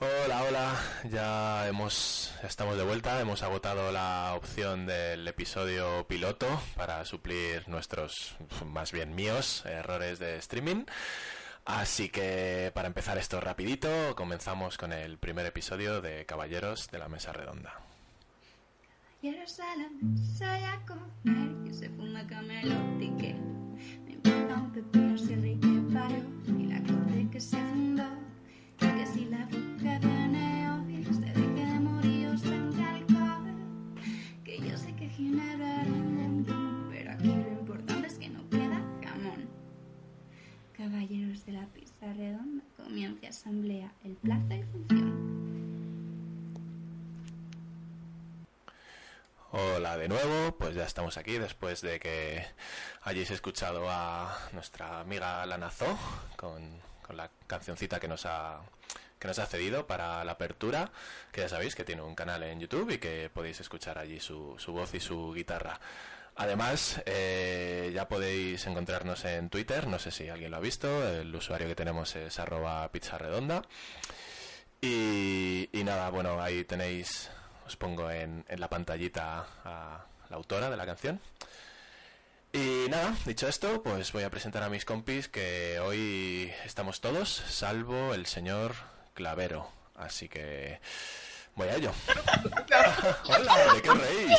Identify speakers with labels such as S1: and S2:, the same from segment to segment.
S1: Hola, hola, ya hemos, ya estamos de vuelta, hemos agotado la opción del episodio piloto para suplir nuestros, más bien míos, errores de streaming. Así que para empezar esto rapidito, comenzamos con el primer episodio de Caballeros de la Mesa Redonda.
S2: Caballeros a la mesa y a comer que se fuma camelot y que no importa un pepino si el rey que parió y la corte que se fundó y que si la bruja viene hoy se deje de morir sangre alcohol que yo sé que Ginebra era un montón pero aquí lo importante es que no queda jamón Caballeros de la pizza redonda comienza asamblea el plazo y función
S1: Hola de nuevo, pues ya estamos aquí después de que hayáis escuchado a nuestra amiga Lana Zo con, con la cancioncita que nos ha que nos ha cedido para la apertura, que ya sabéis que tiene un canal en YouTube y que podéis escuchar allí su, su voz y su guitarra. Además, eh, ya podéis encontrarnos en Twitter, no sé si alguien lo ha visto, el usuario que tenemos es arroba pizza redonda. Y, y nada, bueno, ahí tenéis, os pongo en, en la pantallita a la autora de la canción. Y nada, dicho esto, pues voy a presentar a mis compis que hoy estamos todos, salvo el señor Clavero. Así que voy a ello. Hola, ¿de qué os reís?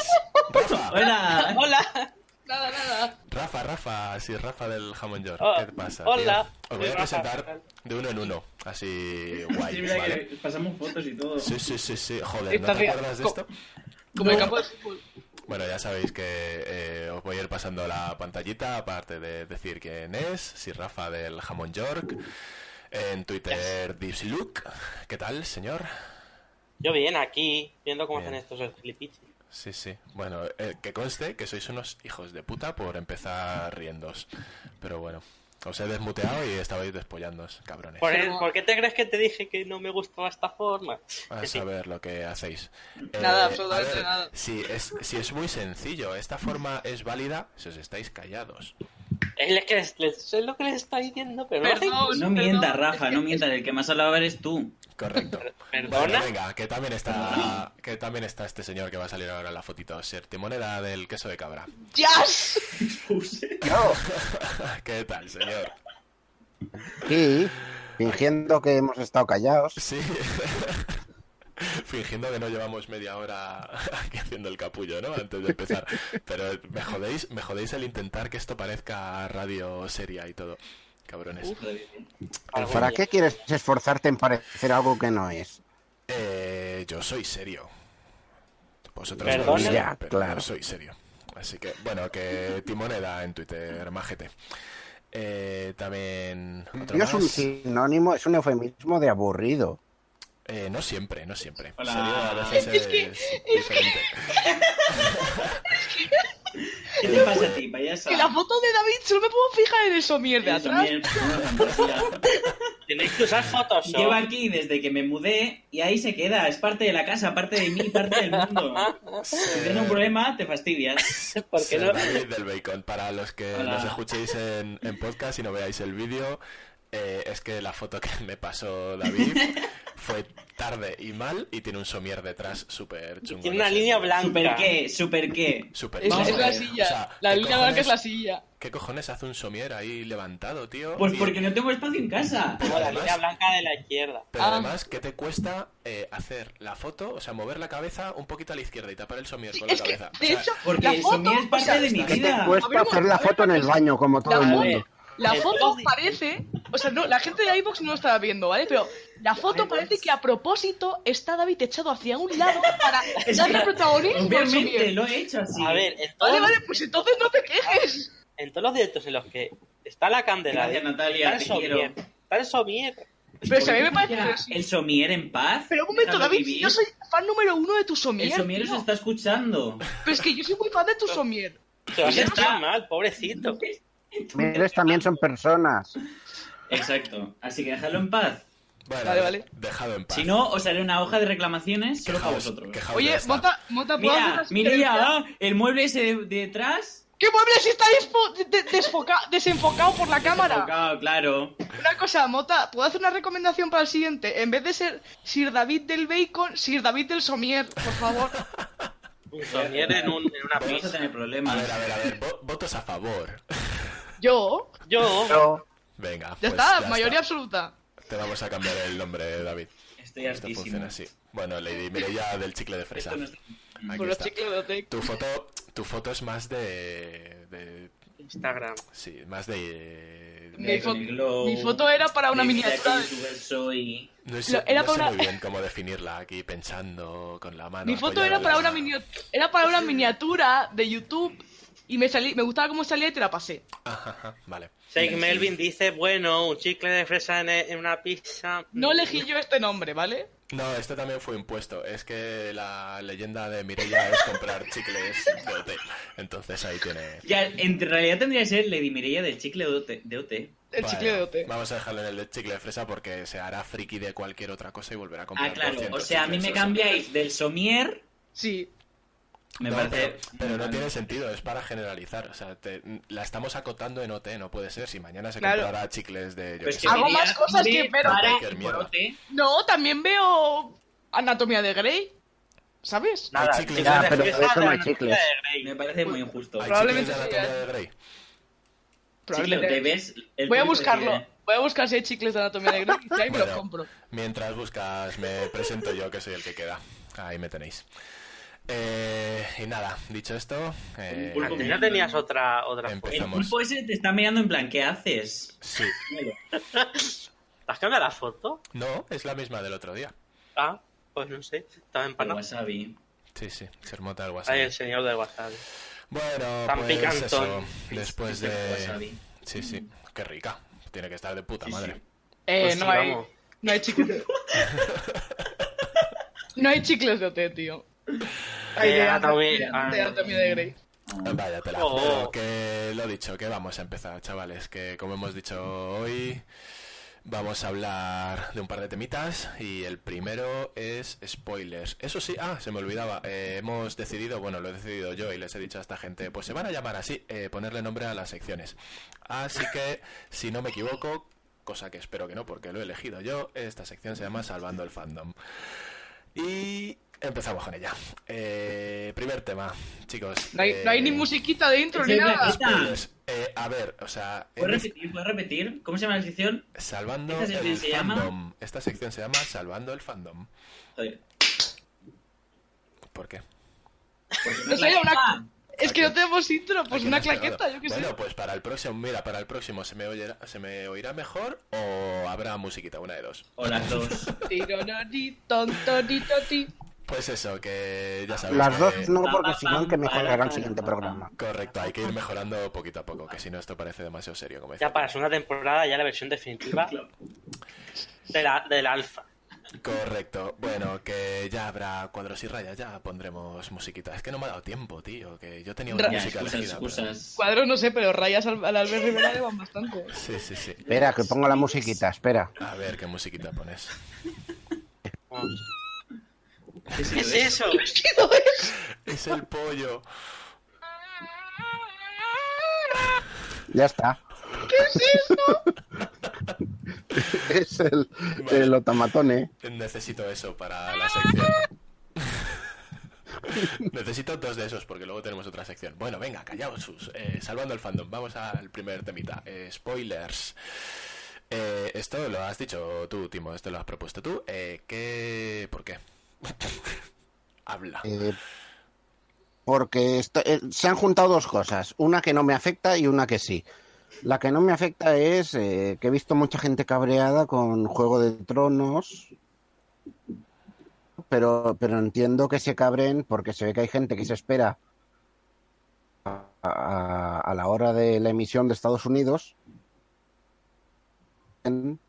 S1: Rafa,
S3: Hola.
S4: Hola. Nada, nada.
S1: Rafa, Rafa, sí, Rafa del Jamón York.
S4: Oh,
S3: Ah,
S1: ¿Qué te pasa?
S4: hola,
S1: Tío? Os voy a
S4: soy
S1: presentar
S4: Rafa.
S1: de uno en uno, así
S3: Sí,
S1: guay,
S3: mira
S1: ¿vale?
S3: que pasamos fotos y todo.
S1: Sí, sí, sí, sí. Joder, ¿no
S4: Esta
S1: te
S4: tía-
S1: acuerdas de
S4: co-
S1: esto?
S4: Como el campo de fútbol.
S1: Bueno, ya sabéis que eh, os voy a ir pasando la pantallita, aparte de decir quién es, si Rafa del Jamón York, en Twitter Dipslook, ¿qué tal, señor?
S5: Yo bien, aquí, viendo cómo
S1: Bien.
S5: hacen estos el flipichi.
S1: Sí, sí. Bueno, eh, que conste que sois unos hijos de puta por empezar riendos. Pero bueno, os he desmuteado y estabais despollándoos, cabrones.
S5: Por,
S4: Pero-
S5: ¿por qué te crees que te dije que no me gustaba esta forma?
S1: A
S5: En fin.
S1: saber lo que hacéis. Eh,
S4: Nada,
S1: a
S4: absolutamente nada.
S1: Si es, si es muy sencillo, esta forma es válida si os estáis callados.
S5: Es lo que les, les- es lo que les está diciendo, pero no hacen-
S4: Perdón,
S3: No
S4: perdón,
S3: mientas,
S4: es
S3: Rafa,
S4: que-
S3: no mientas. El que más hablaba eres tú.
S1: Correcto. Bueno,
S5: ¿Perdona?
S1: venga, que también está que también está este señor que va a salir ahora en la fotito, ser timoneda del queso de cabra.
S4: ¡Jazz!
S1: ¿Qué tal, señor?
S6: Sí, fingiendo que hemos estado callados.
S1: Sí. Fingiendo que no llevamos media hora aquí haciendo el capullo, ¿no? Antes de empezar. Pero me jodéis, me jodéis el intentar que esto parezca radio seria y todo. Cabrones.
S5: Algún
S6: ¿Para
S5: día.
S6: qué quieres esforzarte en parecer algo que no es?
S1: Eh, yo soy serio. Vosotros
S5: Perdona.
S1: no lo
S6: Ya,
S1: pero
S6: claro.
S1: yo soy serio. Así que, bueno, que Timoneda en Twitter, majete. Eh, también... otro
S6: Yo es un
S1: más.
S6: sinónimo, es un eufemismo de aburrido.
S1: Eh, no siempre, no siempre.
S3: Hola.
S1: Serio a veces es,
S4: Es que-
S1: diferente.
S3: ¿Qué te pasa a ti, payasa?
S4: Que la foto de David solo me puedo fijar en eso, mierda.
S3: Eso,
S4: Atrás.
S3: mierda, una fantasía.
S5: Tenéis que usar Photoshop.
S3: Llevo aquí desde que me mudé y ahí se queda. Es parte de la casa, parte de mí, parte del mundo. Si tienes un problema, te fastidias.
S5: ¿Por qué
S1: Ser
S5: no?
S1: Eh, David del Bacon. Para los que
S3: Hola.
S1: nos escuchéis en, en podcast y no veáis el vídeo, eh, es que la foto que me pasó David fue tarde y mal y tiene un somier detrás súper chungo.
S5: Tiene
S1: no
S5: una
S1: sé.
S5: línea blanca.
S3: ¿Super qué? ¿Super qué?
S1: Súper
S4: Es,
S1: chungo,
S4: es la
S1: eh.
S4: silla.
S1: O sea,
S4: la
S1: ¿qué
S4: línea blanca es la
S1: cojones-
S4: silla.
S1: ¿Qué cojones hace un somier ahí levantado, tío?
S3: Pues
S1: Y-
S3: porque no tengo espacio en casa.
S5: Como la
S1: además-
S5: línea blanca de la izquierda.
S1: Pero
S4: Ah.
S1: además, ¿qué te cuesta eh, hacer la foto? O sea, mover la cabeza un poquito a la izquierda y tapar el somier
S4: Sí,
S1: con la
S4: es que,
S1: cabeza. O
S4: de
S1: sea,
S4: hecho,
S3: Porque
S4: la
S3: el
S4: foto,
S3: somier es parte
S4: o sea,
S3: de mi
S6: ¿Qué te
S3: vida.
S6: cuesta
S4: Abrimos-
S6: hacer la foto en el baño como todo
S4: La
S6: el
S4: foto,
S6: mundo?
S4: la
S5: Eh,
S4: foto
S5: Audi.
S4: parece, o sea, no, la gente de iBox no lo estaba viendo, ¿vale? Pero la foto parece que a propósito está David echado hacia un lado para
S3: Es
S4: darle
S3: que-
S4: protagonismo. al
S3: Obviamente,
S4: somier.
S3: lo he hecho así.
S5: A ver, en todos,
S4: Vale, vale, pues entonces no te quejes.
S5: en todos los directos en los que está la candela,
S3: Gracias,
S5: de-
S3: Natalia,
S5: está el
S3: te quiero.
S5: somier, está el somier,
S4: Pero si a mí me parece
S3: Ya,
S4: que sí.
S3: El somier en paz.
S4: Pero un momento,
S3: déjalo
S4: David,
S3: vivir.
S4: yo soy fan número uno de tu
S3: El
S4: somier.
S3: somier
S4: tío.
S3: se está escuchando.
S4: Pero es que yo soy muy fan de tu somier.
S5: Se va a
S3: Ya está.
S5: sentir mal, pobrecito.
S6: Mieres también son personas.
S3: Exacto. Así que dejadlo en paz.
S1: Bueno,
S4: Vale, vale.
S1: Dejado en paz.
S3: Si no, os haré una hoja de reclamaciones solo para
S1: Quejaos-
S3: vosotros.
S1: quejaos de
S4: Oye,
S1: esta.
S4: Mota, Mota, ¿puedo hacer
S3: Mira,
S4: una
S3: mira ya,
S4: sugerencia?
S3: ah, el mueble ese de- detrás.
S4: ¿Qué mueble se está desfo- de- de- desfoca- desenfocado por la cámara?
S3: Tocado, claro.
S4: Una cosa, Mota, ¿puedo hacer una recomendación para el siguiente? En vez de ser Sir David del Bacon, Sir David del Somier, por favor.
S5: Un somier en, un- en una
S3: Vamos a
S5: pizza.
S3: tener
S1: A ver,
S3: problemas.
S1: a ver, a ver. vo- votos a favor.
S4: Yo.
S5: Yo,
S6: Pero
S1: Venga.
S4: Ya
S1: pues
S4: está,
S1: ya
S4: mayoría absoluta.
S1: Te vamos a cambiar el nombre, David.
S3: Estoy
S1: Esto funciona
S3: hartísimo.
S1: así. Bueno, Lady Mireia del chicle de fresa.
S3: Esto no está-
S1: Aquí
S4: Por los
S1: está.
S4: chicles de Tec.
S1: Tu foto, tu foto es más de, de-
S5: Instagram.
S1: sí, más de.
S4: Mi
S3: Mira, con
S4: fo-
S3: el glow,
S4: Mi foto era para una
S3: de
S4: miniatura.
S3: Jackie Sugar Soy.
S1: No
S4: Lo-
S1: sé,
S4: era
S1: no
S4: para
S1: sé
S4: una-
S1: muy bien cómo definirla aquí pensando con la mano.
S4: Mi foto
S1: apoyada
S4: era
S1: en
S4: para
S1: la-
S4: una mini- era para una miniatura de YouTube y me salí, me gustaba cómo salía y te la pasé.
S1: Ajá, ajá, Ah, vale.
S5: Shake Melvin dice, bueno, un chicle de fresa en, en una pizza.
S4: No elegí yo este nombre, ¿vale?
S1: No, esto también fue impuesto. Es que la leyenda de Mireia es comprar chicles de OT. Entonces ahí tiene.
S3: Ya, en realidad tendría que ser Lady Mireia del chicle de OT. de OT.
S4: El
S1: Bueno,
S4: chicle de OT.
S1: Vamos a dejarlo en el de chicle de fresa porque se hará friki de cualquier otra cosa y volverá a comprar.
S3: Ah, claro.
S1: 200
S3: O sea, a mí
S1: chicles
S3: me
S1: de fresa.
S3: cambiáis del somier.
S4: Sí.
S3: Me
S1: No,
S3: parece.
S1: Pero, pero no tiene sentido, es para generalizar. O sea, te- la estamos acotando en OT, no puede ser. Si mañana se
S4: Claro.
S1: comprará chicles de. yo
S3: Pues
S1: qué
S3: que
S1: sé.
S4: Hago
S3: sería
S4: más cosas que
S3: de
S4: ver
S1: a
S3: para
S1: cualquier
S3: y por
S1: mierda.
S3: OT.
S4: No, también veo Anatomía de Grey. ¿Sabes?
S1: Hay
S5: Nada,
S1: chicles Ah,
S5: chicle
S6: Ya,
S5: de
S6: pero
S5: fresa
S6: de eso no
S5: de
S6: hay
S5: la
S6: chicles.
S5: novela de
S3: Me
S5: Grey.
S3: parece muy injusto.
S1: Hay
S4: Probablemente
S1: chicles de
S4: sea-
S1: anatomía de Grey.
S3: Chicle de
S4: Probablemente.
S3: OT, ¿ves? El
S4: Voy a
S3: público
S4: buscarlo.
S3: decide.
S4: Voy a buscar si hay chicles de Anatomía de Grey y si hay, me
S1: Bueno.
S4: los
S1: pues
S4: compro.
S1: Mientras buscas, me presento yo, que soy el que queda. Ahí me tenéis. Eh, y nada, dicho esto, eh,
S3: Un pulpo.
S5: Antes no tenías otra, otra foto.
S3: El
S1: Empezamos.
S3: pulpo ese te está mirando en plan, ¿qué haces?
S1: sí.
S5: ¿Te has cambiado la foto?
S1: No, es la misma del otro día.
S5: Ah, pues no sé. Estaba empanado.
S3: Wasabi.
S1: Sí, sí, sermota el
S5: Ahí el
S1: WhatsApp.
S5: señor del WhatsApp.
S1: Bueno,
S5: Tan
S1: pues
S5: picantón.
S1: eso. Después de. Eh,
S3: Wasabi.
S1: Sí, sí, qué rica. Tiene que estar de puta madre.
S4: Eh,
S5: Pues sí,
S4: no, hay,
S5: vamos.
S4: no hay chicles de No hay chicles de OT, tío. Hay
S5: Eh,
S4: de
S5: Anatomía-
S4: Anatomía de Anatomía de Grey.
S1: Ah, Vaya tela.
S5: Oh.
S1: Pero que lo dicho, que vamos a empezar, chavales. Que como hemos dicho hoy, vamos a hablar de un par de temitas. Y el primero es spoilers. Eso sí, ah, se me olvidaba. eh, hemos decidido, bueno, lo he decidido yo y les he dicho a esta gente, pues se van a llamar así, eh, ponerle nombre a las secciones. Así que, si no me equivoco, cosa que espero que no, porque lo he elegido yo, esta sección se llama Salvando el Fandom. Y empezamos con ella. Eh, primer tema, chicos.
S4: No hay, no hay ni
S1: eh,
S4: musiquita de intro
S3: Es
S4: ni
S3: de
S4: nada.
S3: Blackpink.
S1: Spoilers. Eh, a ver, o sea, en
S3: ¿Puedes
S1: este-
S3: repetir? ¿Puedes repetir? ¿Cómo se llama la sección?
S1: salvando
S3: Pues ¿Esta sección
S1: el
S3: se llama?
S1: fandom. Esta sección se llama Salvando el fandom.
S3: Joder.
S1: ¿Por qué?
S3: porque
S4: No
S3: es
S4: sé,
S3: la-
S4: una-
S3: Ah,
S4: Es que no tenemos intro, pues
S1: ¿A quién
S4: una
S1: has pegado?
S4: claqueta, yo qué sé.
S1: Bueno, pues para el próximo, mira, para el próximo se me oirá, se me oirá mejor o habrá musiquita, una de dos.
S3: O las dos.
S4: Tirorori, tontororori.
S1: Pues eso, que ya sabéis.
S6: las
S1: que-
S6: dos no, porque si no, el que me
S3: Para,
S6: colgará el
S3: para,
S6: siguiente
S3: para.
S6: programa.
S1: Correcto, hay que ir mejorando poquito a poco, que si no esto parece demasiado serio, como
S5: Ya
S1: decía.
S5: para la segunda temporada, ya la versión definitiva de la, del alfa.
S1: Correcto, bueno, que ya habrá cuadros y rayas, ya pondremos musiquita. Es que no me ha dado tiempo, tío, que yo tenía una
S4: Ra-
S3: Ya,
S1: música
S3: excusas,
S1: elegida. pero-
S3: excusas.
S4: Cuadros no sé, pero rayas al, al Albert Rivera le van bastante.
S1: Sí, sí, sí.
S6: Espera, que pongo la musiquita, espera.
S1: A ver qué musiquita pones.
S5: Vamos.
S3: ¿Qué
S5: ¿Qué es eso?
S1: Es el pollo.
S6: Ya está. ¿Qué es eso? es el, el otamatone.
S1: Necesito eso para la sección. Necesito dos de esos porque luego tenemos otra sección. Bueno, venga, callaos, sus. Eh, salvando el fandom, vamos al primer temita. Eh, spoilers. Eh, esto lo has dicho tú, Timo, esto lo has propuesto tú. Eh, ¿Qué? ¿Por qué? Habla.
S6: Eh, porque esto- eh, se han juntado dos cosas, una que no me afecta y una que sí. La que no me afecta es eh, que he visto mucha gente cabreada con Juego de Tronos, pero, pero entiendo que se cabren porque se ve que hay gente que se espera a, a- a la hora de la emisión de Estados Unidos en-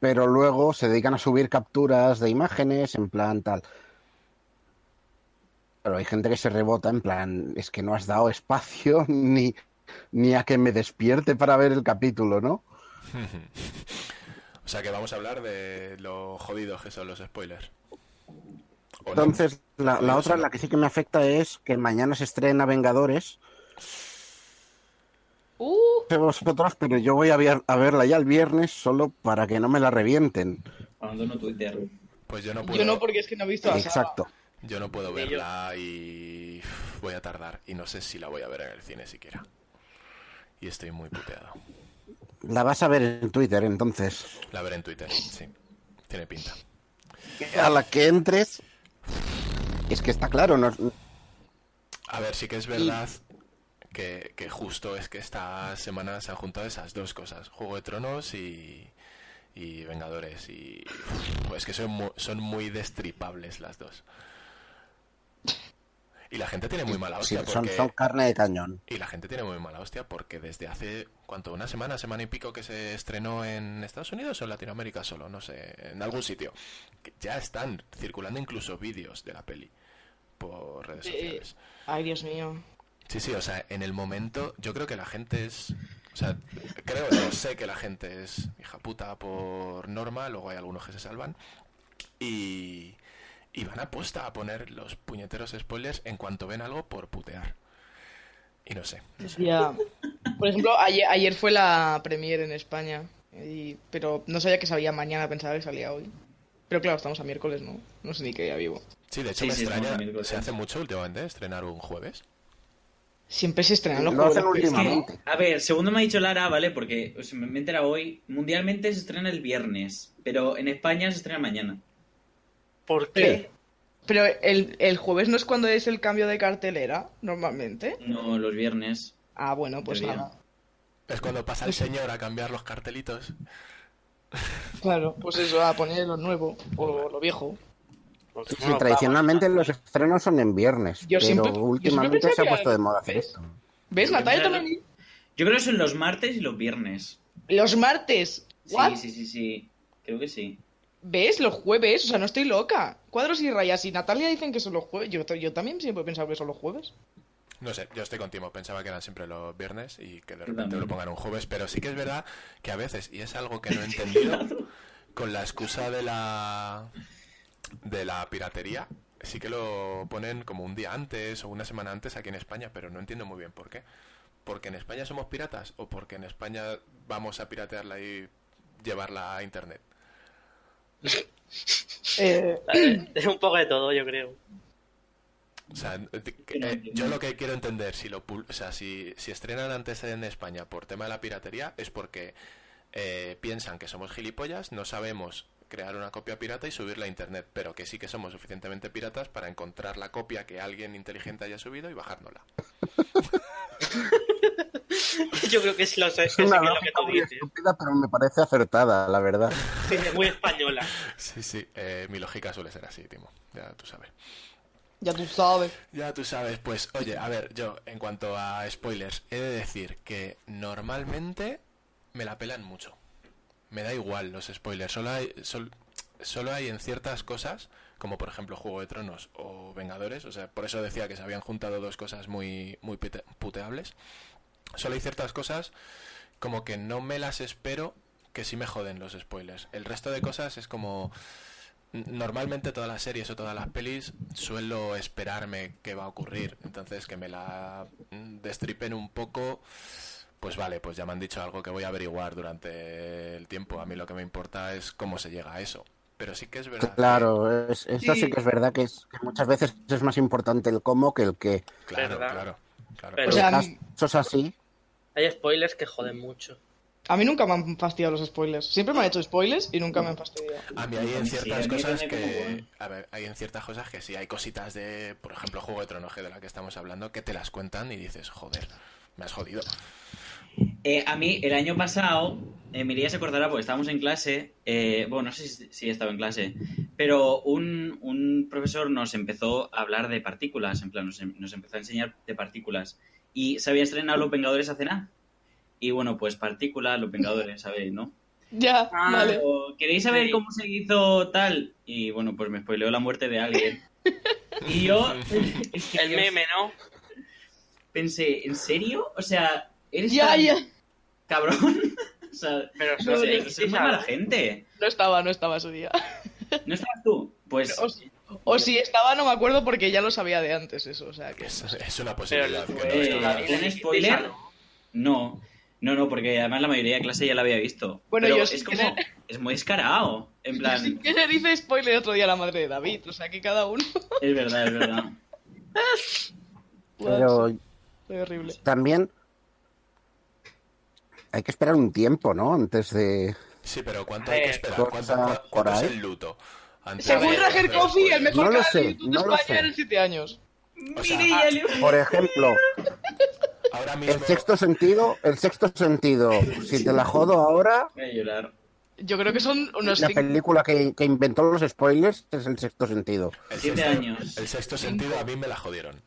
S6: pero luego se dedican a subir capturas de imágenes en plan tal. Pero hay gente que se rebota en plan, es que no has dado espacio ni, ni a que me despierte para ver el capítulo, ¿no?
S1: o sea que vamos a hablar de lo jodidos que son los spoilers. ¿O no?
S6: Entonces, la, la otra, la que sí que me afecta es que mañana se estrena Vengadores.
S4: Uh,
S6: sé vosotros, pero yo voy a, ver- a verla ya el viernes solo para que no me la revienten.
S3: Abandono Twitter.
S1: Pues yo no puedo.
S4: yo no, porque es que no he visto a Sara.
S6: Exacto.
S1: Yo no puedo
S5: Ni yo.
S1: verla y uf, voy a tardar. Y no sé si la voy a ver en el cine siquiera. Y estoy muy puteado.
S6: La vas a ver en Twitter, entonces.
S1: La veré en Twitter, sí. Tiene pinta.
S6: A la que entres. Es que está claro, no,
S1: A ver, sí que es verdad que, que justo es que esta semana se han juntado esas dos cosas. Juego de Tronos y, y Vengadores. Y uf, pues que son, mu- son muy destripables las dos. Y la gente tiene muy mala
S6: sí,
S1: hostia
S6: son,
S1: porque...
S6: son carne de cañón.
S1: Y la gente tiene muy mala hostia porque desde hace, ¿cuánto? Una semana, semana y pico que se estrenó en Estados Unidos o en Latinoamérica solo, no sé, en algún sitio. Que ya están circulando incluso vídeos de la peli por redes
S4: Eh,
S1: sociales.
S4: Ay, Dios mío.
S1: Sí, sí, o sea, en el momento yo creo que la gente es... O sea, creo, no sé que la gente es hija puta por norma, luego hay algunos que se salvan. Y... Y van a posta a poner los puñeteros spoilers en cuanto ven algo por putear. Y no sé, no sé.
S4: Ya. Por ejemplo, ayer, ayer fue la premier en España. y- pero no sabía que salía mañana, pensaba que salía hoy. Pero claro, estamos a miércoles, ¿no? No sé ni qué día vivo.
S1: Sí, de hecho
S3: Sí,
S1: me
S3: sí, estamos
S1: extraña.
S3: en miércoles.
S1: Se hace mucho últimamente ¿eh? estrenar un jueves.
S4: Siempre se estrenan los
S6: Lo
S4: juegos.
S6: hacen
S3: Es que,
S6: últimamente.
S3: a ver, segundo me ha dicho Lara, ¿vale? Porque o sea, me me he enterado hoy. Mundialmente se estrena el viernes, pero en España se estrena mañana.
S5: ¿Por qué?
S4: Pero el, el jueves no es cuando es el cambio de cartelera, normalmente.
S3: No, los viernes.
S4: Ah, bueno, pues
S3: Qué bien.
S4: nada.
S1: Es cuando pasa el señor a cambiar los cartelitos.
S4: Claro, pues eso, a poner lo nuevo o lo viejo.
S5: Porque
S6: Sí,
S5: no nos
S6: tradicionalmente
S5: vamos.
S6: los estrenos son en viernes,
S4: Yo
S6: pero
S4: siempre- yo siempre
S6: últimamente
S4: pensaba
S6: se
S4: que
S6: ha
S4: era
S6: puesto de moda
S4: el
S6: hacer
S4: jueves.
S6: esto.
S4: ¿Ves,
S3: Yo
S4: Natalia
S3: creo que
S4: también?
S3: Yo creo que son los martes y los viernes.
S4: Los martes.
S3: Sí,
S4: ¿What?
S3: sí, sí, sí. Creo que sí.
S4: ¿Ves? Los jueves. O sea, no estoy loca. Cuadros y rayas. Y Natalia dicen que son los jueves. Yo, yo también siempre he pensado que son los jueves.
S1: No sé, yo estoy contigo. Pensaba que eran siempre los viernes y que de
S3: Yo
S1: repente
S3: también.
S1: lo pongan un jueves. Pero sí que es verdad que a veces, y es algo que no he entendido, con la excusa de la de la piratería, sí que lo ponen como un día antes o una semana antes aquí en España, pero no entiendo muy bien por qué. ¿Porque en España somos piratas o porque en España vamos a piratearla y llevarla a internet?
S4: Eh,
S5: Eh, Es un poco de todo, yo creo.
S1: O sea, eh,
S3: no
S1: eh,
S3: entiendo.
S1: yo lo que quiero entender, si lo pul- o sea, si, si estrenan antes en España por tema de la piratería, es porque eh, piensan que somos gilipollas, no sabemos crear una copia pirata y subirla a internet, pero que sí que somos suficientemente piratas para encontrar la copia que alguien inteligente haya subido y bajárnosla.
S5: Yo creo que sí lo sé.
S6: Es
S5: que sé
S6: una
S5: que es lo que
S6: lógica
S5: tú
S6: muy
S5: dices.
S6: estúpida, pero me parece acertada, la verdad.
S5: Sí, es muy española.
S1: Sí, sí, eh, mi lógica suele ser así, Timo, ya tú sabes.
S4: ya tú sabes.
S1: Ya tú sabes, pues, oye, a ver, yo, en cuanto a spoilers, he de decir que normalmente me la pelan mucho. Me da igual los spoilers, solo hay, sol- solo hay en ciertas cosas, como por ejemplo Juego de Tronos o Vengadores, o sea, por eso decía que se habían juntado dos cosas muy, muy pute- puteables. Solo hay ciertas cosas como que no me las espero, que sí me joden los spoilers. El resto de cosas es como... Normalmente todas las series o todas las pelis suelo esperarme qué va a ocurrir, entonces que me la mm, destripen un poco, pues vale, pues ya me han dicho algo que voy a averiguar durante el tiempo. A mí lo que me importa es cómo se llega a eso. Pero sí que es verdad. que-
S6: Claro, es, eso sí
S4: Sí.
S6: que es verdad que, es- que muchas veces es más importante el cómo que el qué.
S1: claro,
S5: Verdad.
S1: claro, claro.
S5: Pero-
S6: En
S4: O sea,
S6: casos así,
S5: Hay spoilers que joden mucho.
S4: A mí nunca me han fastidiado los spoilers. Siempre me han hecho spoilers y nunca me han fastidiado.
S1: A mí hay
S3: A
S1: en
S3: mí sí,
S1: ciertas
S3: a mí
S1: cosas
S3: dame como
S1: que...
S3: bueno.
S1: A ver, hay en ciertas cosas que sí, hay cositas de, por ejemplo, Juego de Tronos, que de la que estamos hablando, que te las cuentan y dices, joder, me has jodido.
S3: Eh, a mí, el año pasado, eh, Mireia se acordará porque estábamos en clase, eh, bueno, no sé si, si he estado en clase, pero un, un profesor nos empezó a hablar de partículas, en plan, nos, em- nos empezó a enseñar de partículas. Y se había estrenado Los Vengadores hace nada. Y bueno, pues partículas, Los Vengadores, ¿sabéis, no?
S4: Ya,
S3: Ah,
S4: vale.
S3: o, ¿Queréis saber cómo se hizo tal? Y bueno, pues me spoileó la muerte de alguien. Y yo es que
S5: El
S3: yo
S5: meme, ¿no?
S3: pensé, ¿en serio? O sea, eres
S4: Ya,
S3: tan
S4: ya.
S3: cabrón. O sea,
S5: Pero eso
S3: no sé,
S5: sí,
S3: eres
S5: sí,
S3: muy
S5: sabe.
S3: mala gente.
S4: No estaba, no estaba ese día.
S3: ¿No estabas tú? Pues
S4: O, si- o si estaba, no me acuerdo porque ya lo sabía de antes eso. O sea que.
S1: Es, es una
S5: Pero
S1: posibilidad. que no
S3: fue-
S1: estoy-
S3: eh,
S5: la-
S3: un spoiler. no. No, no, porque además la mayoría de clase ya la había visto.
S4: Bueno,
S3: Pero
S4: yo
S3: es
S4: sin
S3: como,
S4: querer-
S3: es muy descarado. En
S4: Yo
S3: plan,
S4: sin querer hice spoiler otro día a la madre de David. O sea que cada uno.
S3: es verdad, es verdad.
S6: Pero
S4: Fue horrible.
S6: también hay que esperar un tiempo, ¿no? Antes de...
S1: Sí, pero ¿cuánto
S5: A
S1: hay que
S5: ver,
S1: esperar? ¿Cuánto,
S6: cosa
S1: cua-
S6: por
S1: cuánto es
S6: ahí.
S1: el luto? Antes
S4: Según
S1: de-
S4: Rager
S1: de-
S4: Coffee, el mejor
S6: No lo
S4: canal
S6: sé,
S4: de YouTube de
S6: no lo
S4: España
S6: sé.
S4: eran 7 años.
S1: O sea,
S6: Por ejemplo,
S1: ahora mismo...
S6: el sexto sentido, el sexto sentido, si te la jodo ahora,
S3: Voy a llorar.
S4: Yo creo que son unos
S6: la
S4: 5.
S6: película que, que inventó los spoilers es el sexto sentido.
S1: el
S3: Siete
S1: sexto-
S3: años.
S1: El sexto sentido a mí me la jodieron.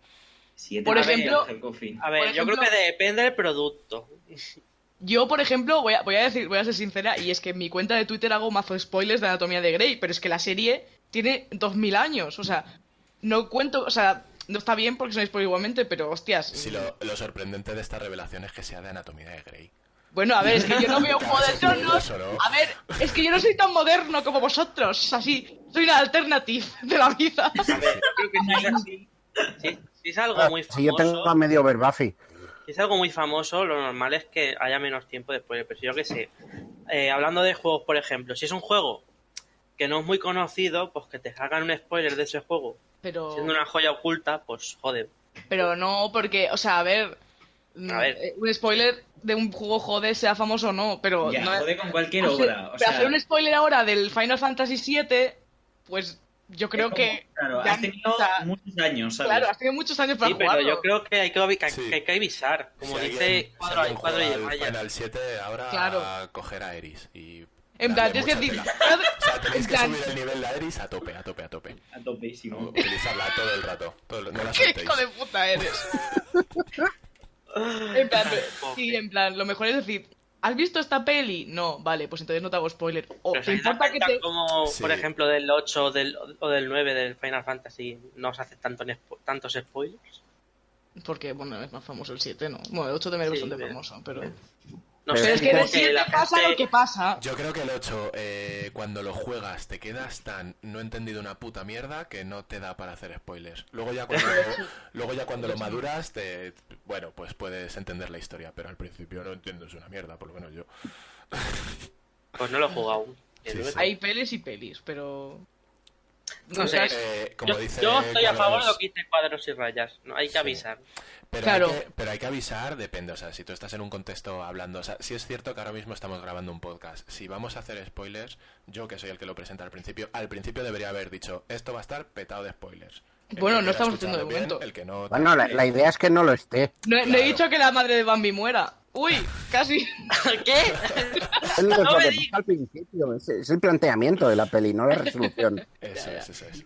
S3: Siete
S4: Por
S3: años de
S4: ejemplo-
S3: Rager Coffee.
S5: A ver,
S4: Por
S5: yo creo
S4: ejemplo-
S5: que depende del producto.
S4: Yo, por ejemplo, voy a, voy a decir, voy a ser sincera, y es que en mi cuenta de Twitter hago mazo spoilers de Anatomía de Grey, pero es que la serie tiene 2000 años, o sea, no cuento, o sea, no está bien porque son spoilers igualmente, pero hostias.
S1: Sí, lo, lo sorprendente de esta revelación es que sea de anatomía de Grey.
S4: Bueno, a ver, es que yo no veo Juego
S1: Claro, eso
S4: de
S1: es
S4: Tronos.
S1: muy grueso, ¿no?
S4: A ver, es que yo no soy tan moderno como vosotros, así, soy una alternative de la vida.
S5: A ver, yo creo que si es así, si, si es algo
S6: Ah,
S5: muy
S6: si yo tengo a
S5: famoso,
S6: medio ver Buffy.
S5: si es algo muy famoso, lo normal es que haya menos tiempo después. Pero yo que sé, eh, hablando de juegos, por ejemplo, si es un juego que no es muy conocido, pues que te hagan un spoiler de ese juego,
S4: Pero,
S5: siendo una joya oculta, pues joder.
S4: pero no, porque, o sea, a ver, mm,
S5: A ver.
S4: eh, un spoiler de un juego jode, sea famoso o no, pero
S3: Ya,
S4: no,
S3: jode con cualquier
S4: Hacer-
S3: obra. O
S4: pero
S3: sea,
S4: hacer un spoiler ahora del Final Fantasy VII, pues yo creo
S3: es como-
S4: que.
S3: Claro,
S4: ya-
S3: has tenido
S4: o sea,
S3: muchos años, ¿sabes?
S4: Claro, has tenido muchos años para
S5: Sí, pero
S4: jugarlo.
S5: yo creo que hay que, avi- que hay-
S1: Sí.
S5: que hay que avisar, como
S1: Si
S5: dice
S1: alguien- si
S5: Cuadro,
S1: alguien
S5: Cuadro
S1: juega
S5: y
S1: al
S5: Amaya.
S1: Final 7 ahora
S4: Claro.
S1: a coger a Eris. Y
S4: En plan,
S1: darle
S4: tienes que
S1: mucha
S4: decir.
S1: tela. O sea, tenéis
S4: En
S1: que
S4: plan,
S1: subir el nivel de Eris a tope, a tope, a tope.
S3: A topísimo.
S1: Utilizarla todo el rato. todo el- no la
S4: ¿Qué
S1: soltéis.
S4: hijo de puta eres? en plan, sí, en plan, lo mejor es decir. ¿Has visto esta peli? No, vale, pues entonces no te hago spoiler. O
S5: Pero
S4: te
S5: se
S4: importa que te.
S5: como,
S1: Sí.
S5: por ejemplo, del 8 o del, o del 9 del Final Fantasy no se hace tanto, en spo- tantos spoilers.
S4: Porque, bueno, es más famoso el 7, ¿no? Bueno, el 8 también
S5: Sí,
S4: es bastante
S5: pero-
S4: famoso, pero.
S5: No
S6: Pero
S4: Pero es que
S5: como
S4: en
S6: de
S4: el 7
S5: la
S4: pasa
S5: gente-
S4: lo que pasa.
S1: Yo creo que el 8, eh, cuando lo juegas, te quedas tan no he entendido una puta mierda que no te da para hacer spoilers. Luego ya cuando, luego ya cuando lo maduras, te, bueno, pues puedes entender la historia, pero al principio no entiendo, es una mierda, por lo menos yo.
S5: Pues no lo he jugado aún.
S1: Sí, sí.
S4: Hay pelis y pelis, pero.
S5: No sé,
S4: Las-
S1: Eh, como
S5: Yo,
S1: dice
S5: yo estoy a
S1: Carlos-
S5: favor de lo que dice Cuadros y Rayas. No, hay que avisar.
S1: Pero,
S4: Claro.
S1: hay que, pero hay que avisar, depende. O sea, si tú estás en un contexto hablando. O sea, si es cierto que ahora mismo estamos grabando un podcast. Si vamos a hacer spoilers, yo que soy el que lo presenta al principio, al principio debería haber dicho: esto va a estar petado de spoilers. El
S4: Bueno,
S1: que quiera
S4: no estamos haciendo de
S1: escucharlo bien,
S4: momento.
S1: El que no.
S6: Bueno, la, la idea es que no lo esté.
S4: No, he- no he
S1: Claro.
S4: dicho que la madre de Bambi muera. Uy, casi.
S5: ¿Qué?
S6: Es lo
S5: No me
S6: que
S5: digas.
S6: pasa al principio, es, es el planteamiento de la peli, no la resolución.
S1: Eso es, eso es.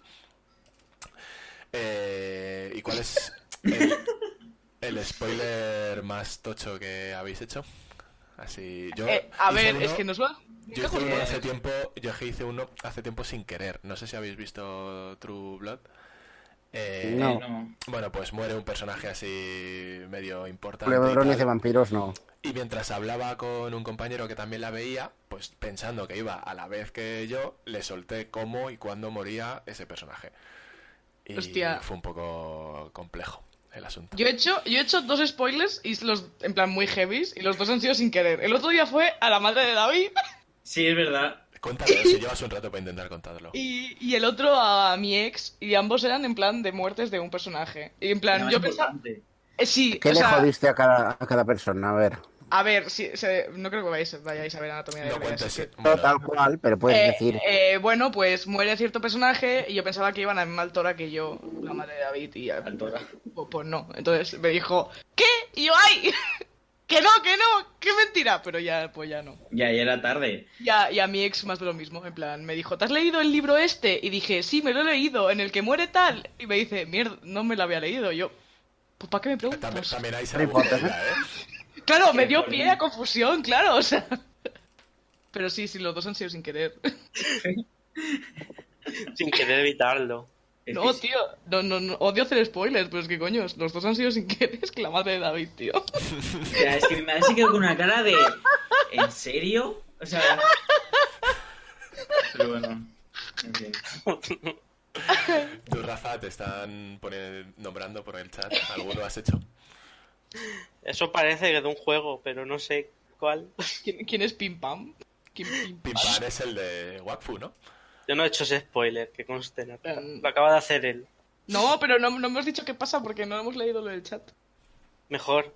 S1: Eh, ¿Y cuál es el, el spoiler más tocho que habéis hecho? Así. Yo,
S4: Eh, a
S1: hice
S4: ver,
S1: uno-
S4: es que nos va.
S1: Yo hice
S4: Joder.
S1: uno hace tiempo, yo es que hice uno hace tiempo sin querer. No sé si habéis visto True Blood. Eh,
S6: No.
S3: No.
S1: Bueno, pues muere un personaje así medio importante. y
S6: Lebrones
S1: tal.
S6: de vampiros no.
S1: Y mientras hablaba con un compañero que también la veía, pues pensando que iba a la vez que yo, le solté cómo y cuándo moría ese personaje. Y
S4: Hostia.
S1: fue un poco complejo el asunto.
S4: Yo he hecho, yo he hecho dos spoilers y los, en plan muy heavies y los dos han sido sin querer. El otro día fue a la madre de David
S3: Sí, es verdad.
S1: Cuéntalo, si llevas un rato para intentar contarlo.
S4: y, y el otro a mi ex y ambos eran en plan de muertes de un personaje. Y en plan,
S3: Además,
S4: yo
S3: es
S4: pensaba...
S3: importante.
S4: eh, sí,
S6: ¿Qué
S4: o
S6: le
S4: sea,
S6: jodiste a cada, a cada persona? A ver,
S4: a ver, sí, se- no creo que vayáis, vayáis a ver Anatomía de
S1: No
S4: Grey, así
S1: cuentes.
S4: que-
S6: no
S1: bueno,
S6: tal cual, pero puedes
S4: Eh,
S6: decir.
S4: eh, bueno, pues muere cierto personaje y yo pensaba que iban a la misma altura que yo, la madre de David y a-
S3: Altora.
S4: Pues, pues no. Entonces me dijo, ¿qué? Y yo, ¡ay! ¡Que no, que no! ¡Qué mentira! Pero ya, pues ya no.
S3: Ya, ya era tarde.
S4: Y a, y a mi ex más de lo mismo, en plan, me dijo, ¿te has leído el libro este? Y dije, sí, me lo he leído, en el que muere tal. Y me dice, mierda, no me lo había leído. Y yo, pues ¿para qué me preguntas?
S1: también, también ahí se
S6: No
S1: la busca
S6: importa,
S1: ella, ¿eh?
S4: Claro, me dio pie a confusión, claro, o sea. Pero sí, sí, los dos han sido sin querer.
S5: sin querer evitarlo.
S4: No, tío, no, no, no, odio hacer spoilers, pero es que coño, los dos han sido sin querer, es que la madre de David, tío.
S7: O sea, es que mi madre se quedó con una cara de. ¿En serio? O sea. Pero bueno. En fin.
S1: Tú, Rafa, te están poniendo- nombrando por el chat. ¿Alguno has hecho?
S5: Eso parece que de un juego, pero no sé cuál.
S4: ¿Quién, quién es Pim Pam? ¿Quién Pim Pam?
S1: Pimpan es el de Wakfu, ¿no?
S5: Yo no he hecho ese spoiler, que conste. no.
S4: Mm.
S5: Lo acaba de hacer él.
S4: No, pero no, no hemos dicho qué pasa porque no hemos leído lo del chat.
S5: Mejor.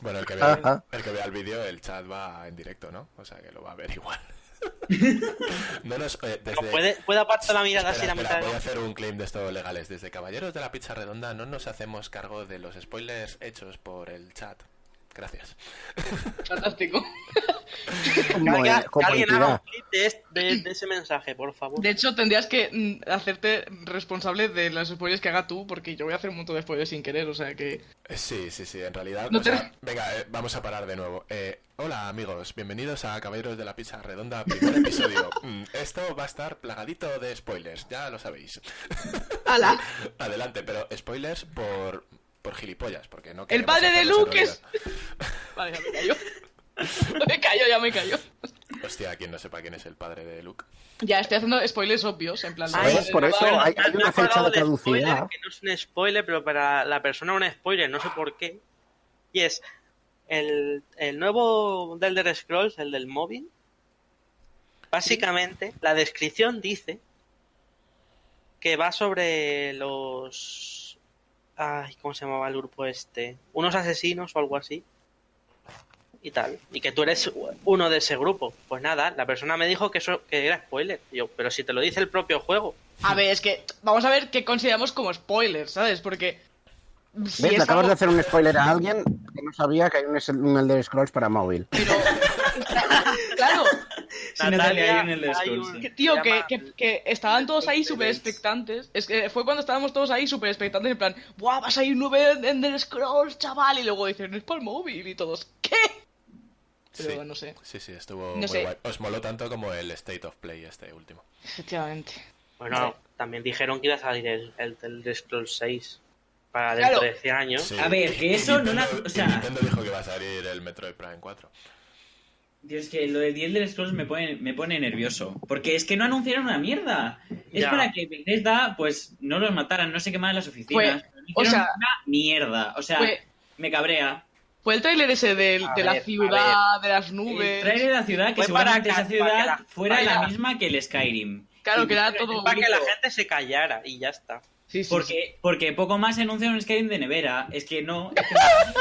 S1: Bueno, el que, vea,
S6: Ajá.
S1: el que vea el vídeo, el chat va en directo, ¿no? O sea que lo va a ver igual. no nos, eh, desde-
S5: No, Pues puede, puede apartar la mirada así
S1: Espera,
S5: la
S1: espera,
S5: mitad de
S1: voy a
S5: la-
S1: hacer un claim de estos legales. Desde Caballeros de la Pizza Redonda no nos hacemos cargo de los spoilers hechos por el chat. Gracias.
S4: Fantástico.
S6: Como,
S5: Que alguien-
S6: eh, como
S5: que alguien haga un
S6: entidad.
S5: clip de, es- de- de ese mensaje, por favor.
S4: De hecho, tendrías que mm, hacerte responsable de los spoilers que haga tú, porque yo voy a hacer un montón de spoilers sin querer, o sea que.
S1: Eh, Sí, sí, sí, en realidad.
S4: No
S1: o
S4: te-
S1: sea, venga, eh, vamos a parar de nuevo. Eh, hola amigos, bienvenidos a Caballeros de la Pizza Redonda, primer episodio. Mm, Esto va a estar plagadito de spoilers, ya lo sabéis.
S4: ¡Hala!
S1: Adelante, pero spoilers por, por gilipollas, porque no
S4: ¡El
S1: queremos
S4: padre de
S1: hacernos en
S4: Luke es.
S1: realidad.
S4: Vale, ya me cayó. Me cayó, ya me cayó.
S1: Hostia, quien no sepa quién es el padre de Luke.
S4: Ya, estoy haciendo spoilers obvios, en plan.
S6: Ay,
S4: los-
S6: Pues, por eso
S4: Vale,
S6: hay-
S5: Me
S6: una
S5: ha acordado
S6: fecha de
S5: del spoiler,
S6: caducidad.
S5: que no es un spoiler, pero para la persona un spoiler, no sé por qué. Y es el, el nuevo del Elder Scrolls, el del móvil. Básicamente, la descripción dice que va sobre los. Ay, ¿cómo se llamaba el grupo este? Unos asesinos o algo así. Y tal. Y que tú eres uno de ese grupo. Pues nada, la persona me dijo que eso que era spoiler. Y yo, pero si te lo dice el propio juego.
S4: A ver, es que vamos a ver qué consideramos como spoilers, ¿sabes? Porque. mm, Si
S6: ¿Ves?
S4: es
S6: Le acabas
S4: algo-
S6: de hacer un spoiler a alguien que no sabía que hay un, un Elder Scrolls para móvil.
S4: Claro,
S7: Sí, Natalia, hay en el
S5: hay
S7: Discord,
S5: un-
S7: sí.
S4: que, tío,
S5: se
S4: que,
S5: llama-
S4: que- que estaban todos ahí súper expectantes. Es que fue cuando estábamos todos ahí súper expectantes, en plan, ¡buah! Vas a ir nueve Ender Scrolls, chaval. Y luego dicen, no es para el móvil. Y todos, ¿qué? Pero
S1: Sí.
S4: no sé.
S1: Sí, sí, estuvo
S4: No
S1: muy
S4: sé.
S1: guay. Os moló tanto como el State of Play este último.
S4: Efectivamente.
S5: Bueno, también dijeron que iba a salir el, el, Elder Scrolls 6 para dentro
S4: Claro.
S5: de 100 años.
S1: Sí.
S7: A ver, que eso no la-
S1: Nintendo-
S7: o sea-
S1: Nintendo dijo que va a salir el Metroid Prime 4.
S7: Dios, que lo del 10 del Scrolls me pone, me pone nervioso. Porque es que no anunciaron una mierda. Es
S5: Ya.
S7: para que Bethesda, pues, no los mataran, no se quemaran las oficinas.
S4: Fue-
S7: No
S4: o
S7: hicieron
S4: sea-
S7: una mierda. O sea,
S4: Fue,
S7: me cabrea.
S4: fue el tráiler ese del- de,
S5: A
S4: la
S5: ver, a
S4: ciudad, de las
S7: El
S4: nubes.
S7: trailer de la ciudad, que
S5: Fue
S7: seguramente
S5: para
S7: esa
S5: ca- para que
S7: ciudad
S5: la-
S7: fuera
S5: para
S7: la
S5: la-
S7: misma que el Skyrim.
S4: Claro, que era
S5: Es
S4: todo.
S5: para que la
S4: bonito.
S5: gente se callara y ya está.
S4: Sí, sí, sí.
S7: Porque, porque poco más anuncian un Skyrim de nevera. Es que no. es que-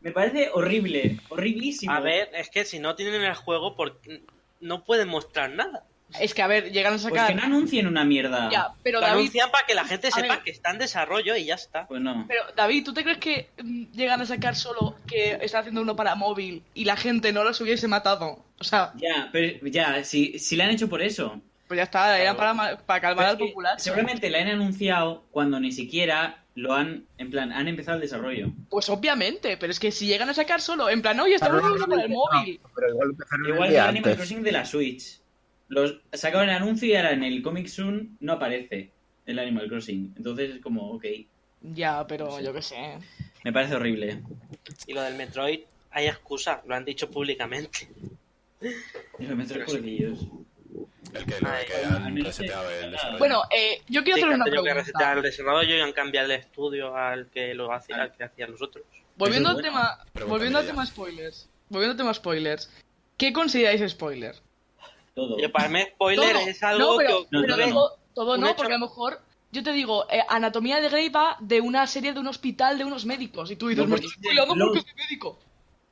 S7: me parece horrible. Horriblísimo.
S5: A ver, es que si no tienen el juego, ¿por qué no pueden mostrar nada.
S4: Es que, a ver, llegan a
S7: Pues
S4: sacar.
S7: que no anuncien una mierda.
S4: Ya, pero
S5: Lo
S4: David,
S5: anuncian para que la gente sepa
S4: ver.
S5: que está en desarrollo y ya está.
S7: Pues no.
S4: Pero, David, ¿tú te crees que mm, llegan a sacar solo que está haciendo uno para móvil y la gente no los hubiese matado? O sea,
S7: Ya, pero ya, si, si la han hecho por eso.
S4: pues ya está, era
S5: Claro.
S4: para, ma- para calmar
S7: Pero
S4: al
S7: es que
S4: popular.
S7: Seguramente la han anunciado cuando ni siquiera lo han. En plan, han empezado el desarrollo.
S4: Pues obviamente, pero es que si llegan a sacar solo, en plan, oye, estamos
S6: Claro,
S4: haciendo para el
S6: no,
S4: móvil.
S6: Pero igual empezaron el
S7: Igual que el
S6: día
S7: Animal
S6: antes.
S7: Crossing de la Switch. Los sacaban el anuncio y ahora en el Comic Soon no aparece el Animal Crossing. Entonces es como, ok.
S4: Ya, pero
S7: Sí.
S4: yo qué sé.
S7: Me parece horrible.
S5: Y lo del Metroid, hay excusa, lo han dicho públicamente.
S7: Eso me trae por aquellos.
S1: El que, lo de
S5: Ay,
S1: que
S7: bueno, al
S1: han
S7: menos
S1: reseteado
S7: te-
S1: el desarrollo.
S4: Bueno, eh, yo quiero
S5: Sí,
S4: hacer
S5: que
S4: una
S5: han tenido que
S4: pregunta.
S5: resetear el desarrollo y han cambiado el estudio al que lo hacía, al que hacían los otros.
S4: Volviendo,
S7: Eso
S4: al
S7: es
S4: tema,
S1: Pregúntame
S4: volviendo al
S1: ya.
S4: tema spoilers. Volviendo al tema spoilers. ¿Qué consideráis spoiler?
S7: Todo.
S5: Yo, para mí, spoiler
S4: Todo.
S5: es algo
S4: no, pero,
S5: que ocurre
S4: pero
S7: no, no.
S4: todo- todo
S5: Un
S4: no,
S5: hecho-
S4: porque a lo mejor yo te digo, eh, Anatomía de Grey va de una serie de un hospital de unos médicos y tú dices,
S7: No,
S4: me
S7: porque
S4: estoy
S7: es de
S4: spoilando porque
S7: Lost.
S4: soy médico.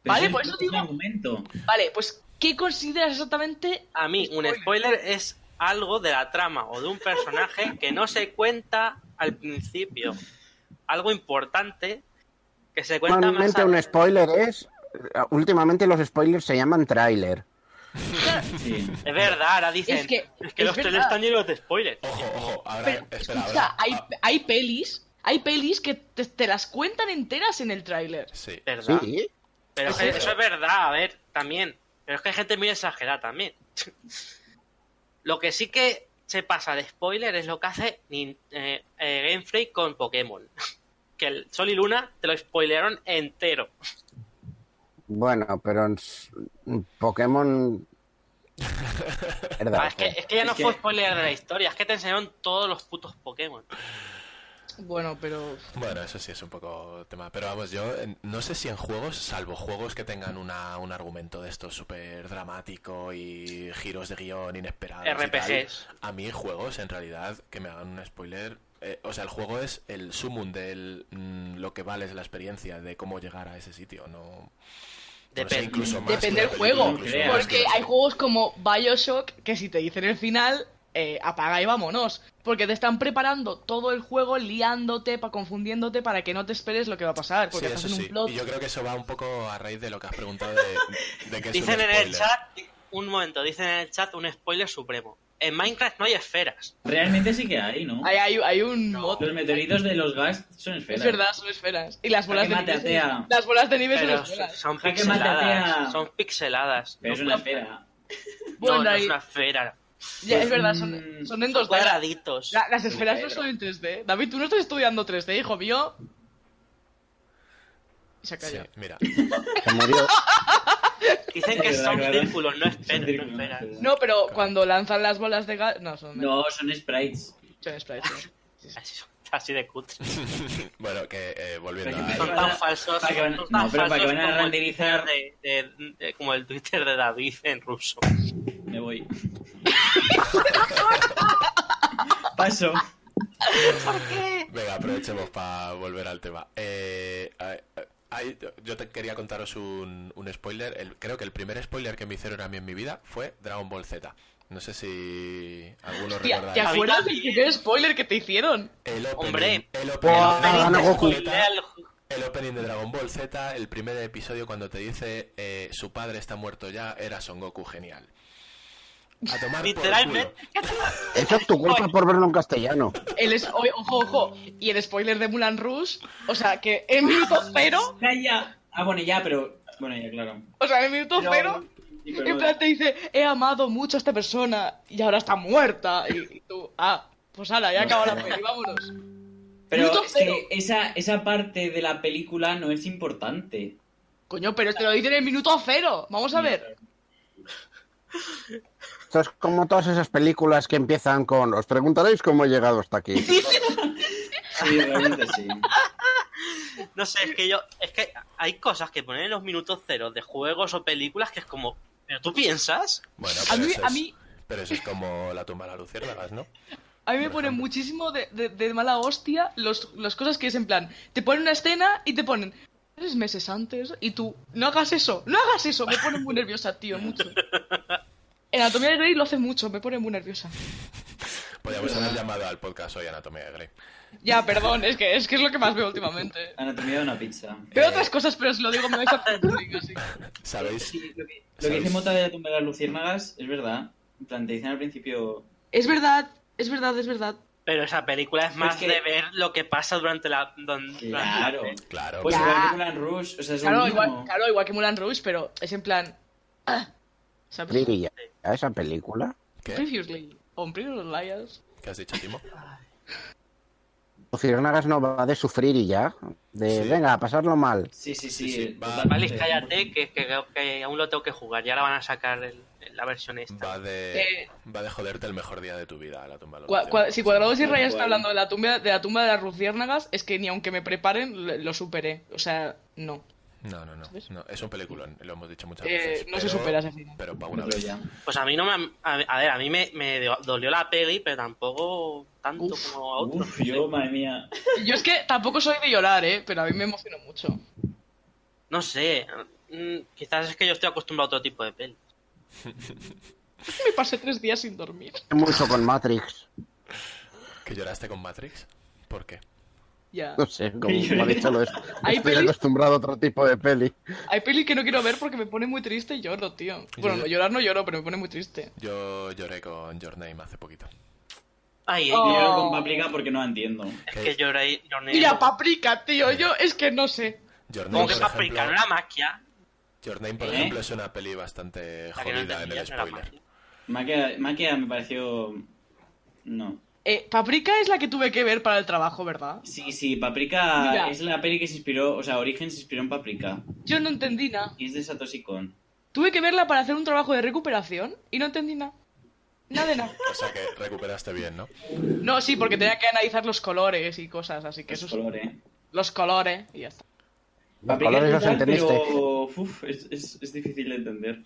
S7: Pero
S4: vale,
S7: eso
S4: por
S7: es
S4: eso
S7: un
S4: digo-
S7: argumento.
S4: Vale, pues ¿qué consideras exactamente?
S5: A mí, un spoiler es algo de la trama o de un personaje que no se cuenta al principio. Algo importante que se cuenta más
S6: Normalmente un
S5: adelante.
S6: spoiler es. Últimamente los spoilers se llaman tráiler.
S7: Sí.
S5: Es verdad, ahora dicen.
S4: Es que- es
S5: los trailers
S4: verdad.
S5: están llenos de spoilers.
S1: Ojo, ojo, ahora,
S4: Pero,
S1: espera,
S4: escucha,
S1: ahora-
S4: hay,
S1: ah,
S4: hay pelis, hay pelis que te, te las cuentan enteras en el tráiler.
S1: sí.
S5: ¿Verdad?
S6: Sí.
S5: Pero
S1: Sí.
S5: eso es verdad, a ver, también. Pero es que hay gente muy exagerada también. lo que sí que se pasa de spoiler es lo que hace Nin- eh, eh, Game Freak con Pokémon. que el Sol y Luna te lo spoilearon entero.
S6: Bueno, pero en s- Pokémon. Mierda,
S5: Ah, es, que,
S6: joder.
S5: es que ya no
S7: Es que-
S5: fue spoiler de la historia, es que te enseñaron todos los putos Pokémon.
S4: Bueno, pero.
S1: Bueno, eso sí es un poco tema. Pero vamos, yo en- no sé si en juegos, salvo juegos que tengan una, un argumento de esto súper dramático y giros de guión inesperados. y tal,
S5: RPGs.
S1: a mí juegos, en realidad, que me hagan un spoiler... eh, o sea, el juego es el sumum de lo que vale es la experiencia, de cómo llegar a ese sitio. No, no sé,
S5: Depende.
S1: incluso más
S4: Depende
S1: que
S4: del
S1: una película,
S4: juego.
S1: incluso
S7: creas.
S1: más
S4: Porque
S1: que una
S4: hay
S1: serie.
S4: juegos como Bioshock que si te dicen el final, eh, apaga y vámonos. Porque te están preparando todo el juego, liándote, pa, confundiéndote para que no te esperes lo que va a pasar.
S1: Sí,
S4: Porque estás
S1: eso
S4: en un
S1: sí.
S4: plot.
S1: Y yo creo que eso va un poco a raíz de lo que has preguntado de, de que es un
S5: Dicen en el
S1: spoiler.
S5: chat, un momento, dicen en el chat un spoiler supremo. En Minecraft no hay esferas.
S7: Realmente sí que hay, ¿no?
S4: Hay, hay- hay un mod.
S7: Los meteoritos de los Gast son
S4: Es
S7: esferas.
S4: verdad, son esferas. Y las
S7: Jaque
S4: bolas de
S7: mate
S4: nieve.
S7: atea.
S4: son- Las bolas de nieve son
S5: Pero
S4: esferas.
S5: son
S7: Jaque mate
S5: pixeladas.
S7: atea.
S5: Son pixeladas.
S7: Pero es
S5: No
S7: una
S5: cuentan.
S7: esfera.
S4: Bueno,
S5: No, no
S4: ahí-
S5: es una esfera.
S4: ya, es verdad, son,
S7: Mm,
S4: son en
S5: Son
S4: 2D.
S5: cuadraditos.
S4: La- las esferas no
S7: Pedro.
S4: son en 3D. David, tú no estás estudiando 3D, hijo mío. Y se ha
S1: Sí,
S4: callado.
S1: mira.
S6: Se murió.
S5: Dicen que
S7: Verdad,
S5: son
S7: claro.
S5: círculos, no
S7: Son
S5: esferas. No
S7: círculos,
S5: esferas.
S7: es verdad.
S4: No, pero cuando lanzan las bolas de gas. No, son,
S7: No, son sprites.
S4: son sprites, sí.
S5: Así- Así de cutre.
S1: bueno, que eh, volviendo
S7: Pero que-
S1: a...
S5: Son tan falsos.
S7: Para que van-
S5: son tan
S7: no, pero para
S5: falsos
S7: que van a
S5: como el
S7: renderizar-
S5: Twitter de- de- de- como el Twitter de David en ruso.
S7: Me voy. Paso.
S1: Venga, aprovechemos para volver al tema. Eh, a- a- hay- yo te quería contaros un, un spoiler. El- creo que el primer spoiler que me hicieron a mí en mi vida fue Dragon Ball Z. No sé si alguno
S4: Tía, ¿Te
S1: recordáis.
S4: acuerdas del primer spoiler que te hicieron?
S1: El opening,
S5: Hombre.
S1: el opening
S6: Buah,
S1: de Dragon
S6: gana
S1: Ball
S6: Goku.
S1: Z.
S5: Lea el-
S1: El opening de Dragon Ball Z, el primer episodio cuando te dice eh, su padre está muerto ya, era Son Goku genial. A tomar por
S5: Literalmente.
S1: culo.
S6: Eso es tu culpa por verlo en castellano.
S4: El es- o- ojo, ojo. Y el spoiler de Mulan Rush. O sea, que en minuto cero.
S7: Calla. Ah, bueno, ya, pero. Bueno, ya, claro.
S4: O sea, en minuto cero.
S7: Sí, pero
S4: En
S7: no.
S4: plan te dice, he amado mucho a esta persona y ahora está muerta. Y, y tú, ah, pues ala, ya acaba la peli, vámonos.
S7: Pero
S4: Minuto
S7: es
S4: cero.
S7: que esa, esa parte de la película no es importante.
S4: Coño, pero te lo dicen en minuto cero. Vamos a ver.
S6: Esto es como todas esas películas que empiezan con os preguntaréis cómo he llegado hasta aquí.
S7: Sí, realmente sí.
S5: No sé, es que yo. Es que hay cosas que ponen en los minutos ceros de juegos o películas que es como. ¿Pero tú piensas?
S1: Bueno,
S4: A
S1: pero
S4: mí,
S1: eso
S4: a
S1: es-
S4: mí,
S1: Pero eso es como la tumba de la luciérnagas, ¿no?
S4: a mí me
S1: por
S4: ponen
S1: ejemplo.
S4: muchísimo de, de- de mala hostia los, las cosas que es en plan, te ponen una escena y te ponen tres meses antes y tú, no hagas eso, no hagas eso. Me pone muy nerviosa, tío, mucho. En Anatomía de Grey lo hace mucho, me pone muy nerviosa.
S1: Podríamos haber llamado al podcast hoy Anatomía de Grey.
S4: Ya, perdón, es que es, que es lo que más veo últimamente.
S7: Anatomía de una pizza.
S4: Veo
S1: Eh,
S4: otras cosas, pero si lo digo me vais a hacer bullying, así que-
S1: ¿Sabéis?
S7: Sí, lo que, lo que
S1: ¿Sabéis?
S7: dice Mota de la tumba de las luciérnagas es verdad. En plan, te dicen al principio.
S4: Es verdad, es verdad, es verdad.
S5: Pero esa película es más
S7: que-
S5: de ver lo que pasa durante la. don- durante la
S7: Claro.
S1: Claro.
S7: Pues
S4: Ya.
S7: igual que Mulan Rush, o sea, es lo
S4: Claro
S7: mismo.
S4: igual, claro, igual que Mulan Rouge, pero es en plan. ah, ¿Sabes?
S6: Digo, ¿y ¿A esa película?
S1: ¿Qué?
S4: Previously, on Pretty Little Liars.
S1: ¿Qué has dicho, Timo?
S6: Luciérnagas no va de sufrir y ya. De
S1: Sí.
S6: venga, a pasarlo mal.
S7: Sí, sí, sí.
S1: Sí, sí, va.
S7: totalmente.
S5: Vale, cállate, que, que- que aún lo tengo que jugar. Y ahora van a sacar el- la versión esta.
S1: Va de,
S4: Eh.
S1: va de joderte el mejor día de tu vida, la tumba de la
S4: Cua-
S1: luciérnagas.
S4: cua- si Cuadrados y
S7: Tal
S4: Rayas está
S7: cual.
S4: hablando de la tumba de la tumba de las luciérnagas, es que ni aunque me preparen le- lo superé. O sea, no.
S1: No, no, no, no. Es un peliculón, lo hemos dicho muchas
S4: Eh,
S1: veces.
S4: no se
S1: pero-
S4: supera ese final.
S1: Pero para una
S7: Pero
S1: vez.
S7: ya.
S5: Pues a mí no me. A, a ver, a mí me, me do- dolió la peli, pero tampoco tanto
S4: Uf,
S5: como a otros.
S7: Uf, yo, madre mía.
S4: Yo es que tampoco soy de llorar, eh, pero a mí me emocionó mucho.
S5: No sé. mm, Quizás es que yo estoy acostumbrado a otro tipo de peli.
S4: Me pasé tres días sin dormir.
S6: Mucho con Matrix.
S1: ¿Que lloraste con Matrix? ¿Por qué?
S4: Ya.
S6: No sé, como, como ha dicho lo es.
S4: Hay
S6: Estoy
S4: pelis-
S6: acostumbrado a otro tipo de peli.
S4: Hay pelis que no quiero ver porque me pone muy triste y lloro, tío. Bueno,
S1: Yo-
S4: no, llorar no lloro, pero me pone muy triste.
S1: Yo lloré con Your Name hace poquito.
S5: Ay,
S4: Oh.
S7: Yo
S5: yo-
S7: lloro con paprika porque no la entiendo.
S5: es que lloré. lloré
S4: Mira, paprika, tío, yo es que no sé.
S1: Your Name,
S5: Como que
S1: por ejemplo,
S5: paprika, no la maquia.
S1: Your Name, por
S3: ¿Eh?
S1: ejemplo, es una peli bastante
S5: La que no
S1: jodida en el
S5: entendías no era
S1: spoiler.
S5: fácil.
S7: Maquia, Maquia me pareció. No.
S4: Eh, Paprika es la que tuve que ver para el trabajo, ¿verdad?
S7: Sí, sí, Paprika
S4: Ya.
S7: es la peli que se inspiró. O sea, Origen se inspiró en Paprika.
S4: Yo no entendí nada.
S7: Y es de Satoshi Kon.
S4: Tuve que verla para hacer un trabajo de recuperación y no entendí nada. Nada de nada.
S1: O sea que recuperaste bien, ¿no?
S4: No, sí, porque tenía que analizar los colores y cosas, así que
S7: Qué
S4: eso es-
S7: color, eh.
S4: los colores y ya está.
S6: Los colores los
S7: brutal,
S6: entendiste.
S7: Pero, uf, es, es- es difícil de entender.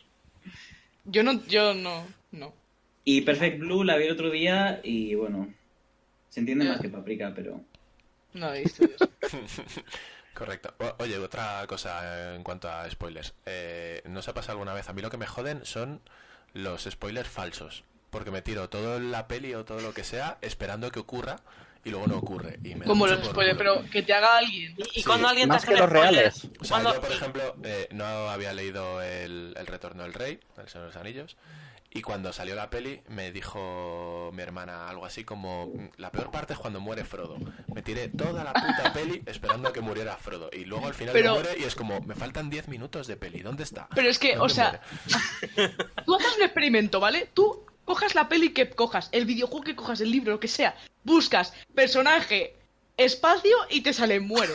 S4: Yo no, yo no, no.
S7: Y Perfect Blue la vi el otro día y bueno. Se entiende más que Paprika, pero.
S4: No he visto. eso.
S1: Correcto. O- Oye, otra cosa eh, en cuanto a spoilers. Eh, ¿No se ha pasado alguna vez? A mí lo que me joden son los spoilers falsos. Porque me tiro todo la peli o todo lo que sea esperando que ocurra y luego no ocurre. Y me da
S4: Como
S1: mucho
S4: los
S1: por
S4: spoilers,
S1: culo.
S4: pero que te haga alguien.
S5: ¿Y,
S1: Sí,
S5: cuando alguien te
S6: más
S5: hace un
S6: que los
S5: spoiler?
S6: reales.
S1: O sea,
S5: cuando-
S1: yo, por ejemplo, eh, no había leído el, el Retorno del Rey, El Señor de los Anillos, y cuando salió la peli me dijo mi hermana algo así como, la peor parte es cuando muere Frodo. Me tiré toda la puta peli esperando a que muriera Frodo, y luego al final no
S4: Pero-
S1: muere y es como, me faltan 10 minutos de peli, ¿dónde está?
S4: Pero es que,
S1: ¿Dónde
S4: o sea,
S1: muere?
S4: tú haces un experimento, ¿vale? Tú cojas la peli que cojas, el videojuego que cojas, el libro, lo que sea, buscas personaje, espacio y te sale muere.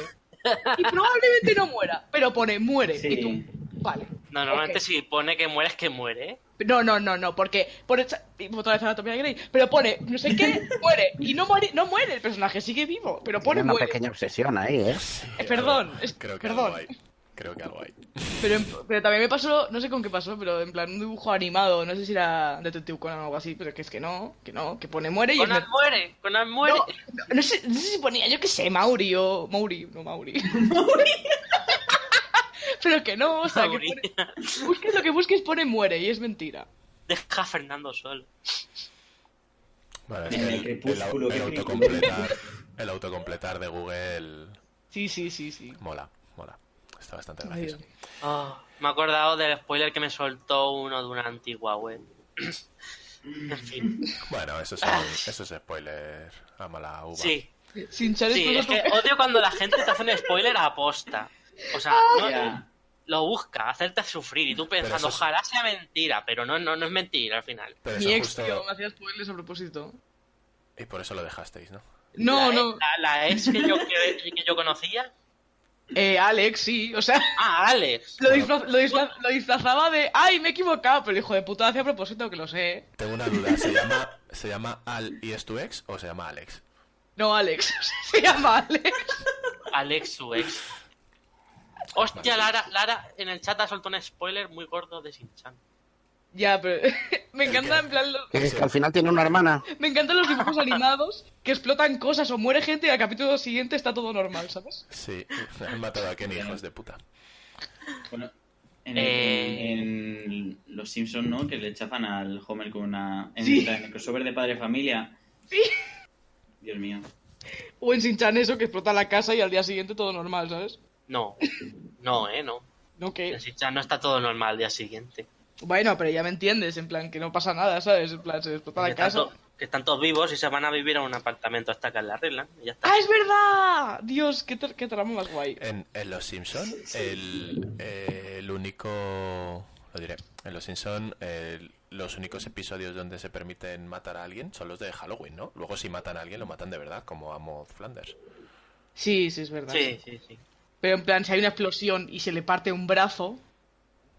S4: Y probablemente no muera, pero pone muere.
S7: Sí.
S4: Y tú, vale.
S5: No, normalmente
S4: Ok.
S5: si pone que mueres, que muere. ¿eh?
S4: No, no, no, no, porque por echa- y otra vez anatomía de Grey, pero pone no sé qué, muere y no muere, no muere, el personaje sigue vivo, pero pone
S6: Tiene una
S4: muere.
S6: pequeña obsesión ahí, ¿eh?
S4: Eh, perdón, es-
S1: Creo que
S4: perdón.
S1: algo hay. Creo que algo hay.
S4: Pero, en- pero también me pasó, no sé con qué pasó, pero en plan un dibujo animado, no sé si era Detective Conan o algo así, pero que es que no, que no, que pone muere y es
S5: Conan
S4: ver-
S5: muere, Conan muere.
S4: No, no, no sé, no sé si ponía, yo qué sé, Mauri o Mauri, no Mauri. pero que no, o sea, que
S5: Mauri.
S4: pone, busques lo que busques pone muere y es mentira.
S5: Deja a Fernando solo.
S1: Bueno, es
S7: En
S1: que
S7: el
S1: el, el
S7: crepúsculo,
S1: au- el
S7: qué rico.
S1: autocompletar, el autocompletar de Google
S4: Sí, sí, sí, sí.
S1: mola, mola. Está bastante
S4: Ay,
S1: gracioso.
S4: Dios.
S5: Oh, me he acordado del spoiler que me soltó uno de una antigua web. en fin,
S1: Bueno, eso es,
S4: Ah.
S1: el- eso es spoiler a mala uva.
S5: sí.
S4: Sin chales,
S5: Sí,
S4: pues,
S5: es que odio cuando la gente te hace un spoiler a posta. O sea, no-
S7: Ya.
S5: lo busca, hacerte sufrir. Y tú pensando,
S1: eso es-
S5: ojalá sea mentira, pero no, no, no es mentira al final.
S1: Pero
S4: Mi
S1: eso
S4: ex,
S1: justo-
S4: tío, me hacía spoilers a propósito.
S1: Y por eso lo dejasteis, ¿no?
S5: la,
S4: No,
S5: E,
S4: no.
S5: La, la ex que yo, que, que yo conocía.
S4: Eh, Alex, sí. O sea,
S5: Ah, Alex.
S4: lo, disfra- lo disfra- lo disfrazaba de. ¡Ay, me he equivocado! Pero el hijo de puta hacía a propósito, que lo sé.
S1: Tengo una duda, ¿se llama, ¿se llama Al y es tu ex o se llama Alex?
S4: No, Alex. Se llama Alex.
S5: Alex, su ex. Hostia, Lara, Lara en el chat ha soltado un spoiler muy gordo de Sinchan.
S4: Ya, pero. me, encanta, en plan, lo-
S6: Que es que al final tiene una hermana.
S4: me encantan los dibujos animados que explotan cosas o muere gente y al capítulo siguiente está todo normal, ¿sabes?
S1: Sí, han matado a Kenny, hijos de puta.
S7: Bueno, en,
S5: Eh.
S7: en Los Simpsons, ¿no? Que le chafan al Homer con una. En,
S4: Sí.
S7: la- en el crossover de Padre Familia.
S4: Sí.
S7: Dios mío.
S4: O en Sinchan, eso que explota la casa y al día siguiente todo normal, ¿sabes?
S5: No, no, eh, no.
S4: No, que.
S5: En Sinchan no está todo normal al día siguiente.
S4: Bueno, pero ya me entiendes, en plan, que no pasa nada, ¿sabes? En plan, se
S5: Que
S4: explota la
S5: están,
S4: casa.
S5: to- que están todos vivos y se van a vivir a un apartamento hasta que la arreglan. Y ya está.
S4: ¡Ah, es verdad! Dios, qué, tra- qué trama más guay.
S7: Eh.
S1: En, en Los Simpson, el, eh, el único... Lo diré. En Los Simpson, el- los únicos episodios donde se permiten matar a alguien son los de Halloween, ¿no? Luego si matan a alguien, lo matan de verdad, como a Maud Flanders.
S4: Sí, sí, es verdad.
S5: Sí, sí, sí.
S4: Pero en plan, si hay una explosión y se le parte un brazo,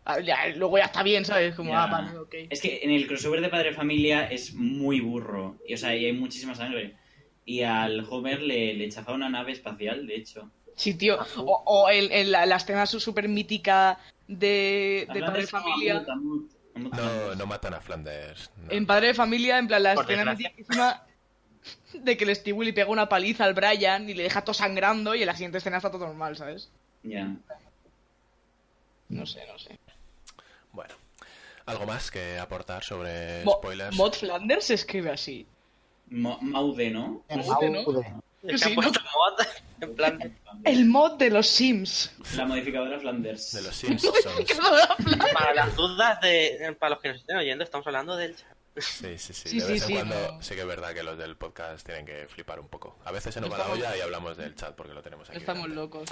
S4: ah, ya, luego ya está bien, ¿sabes? Como,
S7: Ya.
S4: ah, vale, ok.
S7: Es que en el crossover de Padre Familia es muy burro. Y, o sea, y hay muchísima sangre. Y al Homer le, le chafa una nave espacial, de hecho.
S4: Sí, tío.
S7: Ah, uh.
S4: O, o el- el- la, la escena súper mítica de, de
S7: Hablando
S4: Padre
S7: es como
S4: Familia.
S7: Amut, Amut, Amut,
S1: No,
S7: Amut.
S1: no matan a Flanders. no.
S4: En Padre de Familia, en plan, la
S5: Por
S4: escena
S5: desgracia.
S4: mítica de que el Steve le pega una paliza al Brian y le deja todo sangrando y en la siguiente escena está todo normal, ¿sabes?
S7: Ya.
S4: No sé, no sé.
S1: Bueno, ¿algo más que aportar sobre
S4: Mo-
S1: Eh, spoilers?
S4: Maud Flanders se escribe así.
S7: Mo- Maude, ¿no?
S1: Este
S4: Maude, ¿no?
S5: Es
S4: Sí,
S5: que ha puesto mod en plan
S4: El mod de los Sims.
S7: La modificadora Flanders.
S1: De los Simpsons.
S5: Para las dudas de. Para los que nos estén oyendo, estamos hablando del chat.
S1: Sí, sí, sí.
S4: Sí,
S1: de
S4: sí,
S1: vez en
S4: sí,
S1: cuando
S4: no.
S1: sí que es verdad que los del podcast tienen que flipar un poco. A veces se nos va la
S4: Estamos-
S1: olla y hablamos del chat porque lo tenemos aquí.
S4: Estamos
S1: delante.
S4: locos.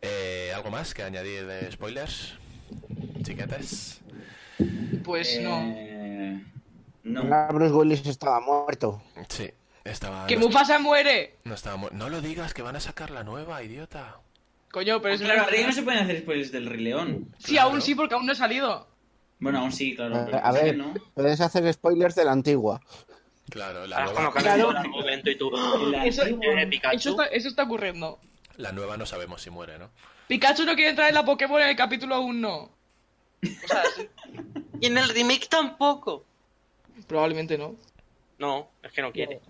S1: Eh, ¿Algo más que añadir de spoilers? chiquetes?
S4: Pues no. Pues
S7: Eh, no.
S6: Ah, Bruce Willis estaba muerto.
S1: Sí, estaba...
S4: ¡Que
S1: no,
S4: Mufasa muere!
S1: no estaba mu- No lo digas, que van a sacar la nueva, idiota.
S4: Coño, pero es
S7: Ah, Claro,
S4: una-
S7: ahora ya no se pueden hacer spoilers del Rey León.
S4: Sí,
S1: Claro.
S4: aún sí, porque aún no ha salido.
S7: Bueno, aún sí, claro.
S6: Eh,
S7: pero
S6: a
S7: es que
S6: ver,
S7: no.
S6: puedes hacer spoilers de la antigua.
S1: Claro, la
S5: Ahora
S1: nueva,
S5: cuando cambias todo el argumento y tú. ¡Ah!
S7: En la
S4: Eso-
S7: antigua-
S5: Eh, Pikachu.
S4: Eso está, eso está ocurriendo.
S1: la nueva no sabemos si muere, ¿no?
S4: Pikachu no quiere entrar en la Pokémon en el capítulo 1.
S5: Y en el remake tampoco.
S4: Probablemente no.
S5: No, es que no quiere.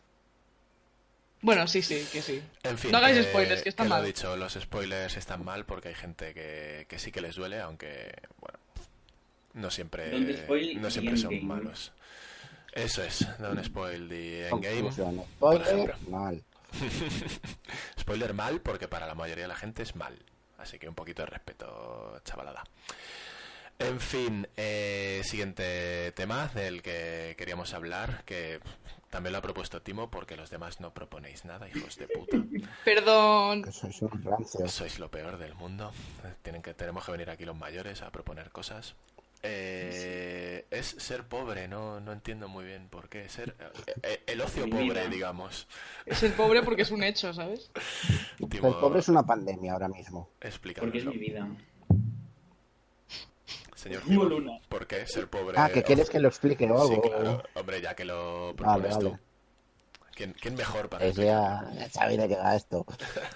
S4: Bueno, sí, sí, que sí.
S1: En fin,
S4: No hagáis spoilers, que está
S1: lo he
S4: mal.
S1: dicho, los spoilers están mal porque hay gente que, que sí que les duele, aunque, bueno, no siempre,
S7: Don't spoil
S1: no
S7: the
S1: siempre son
S7: endgame.
S1: malos. Eso es, don't spoil the endgame.
S6: Conclusión,
S1: por
S6: Spoiler,
S1: ejemplo.
S6: mal.
S1: Spoiler mal, porque para la mayoría de la gente es mal. Así que un poquito de respeto, chavalada. En fin, eh, siguiente tema del que queríamos hablar, que también lo ha propuesto Timo, porque los demás no proponéis nada, hijos de puta.
S4: Perdón.
S6: Que sois unos rancios.
S1: Sois lo peor del mundo. Tienen que, tenemos que venir aquí los mayores a proponer cosas. Eh, Es ser pobre, no, no entiendo muy bien por qué. Ser eh, eh, el ocio
S7: Mi
S1: pobre,
S7: vida.
S1: digamos.
S4: Es el pobre porque es un hecho, ¿sabes?
S1: Timo,
S6: El pobre es una pandemia ahora mismo.
S7: Porque es
S1: explícanoslo.
S7: mi vida.
S1: Señor
S7: Como
S1: Timo,
S7: Luna.
S1: ¿por qué ser pobre?
S6: Ah, que
S1: ocio?
S6: quieres que lo explique o
S1: Sí,
S6: algo.
S1: claro. Hombre, ya que lo propones
S6: vale.
S1: tú. ¿Quién, quién mejor para
S6: Es
S1: explicarlo?
S6: ya, ya sabéis de qué va esto.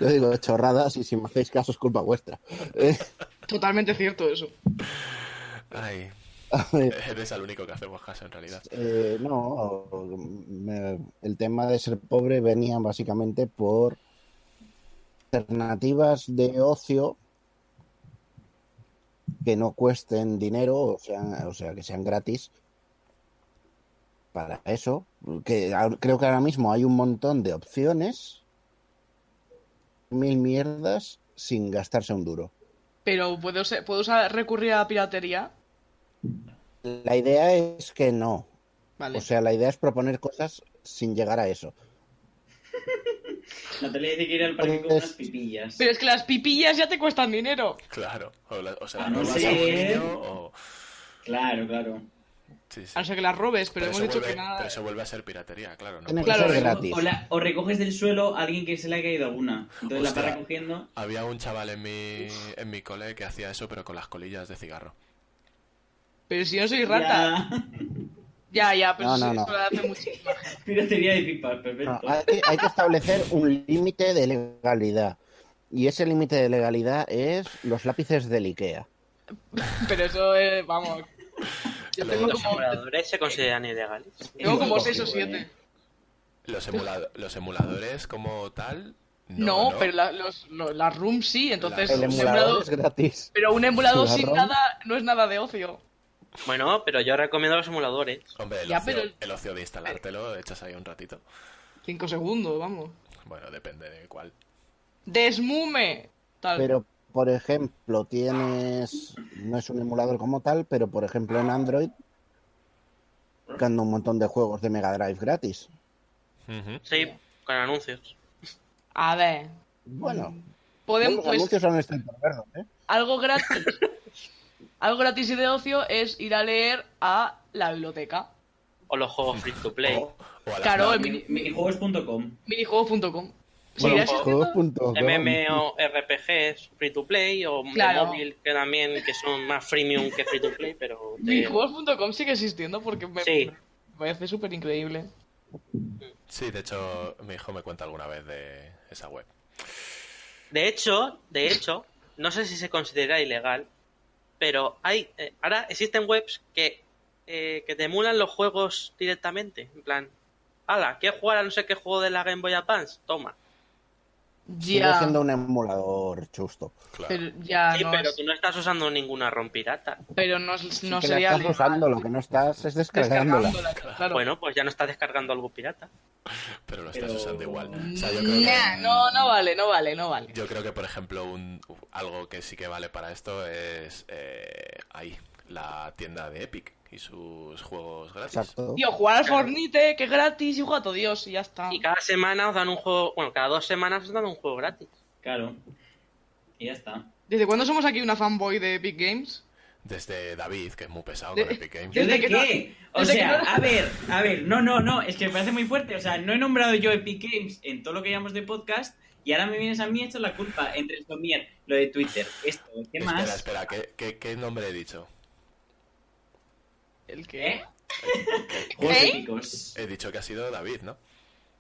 S6: Yo digo chorradas y si me hacéis caso es culpa vuestra. Eh,
S4: Totalmente cierto eso.
S1: Ay,
S6: a ver,
S1: eres el único que hacemos caso en realidad.
S6: eh, no, me- el tema de ser pobre venía básicamente por alternativas de ocio que no cuesten dinero, o sea, o sea que sean gratis para eso. Que ahora- creo que ahora mismo hay un montón de opciones, mil mierdas sin gastarse un duro.
S4: Pero ¿puedo, ser- ¿puedo usar, recurrir a la piratería?
S6: La idea es que no.
S4: Vale.
S1: Pues
S6: O sea, la idea es proponer cosas sin llegar a eso.
S7: Natalia dice que ir al parque con
S6: Entonces-
S7: unas pipillas.
S4: Pero es que las pipillas ya te cuestan dinero.
S1: Claro. O, la- o se la
S7: A no
S1: robas a un
S7: ser-
S1: niño o...
S7: Claro, claro.
S1: Sí, sí.
S4: A no ser que las robes, pero, hemos
S1: eso
S4: dicho
S1: vuelve,
S4: que nada.
S1: pero eso vuelve a ser piratería, claro. No
S6: Tiene que
S1: puede
S4: Claro,
S6: ser
S4: eso-
S6: gratis.
S7: O, la- o recoges del suelo a alguien que se le ha caído alguna. Entonces la
S1: Hostia.
S7: vas recogiendo.
S1: Había un chaval en mi, en mi cole que hacía eso, pero con las colillas de cigarro.
S4: Pero si yo no soy rata. Ya, ya, pero
S6: No,
S4: eso-
S6: no, no.
S4: eso lo hace muchísima gente.
S7: Ya. Piratería de pipas, perfecto.
S6: No, Ah, hay, que, hay que establecer un límite de legalidad. Y ese límite de legalidad es los lápices del IKEA.
S4: Pero eso es, vamos. Yo
S1: Luego-
S4: tengo
S5: Los
S4: como,
S5: compradores se consideran ilegales.
S4: tengo como
S7: Lógico,
S4: 6 o
S7: eh.
S4: 7.
S1: Los, emula- los emuladores como tal...
S4: No,
S1: No,
S4: pero la, los, lo- las rooms sí, entonces.
S6: El
S4: un
S6: emulador
S4: emulador-
S6: es gratis.
S4: pero un emulador
S6: ¿La
S4: sin
S6: ROM?
S4: nada no es nada de ocio.
S5: Bueno, pero yo recomiendo los emuladores.
S1: Hombre, el,
S4: Ya,
S1: ocio,
S4: pero-
S1: el ocio de instalártelo, echas ahí un ratito.
S4: 5 segundos, vamos.
S1: Bueno, depende de cuál.
S4: Desmume. Tal.
S6: Pero, por ejemplo, tienes. No es un emulador como tal, pero por ejemplo en Android. Buscando un montón de juegos de Mega Drive gratis.
S1: Ujú.
S5: Sí, con anuncios.
S4: A ver.
S6: Bueno,
S4: Podemos, pues,
S6: los anuncios son este verdes, ¿eh?
S4: algo gratis. algo gratis y de ocio es ir a leer a la biblioteca.
S5: O los juegos free to play.
S1: O, o a las
S4: Claro,
S1: nab-
S6: ah.
S4: el
S7: Mini- Minijuegos.com.
S4: minijuegos.com.
S6: Bueno,
S4: Seguirá existiendo.
S6: juegos.com.
S5: MMORPGs free to play o de
S4: Claro.
S5: móvil que también que son más freemium que free to play, pero te-
S4: Minijuegos.com sigue existiendo porque me,
S5: Eh, Sí.
S4: me parece súper increíble.
S1: Sí, de hecho, mi hijo me cuenta alguna vez de esa web.
S5: de hecho, de hecho, no sé si se considera ilegal, pero hay eh, ahora existen webs que eh, que te emulan los juegos directamente, en plan, ala, ¿quieres jugar a no sé qué juego de la Game Boy Advance? Toma.
S6: Sigue
S4: Ya.
S6: siendo un emulador chusto.
S1: Claro.
S4: Pero ya
S5: Sí,
S4: Ah, no,
S5: pero
S4: es-
S5: tú no estás usando ninguna ROM pirata.
S4: pero no, es- no
S6: que la
S4: sería
S6: estás
S4: legal.
S6: usando, lo que no estás es descargándola.
S4: Descargándola, claro.
S5: Bueno, pues ya no estás descargando algo pirata.
S1: Pero lo estás
S7: Pero-
S1: usando igual. O sea, yo creo,
S4: Nah,
S1: que,
S4: no, no vale, no vale, no vale.
S1: yo creo que, por ejemplo, un, algo que sí que vale para esto es eh, ahí, la tienda de Epic y sus juegos gratis.
S6: Exacto.
S4: Tío, jugar al Fornite, que es gratis, y juega a todo Dios, y ya está.
S5: Y cada semana os dan un juego, bueno, cada dos semanas os dan un juego gratis.
S7: Claro. Y ya está.
S4: ¿Desde cuándo somos aquí una fanboy de Big Games?
S1: desde David, que es muy pesado
S4: De-
S1: con Epic Games.
S4: de-
S7: ¿Yo de
S4: Desde que
S7: qué?
S4: no-
S7: o
S4: desde que
S7: sea,
S4: no-
S7: a ver, a ver, no, no, no, es que me parece muy fuerte. O sea, no he nombrado yo Epic Games en todo lo que llamamos de podcast y ahora me vienes a mí echar la culpa entre el somier, lo de Twitter, esto, ¿qué
S1: espera,
S7: más?
S1: espera, ¿qué, qué, qué nombre he dicho?
S4: ¿El qué?
S7: ¿Eh? Juegos
S4: ¿Eh?
S7: épicos.
S1: He dicho que ha sido David, ¿no?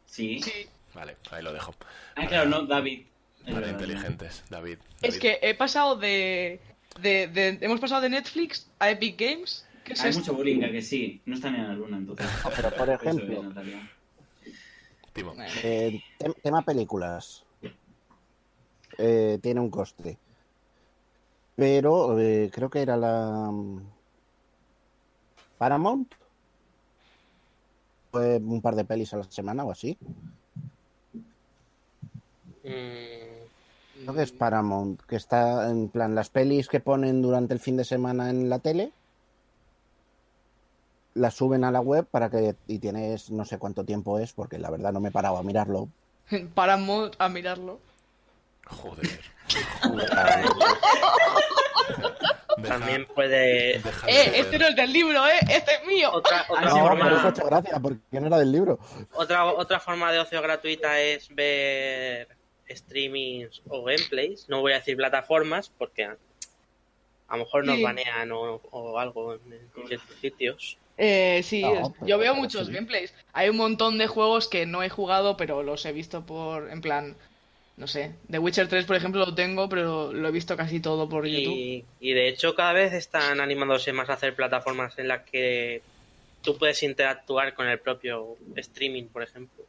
S7: Sí.
S4: Sí.
S1: Vale, ahí lo dejo.
S7: Ah, claro, no, David. Es
S1: Para
S7: verdad,
S1: inteligentes, David.
S4: Eh, Es
S1: David.
S4: que he pasado de, de, de- Hemos pasado de Netflix a Epic Games. ¿Qué es
S7: Hay
S4: esto?
S7: mucho bullying, ¿a que sí. No están en la luna, entonces.
S6: No, pero por
S7: Eso es,
S6: ejemplo,
S7: Natalia.
S1: Timo.
S6: eh, tem- tema películas. Eh, tiene un coste. Pero eh, creo que era la mm, Paramount. Fue un par de pelis a la semana o así.
S5: Mm,
S6: Creo que es Paramount, que está en plan las pelis que ponen durante el fin de semana en la tele, las suben a la web para que y tienes no sé cuánto tiempo es, porque la verdad no me paraba a mirarlo.
S4: Paramount a mirarlo.
S1: Joder. Deja-
S5: También puede.
S1: deja de
S4: Eh,
S1: joder.
S4: este no es del libro, eh. Este es mío.
S5: Otra, otra
S7: Ah, sí,
S6: No,
S7: porque
S6: pero eso
S5: forma,
S6: ha hecho gracia, porque no era del libro.
S5: otra, otra forma de ocio gratuita es ver streamings o gameplays. No voy a decir plataformas porque a, a lo mejor nos
S4: Sí.
S5: banean o, o algo en ciertos sitios.
S4: Eh, sí,
S6: No,
S4: es- yo
S6: pero-
S4: veo
S6: pero
S4: muchos
S6: sí.
S4: gameplays. Hay un montón de juegos que no he jugado, pero los he visto por, en plan, no sé. The Witcher 3, por ejemplo, lo tengo, pero lo he visto casi todo por YouTube.
S5: Y, y de hecho cada vez están animándose más a hacer plataformas en las que tú puedes interactuar con el propio streaming, por ejemplo.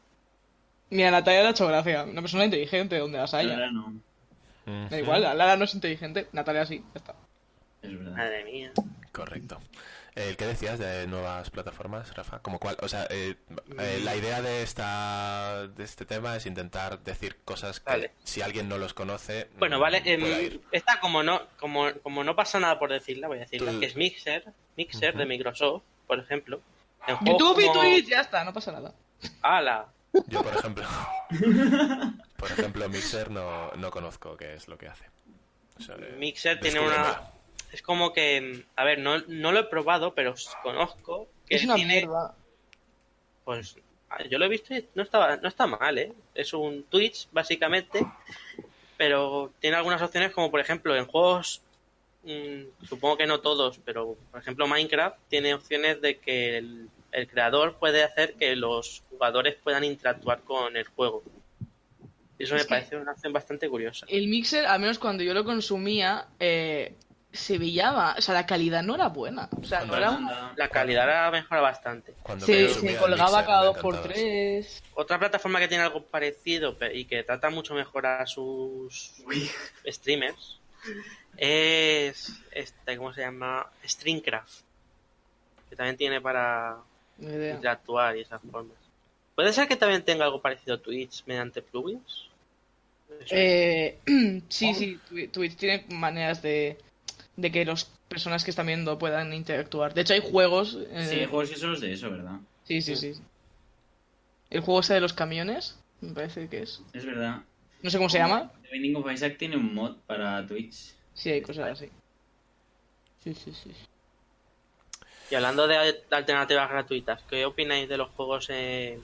S4: Mira, Natalia le ha hecho gracia. Una persona inteligente, donde las
S7: Es
S4: haya.
S7: verdad, no.
S1: Mm,
S4: Da igual, Lara no es inteligente, Natalia sí, ya está.
S7: Es verdad.
S5: Madre mía.
S1: Correcto. El que decías de nuevas plataformas, Rafa, como cuál, o sea, eh, eh, la idea de esta de este tema es intentar decir cosas que
S5: Vale.
S1: si alguien no los conoce,
S5: Bueno,
S1: mm,
S5: vale, em,
S1: pueda ir.
S5: esta como no, como, como no pasa nada por decirla, voy a decirla,
S1: Tú-
S5: que es Mixer, Mixer de Microsoft, por ejemplo. En juegos
S4: YouTube y
S5: como-
S4: Twitch, ya está, no pasa nada.
S5: ¡Hala!
S1: Yo, por ejemplo, por ejemplo, Mixer no, no conozco qué es lo que hace. O sea, eh,
S5: Mixer tiene una...
S1: descúbremelo.
S5: Es como que, em, a ver, no, no lo he probado, pero os conozco que
S4: Es una
S5: tiene-
S4: mierda.
S5: Pues a- yo lo he visto y no, estaba, no está mal, ¿eh? Es un Twitch, básicamente, pero tiene algunas opciones como, por ejemplo, en juegos, mm, supongo que no todos, pero, por ejemplo, Minecraft tiene opciones de que el, el creador puede hacer que los jugadores puedan interactuar con el juego. Y eso
S4: Es
S5: me
S4: que-
S5: parece una opción bastante curiosa.
S4: El mixer, al menos cuando yo lo consumía, eh, se brillaba. O sea, la calidad no era buena. O sea, no era un...
S7: Anda.
S5: La calidad la mejora bastante.
S1: Cuando
S4: Se,
S1: me subí
S4: se
S1: al
S4: colgaba
S1: Mixer,
S4: cada
S1: me
S4: dos por
S1: encantaba.
S4: tres.
S5: Otra plataforma que tiene algo parecido pe- y que trata mucho mejor a sus streamers es este, ¿cómo se llama? Streamcraft. Que también tiene para
S4: Ni idea.
S5: interactuar y esas formas. ¿Puede ser que también tenga algo parecido a Twitch mediante plugins? Eso.
S4: Eh, sí, sí, Twi- Twitch tiene maneras de, de que las personas que están viendo puedan interactuar. De hecho, hay juegos. eh,
S7: Sí, hay juegos que son los de eso, ¿verdad?
S4: sí, sí, sí. El juego ese de los camiones, me parece que es.
S7: Es verdad.
S4: No sé cómo se llama.
S7: The Binding of Isaac tiene un mod para Twitch.
S4: Sí, hay cosas así. Sí, sí, sí.
S5: Y hablando de al- de alternativas gratuitas, ¿qué opináis de los juegos eh,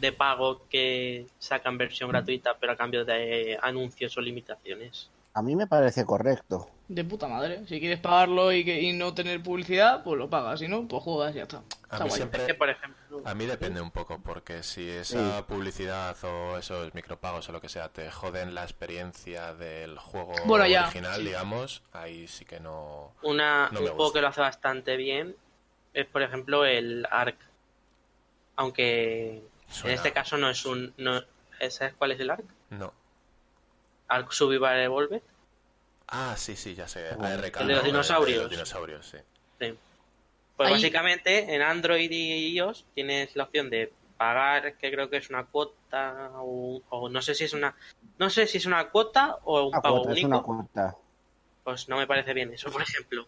S5: de pago que sacan versión gratuita pero a cambio de anuncios o limitaciones?
S6: A mí me parece correcto.
S4: De puta madre. Si quieres pagarlo y, que, y no tener publicidad, pues lo pagas. Si no, pues juegas y ya está.
S1: A
S4: Está
S1: mí
S4: guay.
S1: siempre-
S5: Es que, por ejemplo...
S1: A mí depende un poco, porque si esa publicidad o esos micropagos o lo que sea te joden la experiencia del juego
S4: Bueno, ya,
S1: original,
S4: sí.
S1: digamos, ahí sí que no.
S5: Una,
S1: No
S5: un
S1: me
S5: juego
S1: gusta.
S5: que lo hace bastante bien es, por ejemplo, el Ark. Aunque
S1: Suena-
S5: en este caso no es un. No, ¿Sabes cuál es el Ark?
S1: No.
S5: Ark Survival Evolved.
S1: Ah, sí, sí, ya sé. ARK,
S5: El de
S1: ¿no?
S5: los dinosaurios.
S1: los dinosaurios, sí.
S5: Sí. Pues
S4: Ahí-
S5: básicamente en Android y iOS tienes la opción de pagar, que creo que es una cuota o, o no sé si es una. No sé si es una cuota o un
S6: Una
S5: pago
S6: cuota, Ah, es
S5: único.
S6: una cuota.
S5: pues no me parece bien eso, por ejemplo.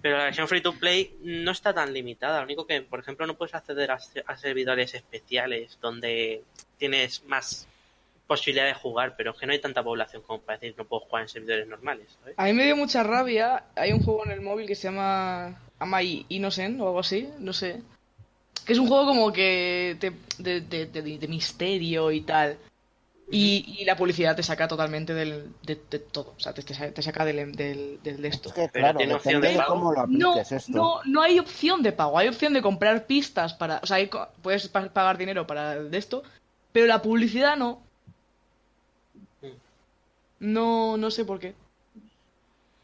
S5: Pero la versión free to play no está tan limitada. Lo único que, por ejemplo, no puedes acceder a, se- a servidores especiales donde tienes más posibilidad de jugar, pero es que no hay tanta población como para decir no puedo jugar en servidores normales. ¿sabes?
S4: A mí me dio mucha rabia. Hay un juego en el móvil que se llama Amai Innocent o algo así, no sé. Que es un juego como que te- de, de- de- de misterio y tal. Y, y la publicidad te saca totalmente del, de, de todo. O sea, te, te sa- te saca del, del, del de esto.
S6: Es que, claro,
S5: tiene opción
S6: depende
S5: de
S6: de
S5: pago.
S6: cómo lo
S4: No,
S6: apliques esto.
S4: no, no hay opción de pago. Hay opción de comprar pistas para. O sea, hay co- puedes pa- pagar dinero para el de esto. Pero la publicidad no. No, no sé por qué.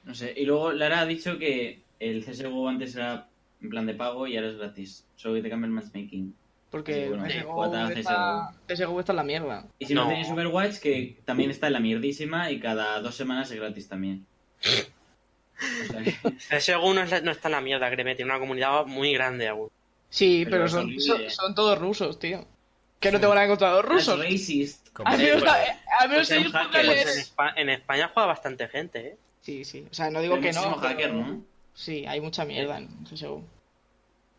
S7: No sé. Y luego Lara ha dicho que el CSGO antes era en plan de pago y ahora es gratis. Solo que te cambia el matchmaking.
S4: Porque
S7: Sí, bueno,
S4: CSGO,
S7: cuota,
S4: está, CSGO está en la mierda.
S7: Y si no,
S5: No.
S7: tenéis Overwatch, que también está en la mierdísima y cada dos semanas es gratis también. O sea que-
S5: CSGO no, es la- no está en la mierda, créeme, tiene una comunidad muy grande aún.
S4: Sí,
S7: Pero
S4: pero,
S7: es
S4: son,
S7: horrible.
S4: son, son todos rusos, tío. Que no te van a encontrar los rusos.
S7: That's racist.
S1: Como-
S4: Al menos,
S5: pues,
S4: a- al
S7: Ah, pues
S4: menos
S7: hay un
S4: ellos
S7: hacker,
S4: pónganles-
S5: Pues en, Espa- en España juega bastante gente, ¿eh?
S4: Sí, sí. O sea, no digo
S7: Hay
S4: que
S7: muchísimo
S4: no. pero-
S7: hacker, ¿no?
S4: Sí, hay mucha mierda en CSGO.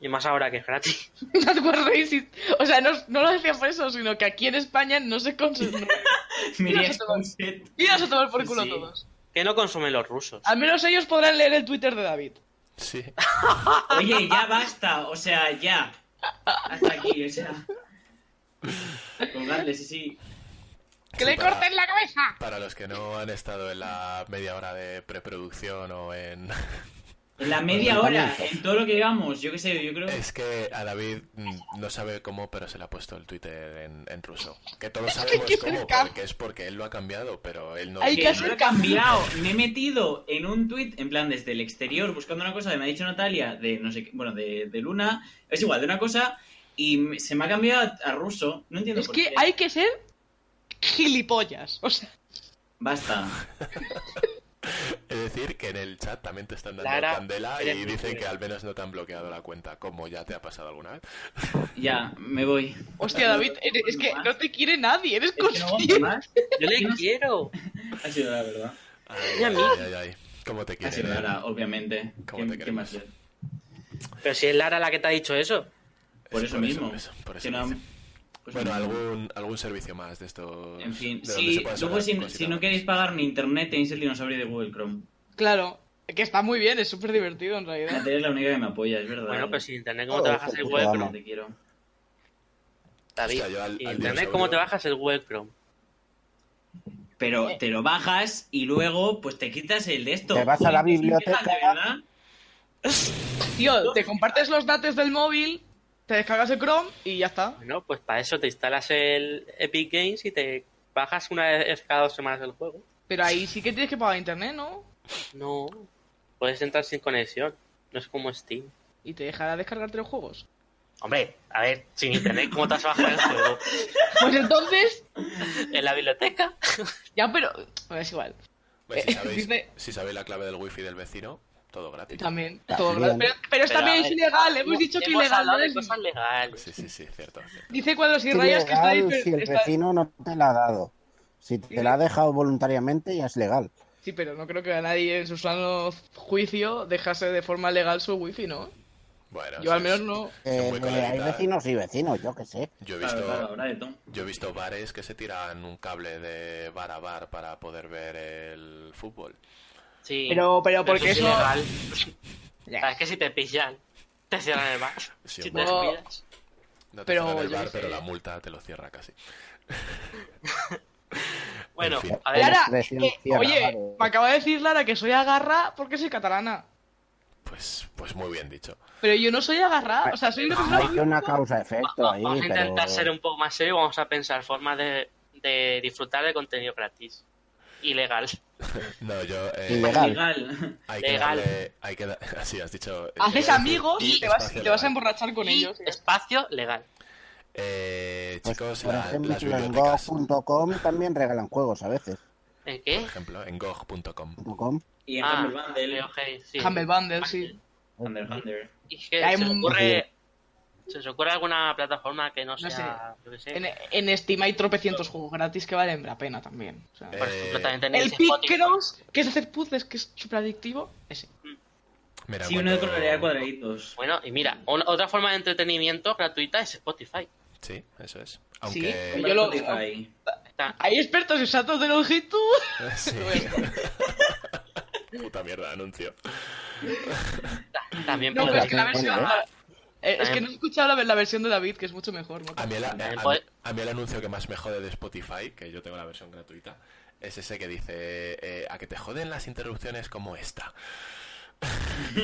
S5: Y más ahora que es gratis.
S4: That's what racist. O sea, no, no lo decía por eso, sino que aquí en España no se consume.
S7: Miría
S4: Mira,
S7: Sunset.
S4: Iros a tomar por culo
S5: Sí.
S4: todos.
S5: Que no consumen los rusos.
S4: Al menos ellos podrán leer el Twitter de David.
S1: Sí.
S7: Oye, ya basta, o sea, ya. Hasta aquí, o sea. Colgadle, sí, sí.
S4: ¡Que le
S1: para-
S4: corten la cabeza!
S1: Para los que no han estado en la media hora de preproducción o en...
S7: En la media hora, en todo lo que llevamos, yo qué sé, yo creo.
S1: Es que a David mm, no sabe cómo, pero se le ha puesto el Twitter en, en ruso. Que todos sabemos
S4: que
S1: cómo,
S4: cerca.
S1: porque es porque él lo ha cambiado, pero él no...
S4: Hay
S7: Que
S4: que
S7: no
S4: hacer
S7: lo he cambiado, me he metido en un tweet, en plan desde el exterior, buscando una cosa que me ha dicho Natalia, de no sé qué, bueno, de, de Luna, es igual, de una cosa, y me- se me ha cambiado a, a ruso, no entiendo
S4: Es
S7: por
S4: que
S7: qué.
S4: hay que ser gilipollas. O sea,
S7: Basta.
S1: Es decir, que en el chat también te están dando
S5: Lara,
S1: candela
S5: eres
S1: y
S5: muy
S1: dicen
S5: buena.
S1: que al menos no te han bloqueado la cuenta, como ya te ha pasado alguna vez.
S7: Ya, me voy.
S4: hostia, David, eres- es que no te quiere nadie, eres
S7: Es que no aguanto
S4: consciente.
S7: más.
S5: Yo le quiero.
S7: Ha sido la verdad.
S1: Ay,
S5: a
S1: ay,
S5: mí.
S1: ay, ay. ¿Cómo te
S7: Ha
S1: quieren?
S7: sido
S1: eh?
S7: Lara, obviamente.
S1: ¿Cómo
S7: ¿Qué-
S1: te
S7: qué
S1: queremos?
S7: más da?
S5: Pero si es Lara la que te ha dicho eso.
S1: Es
S7: Por eso mismo.
S1: por eso, por eso
S7: Que no-
S1: mismo.
S7: pues
S1: Bueno,
S7: no.
S1: algún, algún servicio más de estos...
S7: En fin,
S1: de donde se
S7: sí,
S1: pueda sacar
S7: luego si,
S1: cositas
S7: si no
S1: buenas.
S7: queréis pagar ni internet, tenéis el dinosaurio de Google Chrome.
S4: Claro, que está muy bien, es súper divertido en realidad.
S7: Natalia es la única que me apoya, es verdad.
S5: Bueno, pues
S7: eh.
S5: pero sin internet, ¿cómo
S6: Oh,
S5: te bajas el
S6: puta
S5: web
S6: madre.
S5: Chrome?
S7: Te quiero.
S5: David,
S1: Hostia, yo al- al
S5: sin internet,
S1: dinosaurio-
S5: ¿cómo te bajas el web Chrome?
S7: Pero te lo bajas y luego, pues te quitas el de esto.
S6: Te vas a la
S7: ¿Qué
S6: biblioteca.
S7: fijas, de verdad?
S4: Tío, te compartes los datos del móvil, te descargas el Chrome y ya está.
S5: Bueno, pues para eso te instalas el Epic Games y te bajas una vez cada dos semanas el juego.
S4: Pero ahí sí que tienes que pagar internet, ¿no?
S5: No. Puedes entrar sin conexión. No es como Steam.
S4: Y te dejará descargarte los juegos.
S5: Hombre, a ver, sin internet, ¿cómo te vas a bajar el juego?
S4: Pues entonces,
S5: ¿En la biblioteca?
S4: ya, pero. Bueno, es igual.
S1: Pues si,
S4: Eh,
S1: sabéis,
S4: dice-
S1: si sabéis la clave del wifi del vecino, todo gratis.
S4: También,
S6: También.
S4: todo gra- Pero, pero es
S5: Pero,
S4: también
S5: a
S4: es
S5: ver,
S4: ilegal, hemos dicho que ilegal.
S5: hablado
S4: no
S5: de
S4: es-
S5: cosas legales.
S1: Sí, sí, sí, cierto. cierto.
S4: Dice cuadros y
S6: Es
S4: rayas que está ahí.
S6: ilegal
S4: pero-
S6: si el
S4: está-
S6: vecino no te la ha dado. Si te la ha dejado voluntariamente, ya es legal.
S4: Sí, pero no creo que a nadie en su sano juicio dejase de forma legal su wifi, ¿no?
S1: Bueno,
S4: Yo al
S1: sí, sí.
S4: menos no.
S6: Eh,
S1: muy
S6: hay
S1: coloridas.
S6: vecinos y vecinos, yo qué sé.
S1: Yo he
S7: Claro,
S1: visto,
S7: claro, habrá de todo.
S1: yo he visto bares que se tiran un cable de bar a bar para poder ver el fútbol.
S5: Sí.
S4: Pero, pero porque
S5: es
S4: eso.
S5: ilegal.
S4: Ya.
S5: Sabes que si te pillan, te cierran el bar.
S1: Sí,
S5: si te
S1: hombre.
S5: descuidas.
S1: No te
S4: Pero,
S1: cierran el
S4: yo
S1: bar,
S4: qué sé.
S1: pero la multa te lo cierra casi.
S5: Bueno,
S1: En fin.
S5: a ver,
S4: Lara,
S6: Recién
S4: que-
S6: cierra,
S4: oye,
S6: vale.
S4: me acaba de decir Lara que soy agarra porque soy catalana.
S1: Pues, pues muy bien dicho.
S4: Pero yo no soy agarra, o sea, soy una persona.
S6: Hay una causa-efecto ahí,
S5: vamos a
S6: pero... pues,
S5: intentar ser un poco más serio y vamos a pensar formas de, de disfrutar de contenido gratis. Ilegal.
S1: No, yo... eh,
S6: Ilegal.
S7: Legal.
S1: hay que
S5: Legal.
S1: darle... Hay que da- Así has dicho... eh,
S4: Haces
S1: quería decir,
S4: amigos y te vas,
S1: espacio
S4: te vas a
S1: legal.
S4: emborrachar con
S5: Y
S4: ellos. eh.
S5: espacio legal.
S1: Eh,
S6: Pues,
S1: chicos,
S6: por
S1: la-
S6: ejemplo,
S1: las
S6: en
S1: bibliotecas, por
S6: go.com también regalan juegos a veces.
S5: ¿En qué?
S1: ejemplo, en gog.com.
S6: .com.
S7: Y en
S5: Ah,
S7: Humble Bundle.
S5: ok, sí.
S4: Humble Bundle, sí.
S7: Humble Bundle.
S5: Y es que
S4: Hay
S5: se os
S4: un-
S5: ocurre... ¿Se os ocurre alguna plataforma que no
S4: No
S5: sea... yo qué sé?
S4: En, en Steam hay tropecientos juegos gratis que valen la pena también. o sea.
S1: Eh,
S5: Por ejemplo, también tenéis
S4: el
S5: Spotify.
S4: Picross, que es hacer puzzles, que es súper adictivo. Ese.
S1: Mira,
S7: Sí,
S1: en
S7: uno de
S1: cuanto-
S7: colorear cuadraditos.
S5: Bueno, y mira, una- otra forma de entretenimiento gratuita es Spotify.
S1: Sí, eso es.
S4: Sí,
S1: Aunque...
S4: yo lo-
S7: Spotify.
S5: Ta-
S4: Hay expertos en saltos de longitud.
S1: Sí. Puta mierda de anuncio.
S5: ta- También
S4: No,
S6: Bueno,
S5: puedes
S4: pero es que la
S6: bueno,
S4: versión.
S6: bueno,
S4: Eh, es que no he escuchado la, la versión de David, que es mucho mejor. ¿no?
S5: Ah.
S1: A mí, el, a-
S5: También
S1: a-
S5: puede-
S1: a mí el anuncio que más me jode de Spotify, que yo tengo la versión gratuita, es ese que dice eh, a que te joden las interrupciones como esta.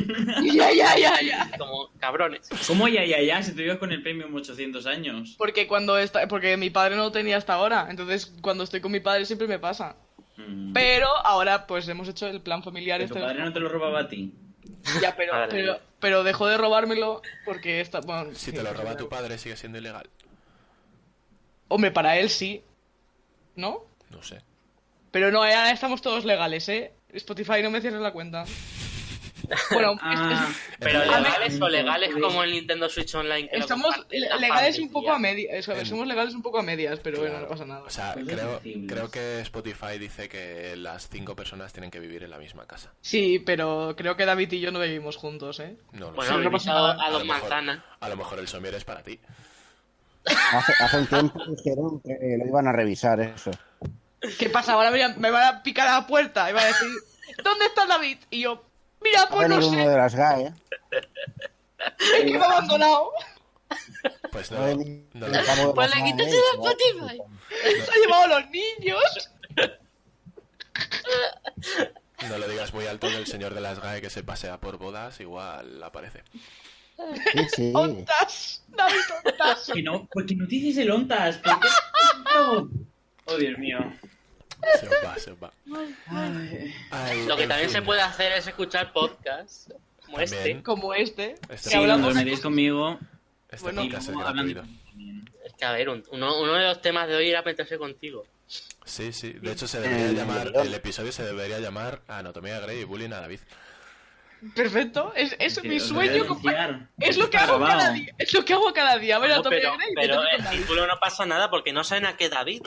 S4: ya, ya, ya, ya.
S5: como cabrones.
S7: ¿Cómo ya, ya, ya? Si tuvieras con el premium 800 años.
S4: Porque cuando está, porque mi padre no lo tenía hasta ahora, entonces cuando estoy con mi padre siempre me pasa.
S7: Mm.
S4: Pero ahora pues hemos hecho el plan familiar
S7: Que
S4: este.
S7: tu padre no te lo robaba a ti.
S4: Ya, pero,
S5: Madre
S4: pero,
S5: mía.
S4: pero dejó de robármelo porque está. Bueno,
S1: Si
S4: sí,
S1: te lo
S4: pues,
S1: roba
S4: claro.
S1: tu padre, sigue siendo ilegal.
S4: Hombre, para él sí. ¿No?
S1: No sé.
S4: Pero no, ya estamos todos legales, ¿eh? Spotify, no me cierres la cuenta. Bueno,
S7: Ah, Pues
S5: Pero
S7: a ver,
S5: legales o
S7: entonces,
S5: legales como el Nintendo Switch Online. que lo
S4: estamos
S5: comparten las
S4: legales
S5: partes
S4: un
S5: y
S4: poco
S5: ya.
S4: a medias.
S1: En-
S4: Somos legales un poco a medias, pero bueno,
S1: Claro.
S4: no pasa nada.
S1: O sea,
S7: Pues es
S1: creo,
S7: posible.
S1: creo que Spotify dice que las cinco personas tienen que vivir en la misma casa.
S4: Sí, pero creo que David y yo no vivimos juntos, ¿eh?
S1: No lo
S5: Bueno,
S1: sé.
S5: he invitado a dos
S1: lo mejor-
S5: manzanas.
S1: a lo mejor el somier es para ti.
S6: Hace, hace un tiempo dijeron que lo iban a revisar eso.
S4: ¿Qué pasa? Ahora me, me van a picar a la puerta y van a decir, ¿dónde está David? Y yo, mira,
S6: Ha
S4: pues no
S6: venido uno
S4: sé,
S6: de las GAE. ¿eh?
S4: es que me ha abandonado.
S1: Pues
S6: Ha
S1: no,
S6: venido
S1: no
S6: el
S1: lo-
S6: cabo de
S5: Pues
S6: las
S5: le
S6: GAE,
S5: quitas
S6: y
S5: el
S6: se va a
S5: Spotify.
S4: Se ha llevado a los niños.
S1: no lo digas muy alto que el señor de las GAE que se pasea por bodas igual aparece.
S6: Sí, sí.
S4: Ontas, David, ontas.
S7: Que no, porque no dices el ontas. ¿por qué? No. Oh, Dios mío.
S1: Se os va, se os va. Ay,
S5: Lo que
S1: en
S5: también
S1: fin.
S5: se puede hacer es escuchar podcasts como este.
S1: También.
S4: Como este.
S1: Este
S4: que
S7: Si
S4: hablamos.
S7: dormiréis conmigo.
S1: Este
S4: Bueno,
S1: podcast es
S7: como hablando
S1: gratuito.
S7: también.
S5: Es que a ver, un- uno, uno de los temas de hoy era meterse contigo.
S1: Sí, sí. Eh, De hecho, se debería llamar. El episodio se debería llamar Anatomía de Grey y Bullying a David.
S4: Perfecto. Es, es
S7: Que
S4: mi
S7: os
S4: sueño.
S7: debería
S4: compa-
S7: denunciar.
S4: Es lo que
S7: Está
S4: hago cada
S7: robado.
S4: día. Es lo que hago cada día. A ver, a
S5: No,
S4: Tommy
S5: pero
S4: Aguilera y
S5: pero eh,
S4: meterme con
S5: el
S4: David.
S5: título no pasa nada porque no saben a qué David.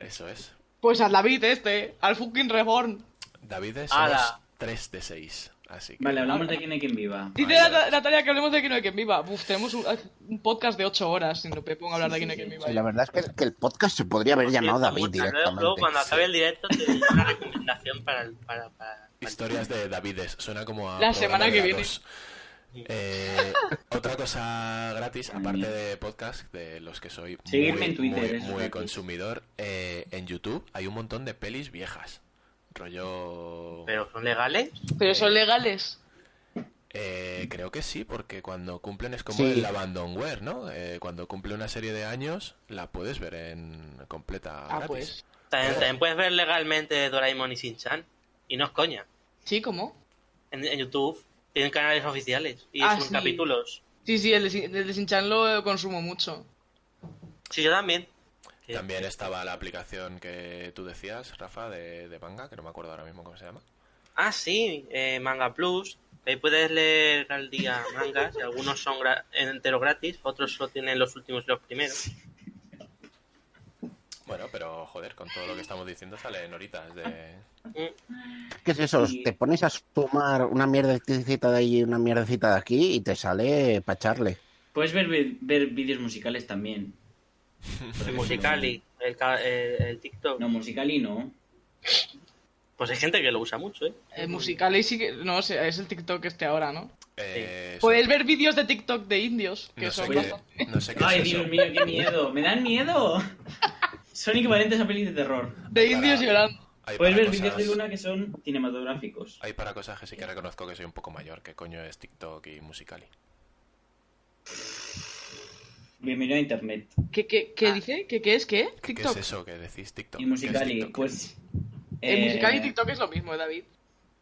S1: Eso es.
S4: Pues al David este, al fucking Reborn.
S1: David es
S5: Ala.
S1: 3 de 6. Así que.
S7: Vale, hablamos de quién es quien viva.
S4: Dice
S1: Vale,
S4: Nat-
S1: vale.
S4: Natalia que hablemos de Aquí no hay quien viva. Uf, tenemos un, un podcast de 8 horas sin lo que pongo a hablar de Aquí no hay quien viva.
S6: Sí, la verdad es que, que el podcast se podría haber llamado David
S5: Luego, Luego,
S6: directamente.
S5: cuando acabe el directo, te doy una recomendación para. el- para, para-
S1: Historias de Davides. Suena como a.
S4: La
S1: programa
S4: semana
S1: de
S4: que
S1: gatos. Eh, otra cosa gratis, aparte de podcast, de los que soy
S7: Seguirme
S1: muy,
S7: en Twitter,
S1: muy-
S7: eso es
S1: muy
S7: gratis.
S1: consumidor, eh, en YouTube hay un montón de pelis viejas. Rollo.
S5: Pero son legales.
S4: Pero son legales.
S6: Ah,
S1: Eh, creo que sí, porque cuando cumplen es como
S6: Sí.
S1: el abandonware, ¿no? Eh, cuando cumple una serie de años, la puedes ver en completa
S4: Ah,
S1: gratis.
S4: pues.
S5: También, también puedes ver legalmente Doraemon y Shin-Chan. Y no es coña.
S4: Sí, ¿cómo?
S5: En, en YouTube tienen canales oficiales y
S4: Ah,
S5: son
S4: sí.
S5: capítulos.
S4: Sí, sí, el de, Shin- el de Shin-Chan lo consumo mucho.
S5: Sí, yo también. Que-
S1: También estaba la aplicación que tú decías, Rafa, de, de manga, que no me acuerdo ahora mismo cómo se llama.
S5: Ah, sí, eh, Manga Plus. Ahí puedes leer al día mangas. y algunos son gra- enteros gratis, otros solo tienen los últimos y los primeros.
S1: Bueno, pero joder, con todo lo que estamos diciendo salen horitas
S7: Ah.
S1: de...
S6: ¿Qué es eso?
S7: Y-
S6: Te pones a sumar una mierdecita de allí y una mierdecita de aquí y te sale para echarle.
S7: Puedes ver, vi- ver vídeos musicales también.
S5: El musical y el, ca- el- el TikTok.
S7: No, musical y no.
S5: Pues hay gente que lo usa mucho, ¿eh?
S4: El musical y sí que. No sé, es el TikTok este ahora, ¿no?
S1: Eh, eso.
S4: Puedes ver vídeos de TikTok de indios, Pues, que
S1: no sé,
S4: son bastante-
S1: qué, no sé qué
S7: Ay,
S1: es eso.
S7: Dios mío, qué miedo. Me dan miedo. Son equivalentes a pelis de terror.
S4: De indios
S1: Para-
S4: llorando.
S1: Hay
S7: Puedes
S1: para
S7: ver vídeos de
S1: cosas-
S7: Luna que son cinematográficos.
S1: Hay para cosas que sí que reconozco que soy un poco mayor, que coño es TikTok y Musicali.
S7: Bienvenido a Internet.
S4: ¿Qué, qué, qué dice? ¿Qué, qué es? ¿Qué?
S1: ¿Qué, qué
S4: TikTok.
S1: es eso que decís TikTok? ¿Qué
S7: Y
S1: es
S7: Musicali,
S1: TikTok?
S7: pues...
S4: El
S7: eh,
S4: musical y TikTok es lo mismo, eh, David.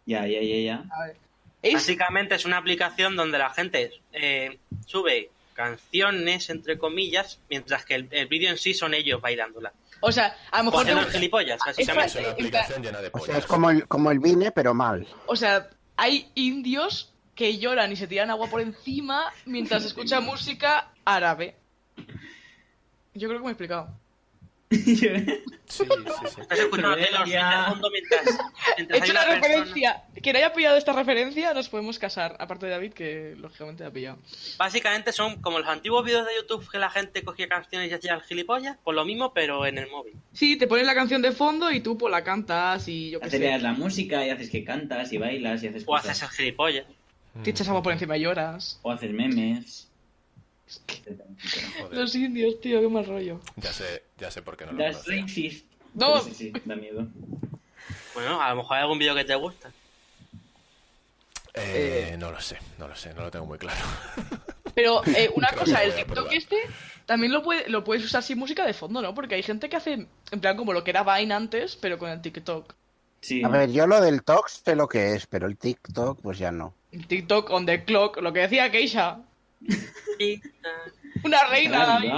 S7: Ya, ya, ya, ya.
S4: A ver. Es
S5: Básicamente es una aplicación donde la gente eh, sube canciones, entre comillas, mientras que el, el vídeo en sí son ellos bailándola.
S4: O sea, a lo mejor.
S5: Porque
S4: te-
S5: los gilipollas,
S4: espera,
S5: básicamente.
S1: Es una
S4: En plan-
S1: aplicación llena de
S6: O
S1: pollas.
S6: sea, es como el, como el Vine, pero mal.
S4: O sea, hay indios que lloran y se tiran agua por encima mientras escuchan música árabe. Yo creo que me he explicado.
S1: Sí, sí, sí.
S5: Estás escuchando
S7: Pero
S5: Taylor Swift
S7: ya.
S5: de fondo mientras,
S4: He
S5: mientras hay
S4: hecho una
S5: persona-
S4: referencia quien haya pillado esta referencia, nos podemos casar. Aparte de David, que lógicamente la ha pillado.
S5: Básicamente son como los antiguos vídeos de YouTube que la gente cogía canciones y hacía el gilipollas, pues lo mismo, pero en el móvil.
S4: Sí, te pones la canción de fondo y tú pues la cantas y yo qué sé.
S3: Aceleras la música y haces que cantas y bailas y haces
S5: O
S3: cosas.
S5: haces el gilipollas.
S4: Te echas agua por encima y lloras.
S3: O haces memes.
S1: Joder,
S4: Los indios, tío, qué mal rollo.
S1: ya sé, ya sé por qué no lo
S3: That's
S1: conocía.
S3: racist.
S4: No.
S3: Sí, sí, da miedo.
S5: Bueno, a lo mejor hay algún vídeo que te gusta.
S1: Eh, No lo sé, no lo sé, no lo tengo muy claro.
S4: Pero eh, una
S1: Creo que lo
S4: cosa, el
S1: voy a
S4: TikTok
S1: probar.
S4: este también lo, puede, lo puedes usar sin música de fondo, ¿no? Porque hay gente que hace, en plan, como lo que era Vine antes, pero con el TikTok.
S3: Sí.
S6: A ver, yo lo del TOC sé lo que es, pero el TikTok, pues ya no.
S4: El TikTok on the clock, lo que decía Keisha.
S5: Sí.
S4: Una
S3: ¿Verdad?
S4: reina ahí.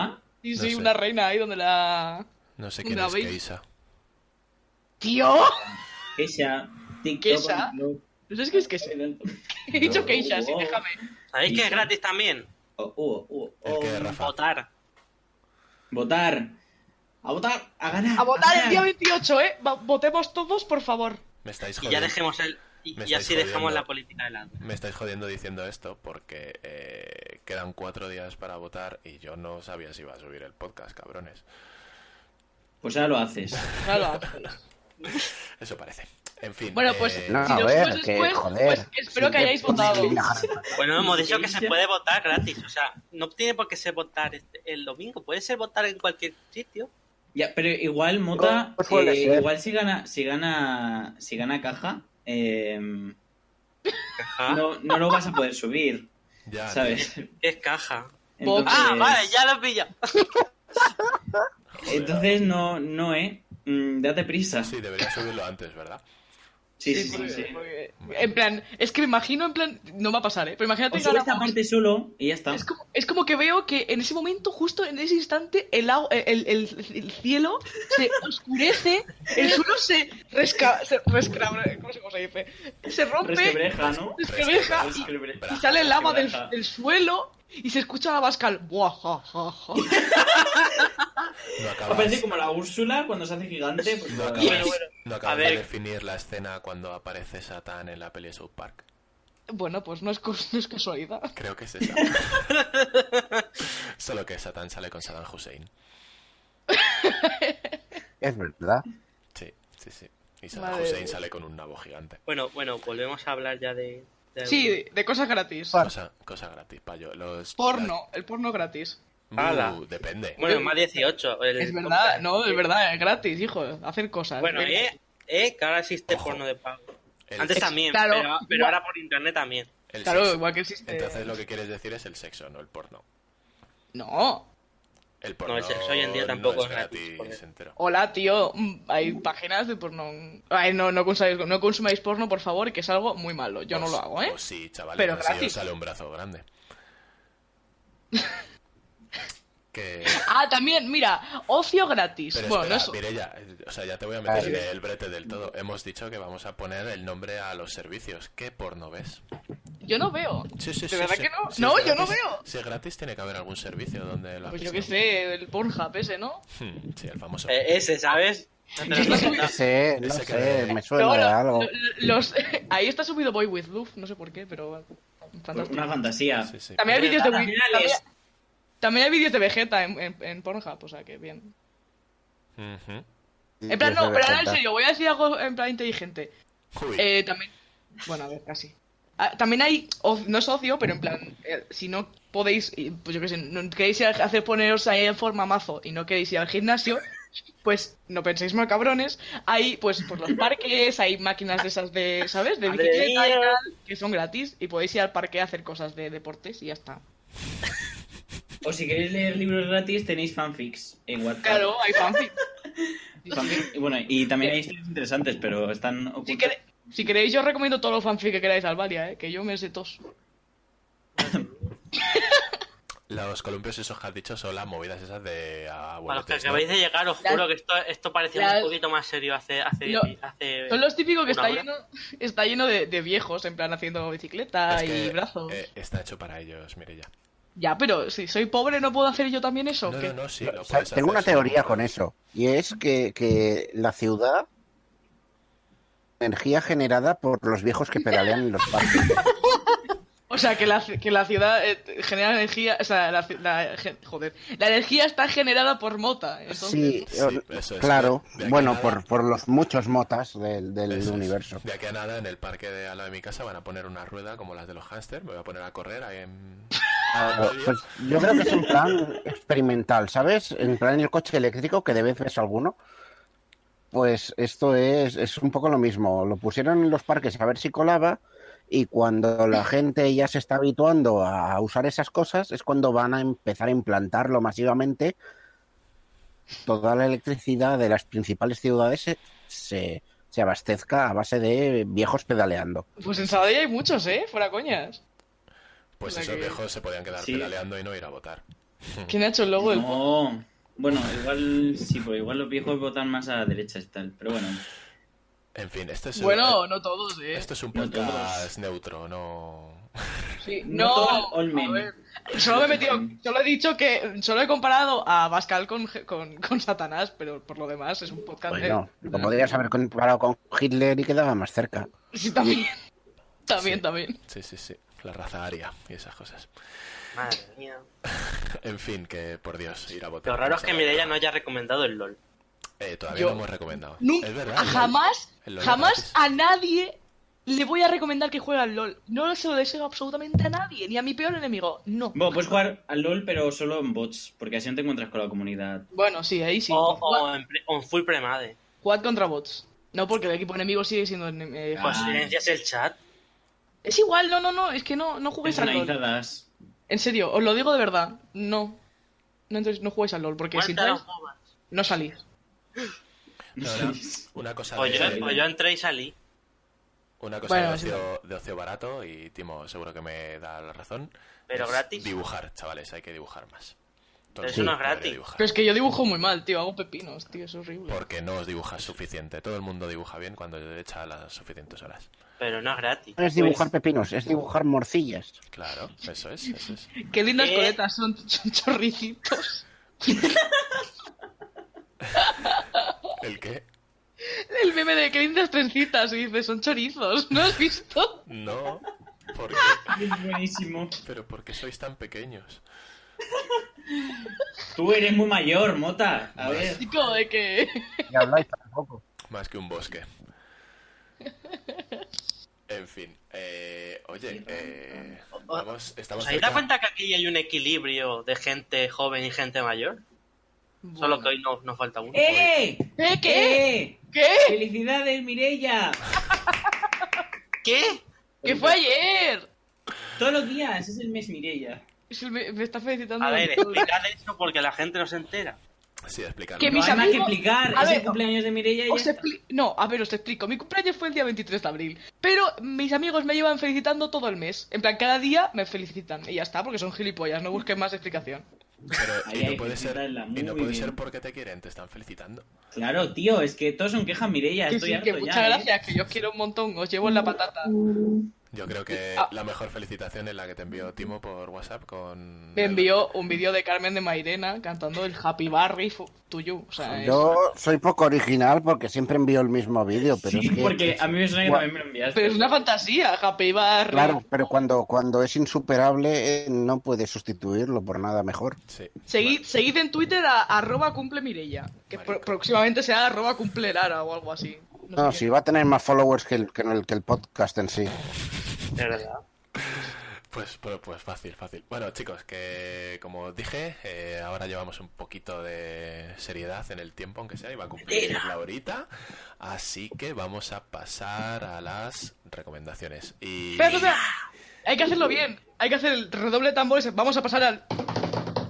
S4: Sí,
S1: No
S4: sí,
S1: sé.
S4: una reina ahí donde la...
S1: No sé quién
S4: ¿La
S1: es
S4: veis?
S1: Keisa.
S4: ¡Tío!
S3: Keisha, TikTok,
S4: Keisha.
S3: blog.
S4: ¿No sabes qué es Keisha? He dicho Keisha, sí,
S3: Wow.
S4: déjame.
S5: ¿Sabéis que es gratis también?
S3: Oh, oh, oh,
S1: El
S3: oh.
S1: que Rafa.
S5: Votar.
S3: Votar. A votar. A ganar.
S4: A votar el día
S3: ganar.
S4: 28, ¿eh? Va- Votemos todos, por favor.
S1: Me estáis
S5: Y ya
S1: jodiendo.
S5: dejemos el. Y,
S1: Me
S5: y así
S1: estáis
S5: dejamos
S1: jodiendo.
S5: la política de lado.
S1: Me estáis jodiendo diciendo esto porque eh, quedan cuatro días para votar y yo no sabía si iba a subir el podcast, cabrones.
S3: Pues ahora lo haces.
S4: Claro.
S1: Eso parece. En fin.
S4: Bueno, pues,
S1: eh,
S6: No,
S4: si
S6: a
S4: lo
S6: ver,
S4: subes
S6: que
S4: después,
S6: joder.
S4: pues espero que hayáis votado.
S5: Bueno, hemos dicho que se
S3: Independencia.
S5: puede votar gratis. O sea, no tiene por qué ser votar este- el domingo. Puede ser votar en cualquier sitio.
S3: Ya, pero igual Mota,
S6: Pues puede
S3: eh,
S6: ser.
S3: igual si gana, si gana, si gana caja, eh,
S1: Ah.
S5: Caja.
S3: no, no lo vas a poder subir,
S1: ya,
S3: ¿sabes?
S5: ¿Qué es caja?
S1: Eh,
S3: Entonces,
S5: Ah, vale, ya lo he pillado.
S3: Entonces no, no, eh. Mm, date prisa.
S1: tío. Sí, debería subirlo antes, ¿verdad?
S3: Sí, sí, sí.
S4: porque-
S3: sí.
S4: porque- En plan, es que me imagino, en plan, no va a pasar, ¿eh? Pero imagínate
S3: O
S4: que
S3: sube
S4: ahora-
S3: esta parte solo y ya está.
S4: Es como, es como que veo que en ese momento, justo en ese instante, el, au- el, el- el cielo se oscurece, el suelo se resca... Se rescra- ¿Cómo se cómo se dice? Se rompe,
S3: Resquebreja, ¿no?
S4: resquebreja y,
S3: Resquebreja.
S4: y sale lava del,
S3: Resquebreja.
S4: del suelo y se escucha la bascal. Buah, ja, ja, ja.
S1: No acabas,
S3: Aparece como la Úrsula cuando se hace gigante. Pues,
S1: no
S3: bueno,
S1: acabas-
S3: bueno,
S1: no acabas
S5: A ver.
S1: de definir la escena cuando aparece Satán en la peli de South Park.
S4: Bueno, pues no es, cos- no es casualidad.
S1: Creo que es esa. Solo que Satán sale con Saddam Hussein.
S6: Es verdad.
S1: Sí, sí, sí. Y Saddam
S4: Madre
S1: Hussein
S4: mía.
S1: sale con un nabo gigante.
S5: Bueno, bueno, volvemos a hablar ya de. de-
S4: Sí, de cosas gratis.
S1: Cosa, cosa gratis, payo. Los,
S4: Porno, el porno gratis.
S1: las- Uh,
S5: Ala.
S1: depende.
S5: Bueno, más 18. el-
S4: Es verdad, no, es verdad, es gratis, hijo, hacer cosas.
S5: Bueno, eh, eh, que ahora existe
S1: Ojo.
S5: porno de pago.
S1: El-
S5: Antes
S4: Es-
S5: también,
S4: claro,
S5: pero, pero
S4: igual-
S5: ahora por internet también.
S1: el
S4: Claro,
S1: sexo.
S4: igual que existe.
S1: Entonces lo que quieres decir es el sexo, no el porno.
S4: No.
S1: El porno
S5: el sexo hoy en día tampoco
S1: no es
S5: es gratis,
S1: gratis,
S5: joder.
S1: entero.
S4: Hola, tío. mm, Hay páginas de porno. Ay, no, no consumáis, no consumáis porno, por favor, que es algo muy malo. Yo no
S1: Os-
S4: lo hago, ¿eh?
S1: os sí, chavales,
S4: Pero
S1: pero si
S4: gratis.
S1: os sale un brazo grande. que...
S4: Ah, también, mira, ocio gratis.
S1: Pero
S4: bueno,
S1: espera,
S4: no eso.
S1: Mireia, eh, o sea, ya te voy a meter
S6: Ay.
S1: en el brete del todo. Hemos dicho que vamos a poner el nombre a los servicios. ¿Qué porno ves?
S4: Yo no veo.
S1: Sí, sí,
S4: ¿De
S1: sí,
S4: verdad
S1: sí.
S4: que no?
S1: Si
S4: No,
S1: es
S4: yo no
S1: gratis-
S4: veo.
S1: Si es gratis, tiene que haber algún servicio donde lo has
S4: Pues yo
S1: visto.
S4: qué sé, el Pornhub ese, ¿no?
S1: Hmm, Sí, el famoso.
S5: Eh, ese, ¿sabes? No te lo
S4: Ese-
S5: recomiendo.
S6: No sé, no
S1: Ese que
S6: sé,
S1: me-
S6: me suena
S4: Pero
S6: de
S4: bueno,
S6: algo.
S4: lo- los, ahí está subido Boy with Love, no sé por qué, pero.
S3: pues,
S4: Fantástico.
S3: una fantasía.
S1: Sí, sí.
S4: También hay vídeos de Wii-
S3: Finales.
S4: también- También hay vídeos de Vegeta en, en, en Pornhub, o sea que bien.
S1: Ujú.
S4: En plan,
S6: Yo
S4: no,
S6: sé
S4: pero ahora en
S6: Vegeta.
S4: serio, voy a decir algo en plan inteligente.
S1: Uy,
S4: Eh, también. Bueno, a ver, casi. Ah, También hay, o- no es ocio, pero en plan, eh, si no podéis, eh, pues yo qué sé, no queréis ir a hacer poneros ahí en forma mazo y no queréis ir al gimnasio, pues no penséis mal cabrones, hay pues por los parques, hay máquinas de esas de, ¿sabes? De
S5: Madre
S4: bicicleta y
S5: mía.
S4: tal, que son gratis y podéis ir al parque a hacer cosas de deportes y ya está.
S3: O si queréis leer libros gratis, tenéis fanfics en WhatsApp.
S4: Claro, hay fanfic.
S3: Fanfic- y bueno, y también hay historias interesantes, pero están
S4: Si,
S3: ocultas.
S4: quere- si queréis, yo os recomiendo todos los fanfic que queráis al Valia, ¿eh? que yo me sé todos.
S1: Los columpios esos que has dicho son las movidas esas de ah,
S5: Para los que
S1: abuelos.
S5: acabáis de llegar, os
S4: Las-
S5: juro que esto, esto parecía
S4: las-
S5: un poquito más serio hace. hace,
S4: Lo-
S5: hace-
S4: Son los típicos que está
S5: Una hora.
S4: lleno, está lleno de, de viejos, en plan haciendo bicicleta y brazos.
S1: eh, está hecho para ellos, Mirella.
S4: Ya, pero si soy pobre, ¿no puedo hacer yo también eso?
S1: No,
S4: ¿Qué?
S1: no, no, sí, lo
S6: O sea,
S1: puedes hacer
S6: tengo una
S1: sin
S6: teoría
S1: ningún
S6: con
S1: problema.
S6: eso, y es que, que la ciudad energía generada por los viejos que pedalean en los parques.
S4: O sea, que la, que la ciudad eh, genera energía. O sea, la, ci- la gen- joder. La energía está generada por Mota. entonces-
S6: Sí,
S1: Sí,
S6: o-
S1: eso es.
S6: claro.
S1: De aquí a
S6: Bueno,
S1: nada.
S6: por, por los muchos motas del, del
S1: Eso es.
S6: universo.
S1: De aquí a nada, en el parque de al lado de mi casa van a poner una rueda como las de los hámster. Me voy a poner a correr ahí en.
S6: Ah, pues yo creo que es un plan experimental, ¿sabes? En plan el coche eléctrico, que de vez ves alguno. Pues esto es, es un poco lo mismo. Lo pusieron en los parques a ver si colaba y cuando la gente ya se está habituando a usar esas cosas es cuando van a empezar a implantarlo masivamente. Toda la electricidad de las principales ciudades se, se- se abastezca a base de viejos pedaleando.
S4: Pues en Sabadell hay muchos, ¿eh? Fuera coñas.
S1: Pues
S4: La
S1: esos
S4: que-
S1: viejos se podían quedar
S7: Sí.
S1: pedaleando y no ir a votar.
S4: ¿Quién ha hecho el logo del
S7: No. Bueno, igual sí, pues igual los viejos votan más a la derecha y tal. Pero bueno.
S1: En fin, esto es.
S4: Bueno,
S1: eh,
S4: no todos, ¿eh?
S1: Esto es un
S7: No todos.
S1: podcast neutro, no.
S4: Sí,
S7: no
S4: no.
S7: todos, all
S4: a
S7: men.
S4: ver, solo me he metido, solo he dicho que, solo he comparado a Pascal con, con, con Satanás, pero por lo demás es un podcast. de-
S6: Bueno, Pues lo podrías haber comparado con Hitler y quedaba más cerca.
S4: Sí, también. También,
S1: Sí.
S4: también.
S1: Sí, sí, sí. La raza aria y esas cosas.
S5: Madre mía.
S1: En fin, que por Dios, ir a votar.
S5: Lo raro es que
S1: mire
S5: Mireia no haya recomendado el LOL.
S1: Eh, todavía
S4: Yo-
S1: no hemos recomendado.
S4: Nunca,
S1: es verdad. ¿no?
S4: jamás,
S1: El LOL
S4: jamás
S1: gratis.
S4: a nadie le voy a recomendar que juegue al LOL. No se lo deseo absolutamente a nadie, ni a mi peor enemigo. No.
S7: Bueno, puedes jugar al LOL, pero solo en bots. Porque así no te encuentras con la comunidad.
S4: Bueno, sí, ahí sí.
S5: O,
S4: Jugad-
S5: o en pre- o en full premade.
S4: Jugad contra bots. No, porque el equipo enemigo sigue siendo. enem- eh,
S7: Ah.
S5: Pues silencias el chat.
S4: Es igual, no, no, no, es que no, no juguéis al LOL.
S7: Personalizadas.
S4: En serio, os lo digo de verdad. No. No, entonces no juguéis al LOL, porque si
S5: Cuéntanos,
S4: entráis,
S5: boba.
S4: no salís.
S1: No, ahora, una cosa
S5: O
S1: de,
S5: Pues yo, o yo entré y salí.
S1: una cosa
S4: Bueno,
S1: de,
S4: sí.
S1: ocio, de ocio barato y Timo seguro que me da la razón.
S5: Pero
S1: es
S5: gratis.
S1: Dibujar, chavales, hay que dibujar más. Todo
S5: Pero
S1: el
S5: eso
S1: mundo
S5: no es
S1: debería
S5: gratis.
S1: dibujar.
S4: Pero es que yo dibujo muy mal, tío, hago pepinos, tío, es horrible.
S1: Porque no os dibujas suficiente. Todo el mundo dibuja bien cuando le echa las suficientes horas.
S5: Pero no es gratis.
S6: No es dibujar pepinos, es dibujar morcillas.
S1: Claro, eso es, eso es.
S4: Qué lindas
S5: ¿Qué?
S4: coletas, son, son chorricitos.
S1: ¿El qué?
S4: El meme de qué lindas trencitas, y dice, son chorizos, ¿no has visto?
S1: No. ¿Por qué?
S7: Es buenísimo.
S1: Pero ¿por qué sois tan pequeños?
S7: Tú eres muy mayor, Mota. A
S1: Bueno.
S7: ver.
S4: Chico, de que...
S6: Y habláis tampoco.
S1: Más que un bosque. En fin, eh, oye, eh, vamos,
S5: ¿Os
S1: estamos
S5: habéis dado
S1: cerca-
S5: cuenta que aquí hay un equilibrio de gente joven y gente mayor? Solo que hoy no- nos falta uno.
S7: ¡Eh!
S4: ¿Eh, ¿Qué?
S7: ¿Qué?
S4: ¿Qué?
S7: ¡Felicidades, Mirella!
S5: ¿Qué?
S4: ¿Qué fue ayer?
S7: Todos los días, es el mes Mirella.
S4: Es el- Me, me está felicitando.
S5: A ver, explicad eso porque la gente no se entera.
S1: Sí, explicarlo.
S4: Que
S7: No
S4: mis
S7: hay más que
S4: amigos-
S7: explicar,
S4: A
S7: es
S4: ver,
S7: el cumpleaños de Mirella y ya
S4: Os
S7: está.
S4: expli- No, a ver, os te explico. Mi cumpleaños fue el día 23 de abril. Pero mis amigos me llevan felicitando todo el mes. En plan, cada día me felicitan. Y ya está, porque son gilipollas. No busquen más explicación.
S1: Pero,
S7: Ahí
S1: y
S7: hay
S1: no
S7: que
S1: puede ser,
S7: felicitarla,
S1: y no
S7: muy
S1: puede
S7: bien.
S1: ser porque te quieren, te están felicitando.
S7: Claro, tío, es que todos son quejas Mirella,
S4: Sí,
S7: estoy
S4: sí,
S7: harto
S4: que
S7: ya.
S4: muchas
S7: ¿eh?
S4: gracias, que yo os quiero un montón. Os llevo en la patata.
S1: Yo creo que
S4: Ah.
S1: la mejor felicitación es la que te envió Timo por WhatsApp con...
S4: Me envió un vídeo de Carmen de Mairena cantando el Happy Barry Fu- to You. O sea, es-
S6: Yo soy poco original porque siempre envío el mismo vídeo, pero
S7: Sí,
S6: es que.
S7: porque a mí me suena que
S6: Gua-
S7: también me lo enviaste.
S4: Pero es una fantasía, Happy Barry.
S6: Claro, pero cuando, cuando es insuperable eh, no puedes sustituirlo por nada mejor.
S1: Sí.
S4: Seguid, seguid en Twitter a arroba cumple Mirella, que pro-
S1: Marico.
S4: próximamente será arroba cumple Lara o algo así. No sé
S6: No,
S4: qué.
S6: sí, va a tener más followers que el, que el, que el podcast en sí.
S5: De verdad.
S1: Pues, pues, pues fácil, fácil. Bueno, chicos, que como os dije, eh, ahora llevamos un poquito de seriedad en el tiempo, aunque sea, y va a cumplir la horita. Así que vamos a pasar a las recomendaciones. Y...
S4: Espera, espera, hay que hacerlo bien. Hay que hacer el redoble de tambores. Vamos a pasar al.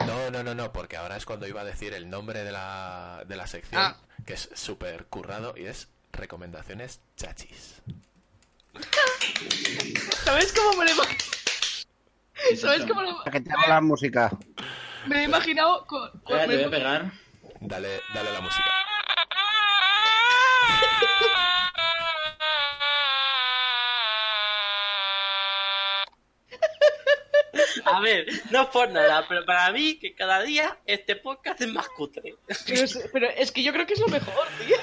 S1: No, no, no, no, porque ahora es cuando iba a decir el nombre de la, de la sección,
S4: Ah.
S1: que es súper currado y es recomendaciones chachis.
S4: ¿Sabes cómo me lo imagino? ¿Sabes cómo lo-
S6: Que te hago la música.
S4: me he imaginado? Con, con-
S7: Espera, te
S4: me-
S7: voy a pegar.
S1: Dale, dale a la música.
S5: A ver, no es por nada, pero para mí que cada día este podcast es más cutre.
S4: pero, es, pero es que yo creo que es lo mejor, tío.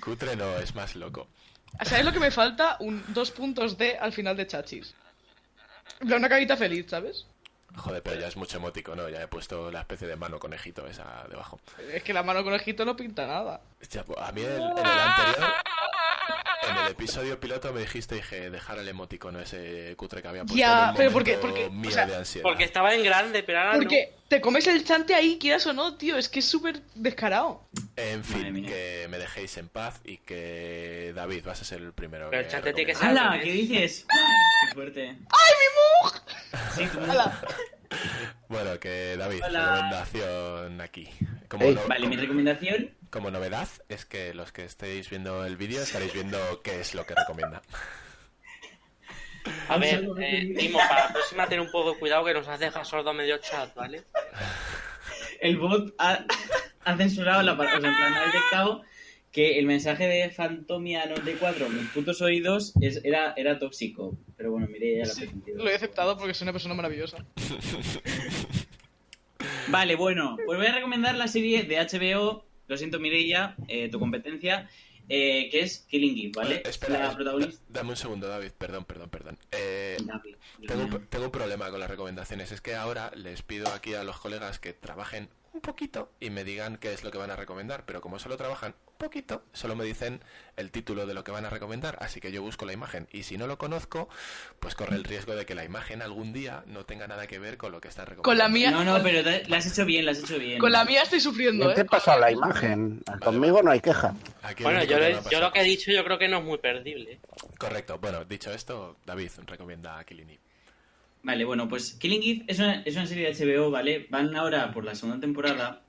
S1: Cutre no, es más loco.
S4: ¿Sabes lo que me falta? Un, dos puntos de al final de Chachis. En plan, Una carita feliz, ¿sabes?
S1: Joder, pero ya es mucho emotico, ¿no? Ya he puesto la especie de mano conejito esa debajo.
S4: Es que la mano conejito no pinta nada.
S1: Ya, pues, a mí en el, en el anterior, en el episodio piloto me dijiste, dije, dejar el emoticono ese cutre que había puesto.
S4: Ya,
S1: en un
S4: pero porque-
S1: momento
S4: porque- o
S1: mío
S4: sea,
S1: de ansiedad.
S5: Porque estaba en grande, pero
S4: Ah,
S5: ahora no.
S4: Porque te comes el chante ahí, quieras o no, tío. Es que es súper descarado.
S1: En
S7: Madre
S1: fin,
S7: mía.
S1: que me dejéis en paz y que David, vas a ser el primero.
S5: Pero
S1: que
S5: chate, tiene que
S1: recomienda.
S5: ser-
S7: ¡Hala! ¿Qué dices? ¡Qué fuerte! ¡Ay, mi mug! Sí, tu mug.
S4: Hala.
S1: Bueno, que David,
S7: Hola.
S1: recomendación aquí. Como,
S6: Ey.
S1: no-
S7: Vale, mi recomendación.
S1: como novedad es que los que estéis viendo el vídeo estaréis viendo qué es lo que recomienda.
S5: A ver,
S7: Vamos
S5: eh, Timo, para la próxima ten un poco de cuidado que nos has dejado sordo a medio chat, ¿vale?
S7: El bot ha, ha censurado la palabra. O sea, en plan, ha detectado que el mensaje de Fantomia 94, mis putos oídos, es- era, era tóxico. Pero bueno, miré ya la
S4: Lo he aceptado porque soy una persona maravillosa.
S7: Vale, bueno, pues voy a recomendar la serie de HBO, lo siento Mireia, eh, tu competencia, eh, que es Killing Eve, ¿vale?
S1: Eh, espera,
S7: la
S1: eh,
S7: protagonista...
S1: da- dame un segundo, David, perdón, perdón, perdón. Eh,
S7: David, Dios
S1: tengo, un,
S7: mío.
S1: pro- tengo un problema con las recomendaciones. Es que ahora les pido aquí a los colegas que trabajen un poquito y me digan qué es lo que van a recomendar. Pero como solo trabajan un poquito, solo me dicen el título de lo que van a recomendar. Así que yo busco la imagen. Y si no lo conozco, pues corre el riesgo de que la imagen algún día no tenga nada que ver con lo que están recomendando.
S4: Con la mía,
S7: No, no, pero te- la has hecho bien, la has hecho bien.
S4: con la mía estoy sufriendo,
S6: ¿Qué
S4: ¿eh?
S6: te pasa la imagen? Conmigo no hay queja.
S1: Aquí el
S5: Bueno,
S1: único
S5: yo,
S1: que
S5: le-
S1: me ha
S5: yo
S1: pasado-
S5: lo que he dicho yo creo que no es muy perdible.
S1: Correcto. Bueno, dicho esto, David recomienda a Killing Eve.
S7: Vale, bueno, pues Killing Eve es una, es una serie de HBO, ¿vale? Van ahora por la segunda temporada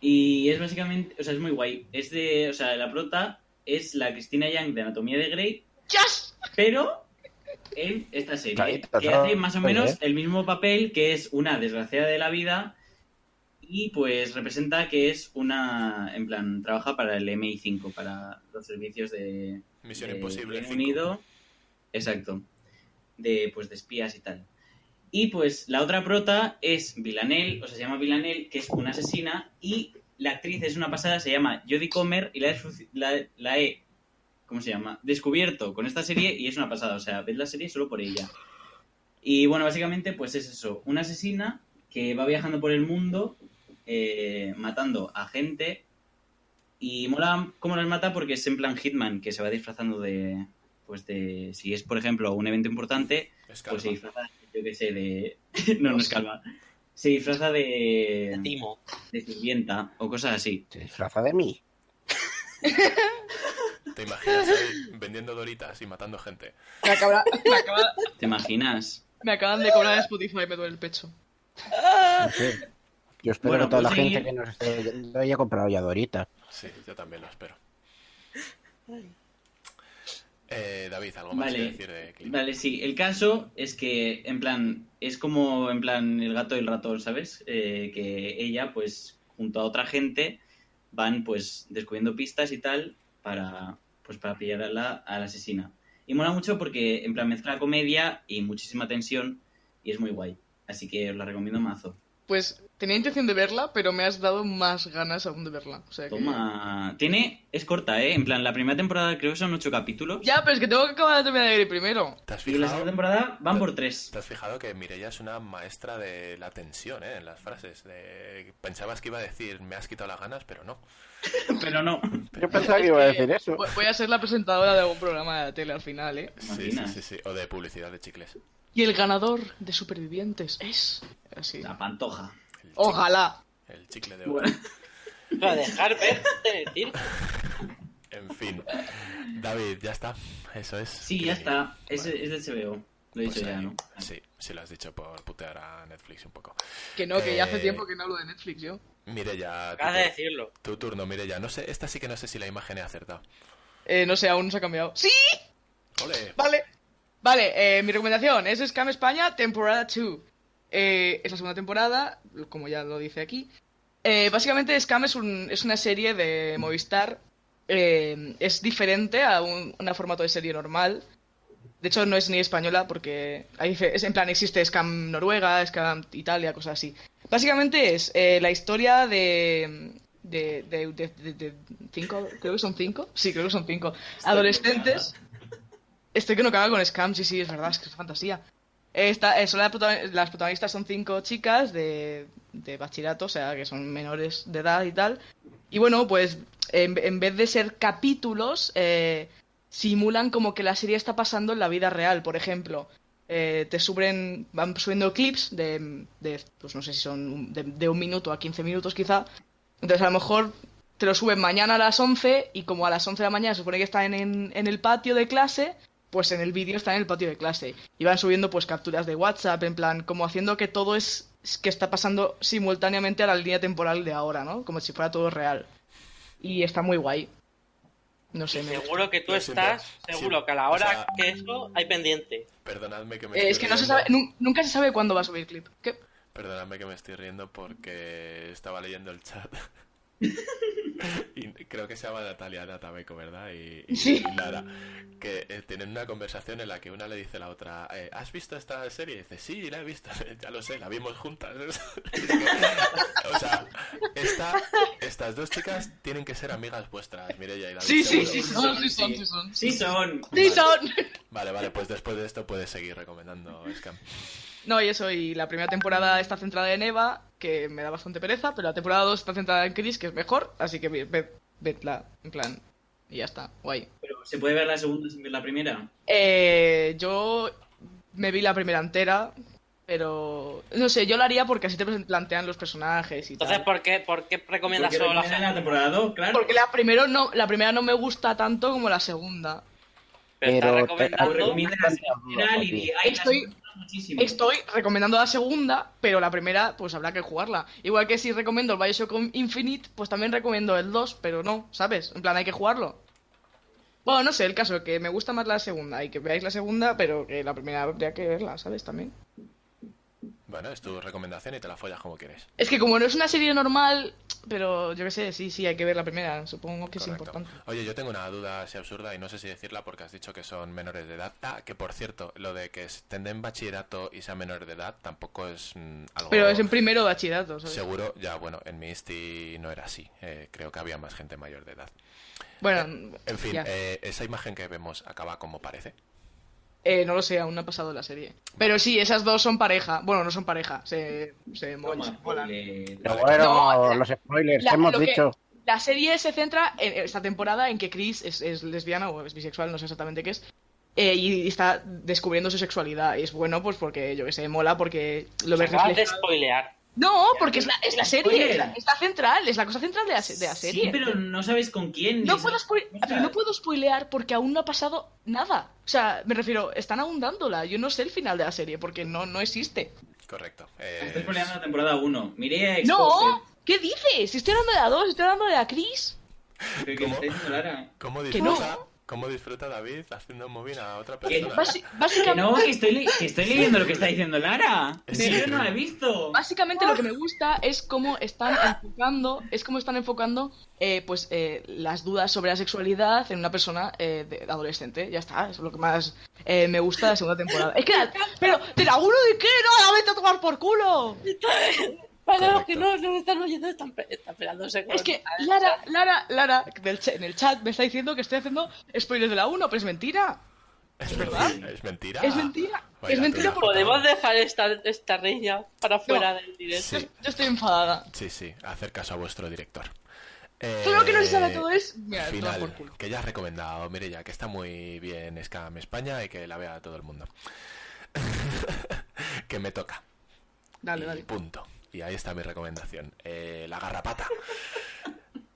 S7: y es básicamente, o sea, es muy guay. Es de, o sea, la prota es la Cristina Young de Anatomía de Grey,
S4: ¡Yes!
S7: pero en esta serie
S6: Clarita,
S7: que
S6: ¿no?
S7: hace más o
S6: Muy
S7: menos
S6: bien.
S7: el mismo papel que es una desgraciada de la vida y pues representa que es una, en plan, trabaja para el MI5, para los servicios de,
S1: Misión
S7: de
S1: Imposible.
S7: Reino
S1: 5.
S7: Unido. Exacto. De, pues, de espías y tal. Y pues la otra prota es Villanelle, o sea, se llama Villanelle, que es una asesina, y la actriz es una pasada, se llama Jodie Comer, y la he, suci- la- la he- ¿cómo se llama? Descubierto con esta serie y es una pasada, o sea, ves la serie solo por ella. Y bueno, básicamente pues es eso, una asesina que va viajando por el mundo eh, matando a gente y mola cómo las mata porque es en plan Hitman, que se va disfrazando de. Pues de. Si es, por ejemplo, un evento importante,
S1: Es
S7: pues se
S1: calma.
S7: disfraza, yo qué sé, de. no, no es calma. Se disfraza de.
S5: eh, Timo.
S7: de sirvienta o cosas así.
S6: Se disfraza de mí.
S1: ¿Te imaginas ahí vendiendo doritas y matando gente?
S4: Me, acaba- me acaba-
S7: ¿Te imaginas?
S4: me acaban de cobrar de Spotify, me duele el pecho.
S6: No sé. Yo espero
S7: Bueno,
S6: que toda la
S7: pues seguir.
S6: gente que nos esté oyendo haya comprado ya Dorita.
S1: Sí, yo también lo espero. Eh, David, ¿algo más
S7: Vale.
S1: que decir de Clint?
S7: Vale, sí. El caso es que, en plan, es como, en plan, el gato y el ratón, ¿sabes? Eh, que ella, pues, junto a otra gente, van, pues, descubriendo pistas y tal para, pues, para pillar a la, a la asesina. Y mola mucho porque, en plan, mezcla comedia y muchísima tensión y es muy guay. Así que os la recomiendo mazo.
S4: Pues tenía intención de verla, pero me has dado más ganas aún de verla. O sea que-
S7: Toma. Tiene... Es corta, ¿eh? En plan, la primera temporada creo que son ocho capítulos.
S4: Ya, pero es que tengo que acabar de terminar de ir primero.
S1: ¿Te has
S7: Y la segunda
S1: fijado?
S7: temporada van por tres.
S1: ¿Te has fijado que Mireia es una maestra de la tensión, eh? En las frases. De... Pensabas que iba a decir, me has quitado las ganas, pero no.
S7: Pero no.
S6: Yo pensaba que iba a decir eso.
S4: Voy- Voy a ser la presentadora de algún programa de la tele al final, ¿eh?
S1: Sí, sí,
S7: Imaginas.
S1: sí, sí. O de publicidad de chicles.
S4: Y el ganador de Supervivientes es... Así.
S7: La pantoja.
S1: El, chicle-
S4: Ojalá.
S1: el chicle de oro.
S7: Bueno.
S5: Para dejar verte en el circo.
S1: En fin. David, ya está. Eso es.
S7: Sí, ya está. Es, es del CBO. Lo he
S1: Pues
S7: dicho ya,
S1: ahí-
S7: ¿no?
S1: Sí, sí lo has dicho por putear a Netflix un poco.
S4: Que no, que ya hace
S1: Eh,
S4: tiempo que no hablo de Netflix yo.
S1: Mireia,
S5: Acabas de
S1: tu,
S5: decirlo.
S1: tu turno, Mireia. No sé, esta sí que no sé si la imagen he acertado.
S4: Eh, no sé, aún no se ha cambiado. ¡Sí!
S1: ¡Ole!
S4: Vale. Vale, eh, mi recomendación es Scam España, temporada 2. Eh, es la segunda temporada, como ya lo dice aquí. Eh, básicamente, Scam es, un- es una serie de Movistar. eh, es diferente a un una formato de serie normal. De hecho, no es ni española porque ahí dice, es, en plan existe Scam Noruega, Scam Italia, cosas así. Básicamente es eh, la historia de, de, de, de- de- de cinco, creo que son cinco, sí, creo que son cinco, adolescentes. Estoy que no caga con Scam, sí, sí, es verdad, es que es fantasía. Eh, Está, eh, son la protagoni- las protagonistas son cinco chicas de, de bachillerato, o sea, que son menores de edad y tal. Y bueno, pues en, en vez de ser capítulos, eh, simulan como que la serie está pasando en la vida real, por ejemplo. eh, te suben, van subiendo clips de, de, pues no sé si son un- de, de un minuto a 15 minutos quizá. Entonces a lo mejor te lo suben mañana a las 11 y como a las 11 de la mañana se supone que están en, en el patio de clase, pues en el vídeo están en el patio de clase. Y van subiendo pues capturas de WhatsApp, en plan, como haciendo que todo es es que está pasando simultáneamente a la línea temporal de ahora, ¿no? Como si fuera todo real. Y está muy guay. No sé, me
S5: Seguro que tú
S1: Yo siempre-
S5: estás, seguro
S1: siempre-
S5: que a la
S1: o
S5: hora
S1: sea-
S5: que eso hay pendiente.
S1: Perdonadme que me
S4: Eh,
S1: estoy
S4: es que no se
S1: riendo.
S4: sabe, nun- nunca se sabe cuándo va a subir clip. ¿Qué?
S1: Perdonadme que me estoy riendo porque estaba leyendo el chat. y creo que se llama Natalia Natabeco, ¿verdad? Y, y-
S4: Sí.
S1: y Lara. Que eh, tienen una conversación en la que una le dice a la otra, eh, ¿has visto esta serie? Y dice, sí, la he visto, ya lo sé, la vimos juntas. o sea, esta- estas dos chicas tienen que ser amigas vuestras, Mireia y David.
S4: Sí, sí,
S1: seguro.
S4: sí, sí,
S7: seguro.
S4: son, sí, son, sí, son.
S7: Sí son.
S4: Sí, son.
S1: Vale, vale, pues después de esto puedes seguir recomendando Scam.
S4: No, y eso, y la primera temporada está centrada en Eva, que me da bastante pereza, pero la temporada 2 está centrada en Chris, que es mejor, así que ve- ve- vedla, en plan, y ya está, guay.
S7: Pero ¿se puede ver la segunda sin ver la primera?
S4: Eh, yo me vi la primera entera, pero no sé, yo la haría porque así te plantean los personajes y
S5: Entonces,
S4: tal.
S5: ¿por qué, por qué recomiendas
S7: Porque
S5: solo la
S7: recomiendan la
S5: segunda?
S7: temporada 2, claro.
S4: Porque la, primero no, la primera no me gusta tanto como la segunda.
S5: Pero estás
S6: Pero te-
S7: O
S5: recomendando
S7: recomiendan la general y di, ay, la
S4: Estoy-
S7: segunda es muchísimo.
S4: Estoy recomendando la segunda, pero la primera, pues habrá que jugarla. Igual que si recomiendo el Bioshock Infinite, pues también recomiendo el 2, pero no, ¿sabes? En plan, hay que jugarlo. Bueno, no sé, el caso es que me gusta más la segunda y que veáis la segunda, pero que la primera habría que verla, ¿sabes? También.
S1: Bueno, es tu recomendación y te la follas como quieres.
S4: Es que como no es una serie normal, pero yo qué sé, sí, sí, hay que ver la primera, supongo que
S1: Correcto.
S4: es importante.
S1: Oye, yo tengo una duda así absurda y no sé si decirla porque has dicho que son menores de edad. Ah, que por cierto, lo de que estén en bachillerato y sean menores de edad tampoco es mm, algo...
S4: Pero es en primero de bachillerato, ¿sabes?
S1: Seguro, ya bueno, en mi ISTI no era así. Eh, creo que había más gente mayor de edad.
S4: Bueno,
S1: En fin,
S4: ya.
S1: eh, esa imagen que vemos acaba como parece.
S4: Eh, no lo sé, aún no ha pasado la serie. Pero sí, esas dos son pareja. Bueno, no son pareja, se, se mo- se
S7: Toma, pues,
S4: molan.
S7: le-
S6: Pero bueno,
S4: No, la-
S6: los spoilers,
S4: la-
S6: hemos
S4: lo que-
S6: dicho.
S4: La serie se centra en esta temporada en que Chris es, es lesbiana o es bisexual, no sé exactamente qué es, eh, y está descubriendo su sexualidad. Y es bueno, pues porque yo que sé, mola, porque lo ves
S5: Acabas de
S4: reflejado.
S5: spoilear.
S4: No, porque es la, es la serie,
S7: Spoiler.
S4: es la, es la central, es la cosa central de la, se- de la serie.
S7: Sí, pero no sabes con quién.
S4: No
S7: ni
S4: puedo,
S7: sabes-
S4: spoil- pero no puedo spoilear porque aún no ha pasado nada. O sea, me refiero, están abundándola. Yo no sé el final de la serie porque no, no existe.
S1: Correcto. eh,
S7: Estoy peleando la temporada 1. Miré a
S4: ¡No! ¿Qué dices? Estoy hablando de la 2, estoy hablando de la Chris.
S7: ¿Qué está diciendo Lara?
S1: ¿Cómo
S4: Que no.
S1: disfruta, cómo disfruta David haciendo un móvil a otra
S7: Que-
S1: persona?
S4: Basi-
S7: Que
S4: básicamente.
S7: no, que estoy, li- que estoy leyendo lo que está diciendo Lara.
S1: Sí.
S7: Yo no la he visto.
S4: Básicamente lo que me gusta es cómo están enfocando, es cómo están enfocando eh, pues eh, las dudas sobre la sexualidad en una persona eh, de- adolescente. Ya está, es lo que más eh, me gusta de la segunda temporada. Es que, la- pero te la uno de qué, no, la vete a tomar por culo.
S5: Para
S1: los que no
S5: nos están oyendo, están, esperándose.
S4: Es que Lara, Lara, Lara, del cha- en el chat me está diciendo que estoy haciendo spoilers de la 1, pero es mentira.
S1: Es mentira. Es mentira.
S4: Es mentira.
S1: Ah. Vaya
S4: es mentira
S1: tela.
S4: porque
S5: Podemos dejar esta, esta riña para fuera
S4: No.
S5: del directo.
S1: Sí,
S4: yo estoy enfadada.
S1: sí, sí. Hacer caso a vuestro director. Eh,
S4: Todo lo que no se sabe todo es... Mira, toma por
S1: final,
S4: culo.
S1: que ya has recomendado, Mirella, que está muy bien Scam España y que la vea todo el mundo. que me toca.
S4: Dale,
S1: y
S4: dale.
S1: punto. Y ahí está mi recomendación. Eh, la garrapata.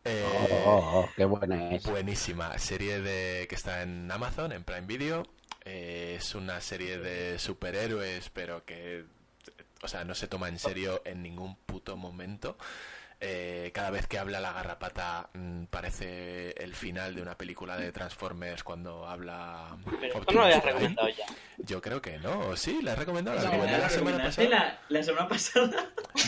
S1: Eh,
S6: Oh, oh, oh, qué buena es.
S1: Pues, Buenísima. Serie de que está en Amazon, en Prime Video. Eh, es una serie de superhéroes, pero que. eh, O sea, no se toma en serio en ningún puto momento. Eh, cada vez que habla la garrapata mm, parece el final de una película de Transformers cuando habla.
S5: Pero esto
S1: Optimus
S5: no lo habías
S1: Prime.
S5: recomendado ya.
S1: Yo creo que no, ¿o sí, la he recomendado. La
S4: No,
S1: recomendé
S7: Lara,
S1: la semana
S7: recomendaste
S1: pasada.
S7: la- la semana pasada.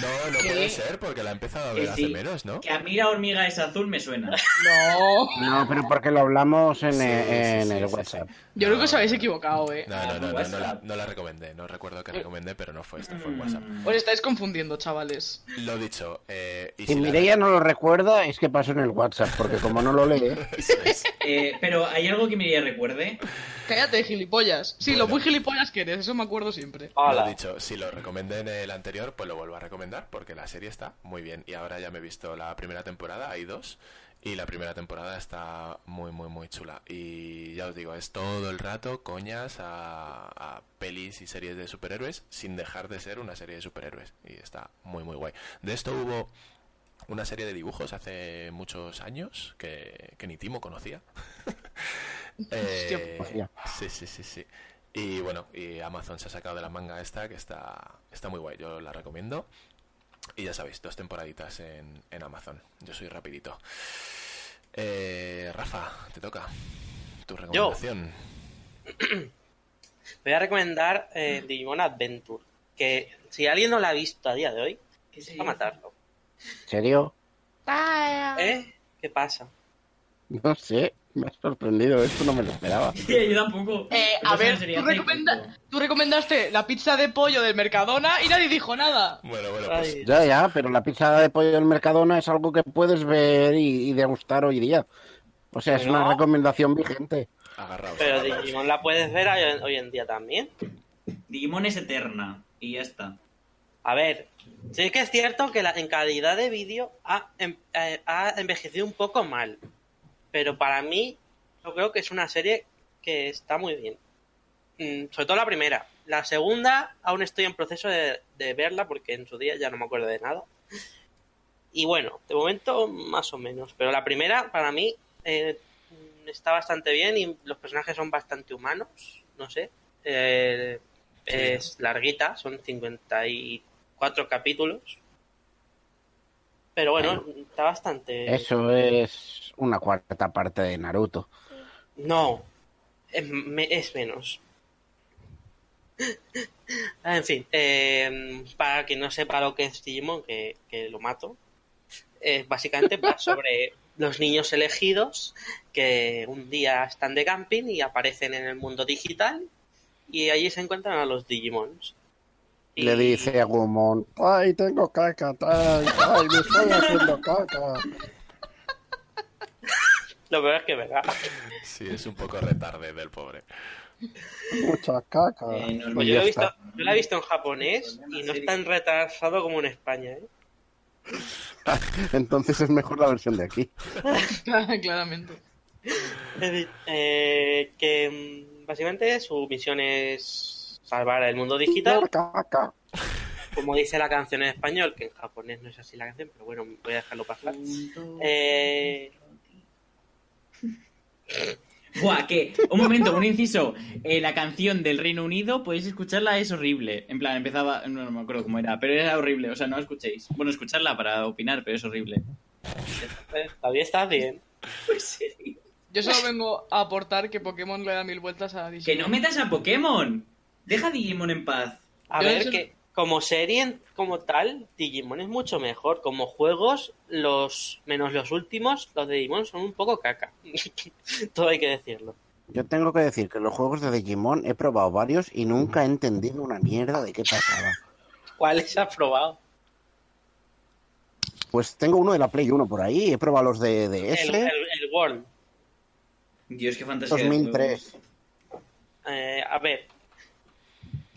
S1: No, no
S4: ¿Qué?
S1: puede ser porque la he empezado a
S7: Que
S1: ver hace
S7: sí.
S1: menos, ¿no?
S7: Que a mí la hormiga es azul me suena.
S4: No.
S6: No, pero porque lo hablamos en,
S1: Sí,
S6: en
S1: sí, sí,
S6: el
S1: sí,
S6: WhatsApp.
S1: sí. No,
S4: Yo creo que os habéis
S1: no,
S4: equivocado, eh.
S1: No, no, no, no, no, la,
S7: WhatsApp.
S1: no la recomendé. No recuerdo que recomendé, pero no fue esta, fue en WhatsApp.
S7: Mm.
S4: Os estáis confundiendo, chavales.
S1: Lo dicho, eh, Y
S6: Si
S1: la-
S6: Mireia no lo recuerda, es que pasó en el WhatsApp, porque como no lo lee,
S1: Eso es.
S7: Eh, pero hay algo que Mireia recuerde.
S4: Cállate, gilipollas. Sí, lo
S1: Bueno.
S4: muy gilipollas que eres, eso me acuerdo siempre.
S1: Lo
S5: Hola.
S1: dicho, si lo recomendé en el anterior, pues lo vuelvo a recomendar porque la serie está muy bien. Y ahora ya me he visto la primera temporada, hay dos. Y la primera temporada está muy, muy, muy chula. Y ya os digo, es todo el rato coñas a, a pelis y series de superhéroes sin dejar de ser una serie de superhéroes. Y está muy, muy guay. De esto hubo una serie de dibujos hace muchos años que, que ni Timo conocía. Eh,
S6: Hostia.
S1: sí, sí, sí, sí. Y bueno, y Amazon se ha sacado de la manga esta que está, está muy guay, yo la recomiendo. Y ya sabéis, dos temporaditas en, en Amazon. Yo soy rapidito. Eh, Rafa, te toca. Tu recomendación.
S5: Voy a recomendar eh, Digimon Adventure. Que si alguien no la ha visto a día de hoy,
S7: ¿Qué se
S5: va a matarlo.
S6: ¿en serio?
S5: ¿Eh? ¿Qué pasa?
S6: No sé, me ha sorprendido, esto no me lo esperaba.
S7: Sí, yo tampoco.
S4: Eh,
S7: Pero
S4: a
S7: eso
S4: ver,
S7: sería
S4: tú,
S7: técnico.
S4: recomenda- tú recomendaste la pizza de pollo del Mercadona y nadie dijo nada.
S1: Bueno, bueno, pues
S5: Ay,
S6: Ya, ya, pero la pizza de pollo del Mercadona es algo que puedes ver y, y degustar hoy día. O sea, es
S5: No.
S6: una recomendación vigente.
S1: agarraos.
S5: pero
S1: agarraos.
S5: Digimon la puedes ver hoy- hoy en día también.
S7: Digimon es eterna. Y ya está.
S5: A ver, sí que es cierto que la, en calidad de vídeo ha, em- eh, ha envejecido un poco mal. Pero para mí, yo creo que es una serie que está muy bien. Mm, sobre todo la primera. La segunda, aún estoy en proceso de, de verla porque en su día ya no me acuerdo de nada. Y bueno, de momento más o menos. Pero la primera, para mí, eh, mm, está bastante bien y los personajes son bastante humanos. No sé. Eh, es larguita, son 54 capítulos. Pero bueno, está
S1: Eh,
S5: bastante.
S6: Eso es una cuarta parte de Naruto.
S5: No, es, me- es menos. Ah, en fin, eh, para quien no sepa lo que es Digimon, que, que lo mato, eh, básicamente va sobre los niños elegidos que un día están de camping y aparecen en el mundo digital y allí se encuentran a los Digimons.
S6: Y... Le dice a Gumon, ay, tengo caca, ay, ay, me estoy haciendo caca.
S5: Lo peor es que es verdad.
S1: Sí, es un poco retarde del pobre.
S6: Mucha caca.
S7: Eh, no,
S5: Pues
S6: Y
S5: yo,
S6: ya
S5: lo he visto,
S6: está.
S5: yo la he visto en japonés y no es tan retrasado como en España. ¿eh?
S6: Entonces es mejor la versión de aquí.
S4: Claramente.
S5: Es decir, eh, que mm, básicamente su misión es salvar el mundo digital,
S6: Caca.
S5: como dice la canción en español, que en japonés no es así la canción, pero bueno, voy a dejarlo pasar. Eh,
S7: Buah, que. Un momento, un inciso. Eh, la canción del Reino Unido, podéis escucharla, es horrible. En plan, empezaba. No, no me acuerdo cómo era, pero era horrible. O sea, no la escuchéis. Bueno, escucharla para opinar, pero es horrible.
S5: eh, todavía está bien.
S7: Pues
S4: Yo solo vengo a aportar que Pokémon le da mil vueltas a Digimon.
S7: Que no metas a Pokémon. Deja a Digimon en paz.
S5: A
S4: Yo
S5: ver,
S4: eso-
S5: que como serie en- como tal, Digimon es mucho mejor. Como juegos, los menos los últimos, los de Digimon son un poco caca. Todo hay que decirlo.
S6: Yo tengo que decir que los juegos de Digimon he probado varios y nunca he entendido una mierda de qué pasaba.
S5: ¿Cuáles has probado?
S6: Pues tengo uno de la Play 1 por ahí, he probado los de DS,
S5: El, el- el World.
S7: Dios, qué fantasía. de
S6: 2003.
S7: juegos.
S5: Eh, a ver.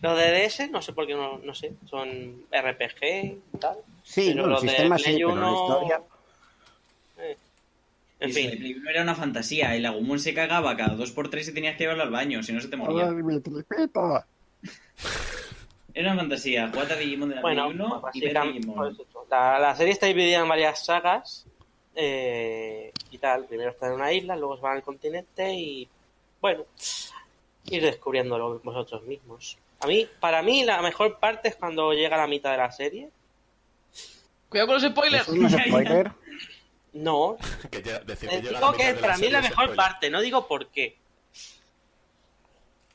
S5: Los de DS, no sé por qué no, no sé. Son RPG y tal.
S6: Sí,
S5: Pero
S6: no, el
S5: los de
S6: sistema
S5: Play
S6: sí, pero la
S5: 1,
S6: historia...
S5: En
S7: Y
S5: fin.
S7: eso de Play Uno era una fantasía. El Agumon se cagaba cada dos por tres y tenías que llevarlo al baño, si no se te moría. Era una fantasía. Jugad a Digimon de la
S5: Bueno,
S7: Play Uno y ver
S5: básicamente,
S7: Digimon.
S5: pues eso. la, la serie está dividida en varias sagas eh, y tal. Primero están en una isla, luego se van al continente y bueno, ir descubriéndolo vosotros mismos. A mí, para mí, la mejor parte es cuando llega la mitad de la serie.
S4: Cuidado con los spoilers.
S6: Eso no es spoiler.
S5: No,
S1: Que ya- decir que
S5: eh,
S1: llega a la
S5: digo
S1: mitad
S5: que
S1: de
S5: es para mí
S1: serie
S5: la
S1: es
S5: mejor
S1: spoiler.
S5: parte, no digo por qué.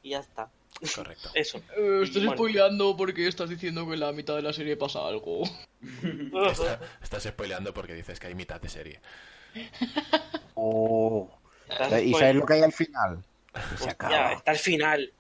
S5: Y ya está,
S1: Correcto.
S5: eso.
S4: Eh, estás
S5: Bueno.
S4: spoileando porque estás diciendo que en la mitad de la serie pasa algo.
S1: Está- estás spoileando porque dices que hay mitad de serie.
S6: Oh. ¿Y sabes lo que hay al final? Que se
S5: pues, Ya,
S6: acaba.
S5: está el final.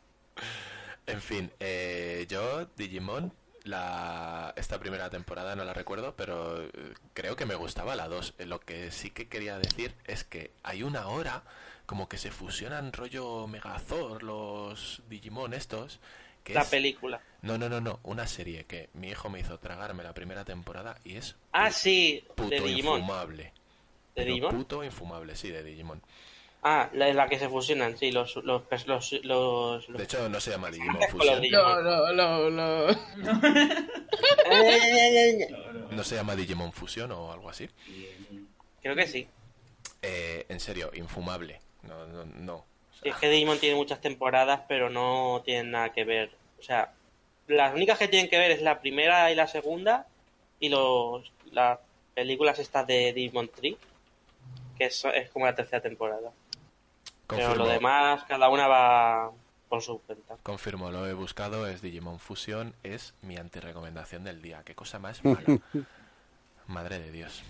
S1: En fin, eh, yo, Digimon, La, esta primera temporada no la recuerdo, pero eh, creo que me gustaba la 2. Lo que sí que quería decir es que hay una hora como que se fusionan rollo Megazord, los Digimon estos. Que
S5: La
S1: es-
S5: película.
S1: No, no, no, no. Una serie que mi hijo me hizo tragarme la primera temporada y es
S5: Ah,
S1: pu-
S5: sí,
S1: puto
S5: de Digimon.
S1: infumable.
S5: ¿De
S1: Pero
S5: Digimon?
S1: Puto infumable, sí, de Digimon.
S5: Ah, la, la que se fusionan, sí, los. los, pers- los, los,
S1: De
S5: los-
S1: hecho, no se llama Digimon
S5: Con los
S1: Fusion.
S5: Digimon.
S4: No, no, no, no.
S5: Eh,
S1: No se llama Digimon Fusion o algo así.
S5: Creo que sí.
S1: Eh, en serio, infumable. No, no, no.
S5: Sí, es que Digimon tiene muchas temporadas, pero no tienen nada que ver. O sea, las únicas que tienen que ver es la primera y la segunda y los las películas estas de Digimon Tree, que es, es como la tercera temporada.
S1: Confirmo,
S5: Pero lo demás, cada una va por su cuenta.
S1: confirmo, lo he buscado, es Digimon Fusion, es mi antirecomendación del día. Qué cosa más mala. Madre de Dios.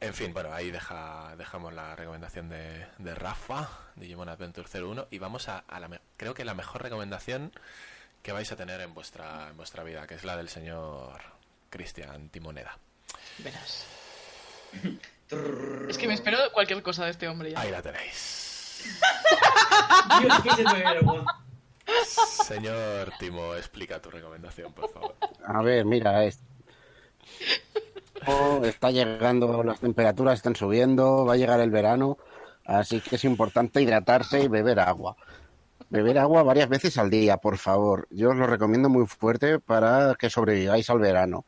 S1: En fin, bueno, ahí deja, dejamos la recomendación de, de Rafa, Digimon Adventure 01, y vamos a, a la me- creo que la mejor recomendación que vais a tener en vuestra, en vuestra vida, que es la del señor Cristian Timoneda.
S4: Verás. Es que me espero cualquier cosa de este hombre ya.
S1: Ahí la tenéis.
S7: Dios, que se me avergüenza.
S1: Señor Timo, explica tu recomendación, por favor.
S6: A ver, mira, es- Oh, está llegando, las temperaturas están subiendo, va a llegar el verano, así que es importante hidratarse y beber agua. Beber agua varias veces al día, por favor. Yo os lo recomiendo muy fuerte para que sobreviváis al verano.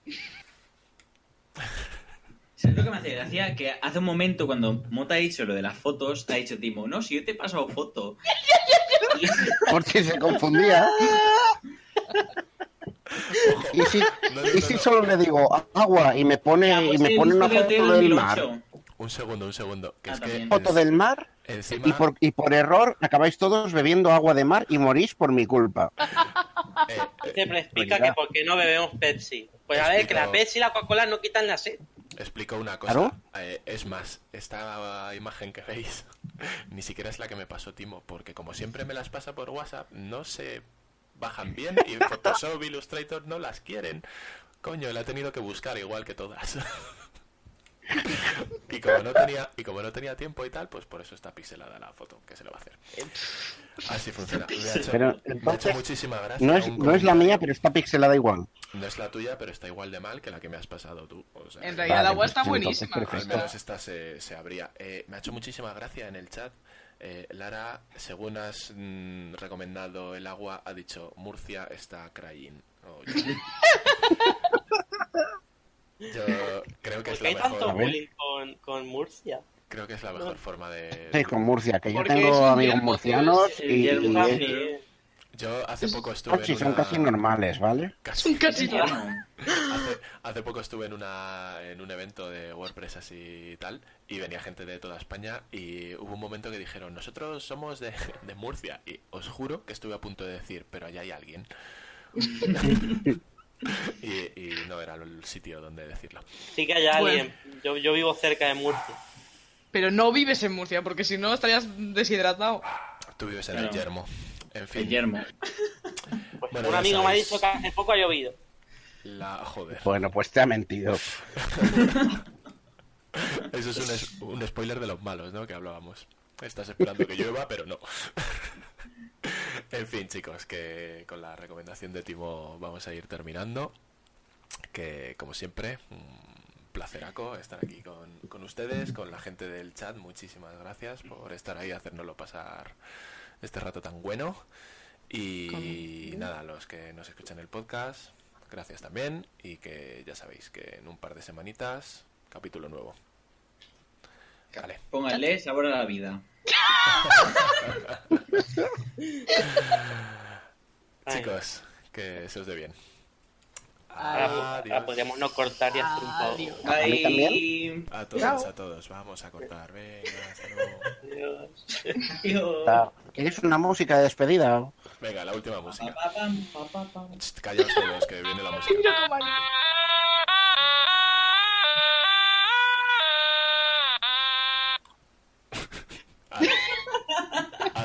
S7: ¿Sabes lo que me hace gracia? Que hace un momento cuando Mota ha dicho lo de las fotos, ha dicho Timo, no, si yo te he pasado foto. Y es-
S6: Porque se confundía. Y si,
S1: No, no,
S6: y
S1: no,
S6: si
S1: no.
S6: solo le digo agua y me
S7: Ya,
S6: pone, y
S7: pues,
S6: me
S7: he
S6: pone
S7: visto
S6: una
S7: de
S6: foto
S7: Hotel
S6: del mar.
S7: 2008.
S1: Un segundo, un segundo. Que
S7: Ah,
S1: es
S7: también.
S1: que
S6: Foto del mar
S1: en- encima
S6: y por, y por error acabáis todos bebiendo agua de mar y morís por mi culpa.
S4: Ah,
S1: eh, eh,
S5: Siempre explica
S6: Venga.
S5: que por qué no bebemos Pepsi. Pues a ver, que la
S1: Explica.
S5: Pepsi y la Coca-Cola no quitan la sed.
S1: explicó una cosa.
S6: ¿Claro?
S1: Eh, es más, esta imagen que veis ni siquiera es la que me pasó Timo, porque como siempre me las pasa por WhatsApp, no se bajan bien y Photoshop Illustrator no las quieren. Coño, la he tenido que buscar igual que todas. y como no tenía y como no tenía tiempo y tal, pues por eso está pixelada la foto que se le va a hacer. Así funciona. Me ha hecho,
S6: Pero,
S1: me ha hecho
S6: entonces,
S1: muchísima gracia.
S6: No es,
S1: un
S6: no es la
S1: comentario.
S6: mía, pero está pixelada igual.
S1: No es la tuya, pero está igual de mal que la que me has pasado tú. O sea,
S4: En realidad
S6: Vale,
S4: la agua
S6: pues
S4: está
S6: entonces
S4: buenísima.
S1: al
S6: perfecto.
S1: menos esta se, se abría. Eh, me ha hecho muchísima gracia en el chat. eh, Lara, según has mm, recomendado el agua, ha dicho Murcia está crying. Oh, yo... yo creo que es
S5: Porque
S1: la
S5: hay tanto
S1: mejor,
S6: ver.
S5: bullying con, con Murcia.
S1: creo que es la mejor forma
S6: Sí,
S1: de.
S6: con Murcia, que yo
S4: Porque
S6: tengo
S4: es un
S6: amigos
S4: yermo,
S6: murcianos
S7: sí,
S6: y,
S7: yermo,
S6: y
S7: claro.
S6: ellos
S5: También.
S1: Yo hace poco estuve
S6: sí
S1: en
S6: son
S1: una-
S6: casi normales, ¿vale?
S4: Es un
S1: Casi.
S4: casi nada.
S1: Hace, hace poco estuve en una en un evento de WordPress así y tal y venía gente de toda España y hubo un momento que dijeron nosotros somos de, de Murcia y os juro que estuve a punto de decir pero allá hay alguien y, y no era el sitio donde decirlo
S5: Sí que hay alguien. Yo, yo vivo cerca de Murcia.
S4: Pero no vives en Murcia, porque si no estarías deshidratado.
S1: tú vives en el
S7: Claro.
S1: yermo en
S7: El
S1: fin
S7: yermo.
S5: Pues
S1: Bueno,
S5: un
S1: ya
S5: amigo me ha
S1: sabéis.
S5: dicho que hace poco ha llovido.
S1: la joder
S6: Bueno, pues te ha mentido.
S1: eso es un, es- un spoiler de los malos no que hablábamos estás esperando que llueva pero no En fin, chicos, que con la recomendación de Timo vamos a ir terminando. Que, como siempre, un placeraco estar aquí con, con ustedes, con la gente del chat. Muchísimas gracias por estar ahí, hacérnoslo pasar este rato tan bueno. Y nada, los que nos escuchan el podcast, gracias también. Y que ya sabéis que en un par de semanitas, capítulo nuevo. Vale.
S7: Pónganle sabor a la vida.
S5: Ay.
S1: Chicos, que se os dé bien.
S5: Ahora,
S1: Adiós.
S5: ahora podríamos no cortar y hacer un poco.
S6: ¿A mí
S7: Bye.
S6: también?
S1: A todos, a todos. Vamos a cortar. Venga, hasta luego.
S5: Adiós.
S7: Adiós.
S6: Ta- ¿Quieres una música de despedida?
S1: Venga, la última música.
S7: Pa, pam, pa, pa, pam.
S1: Chst, Callaos todos, que viene la música. Vale.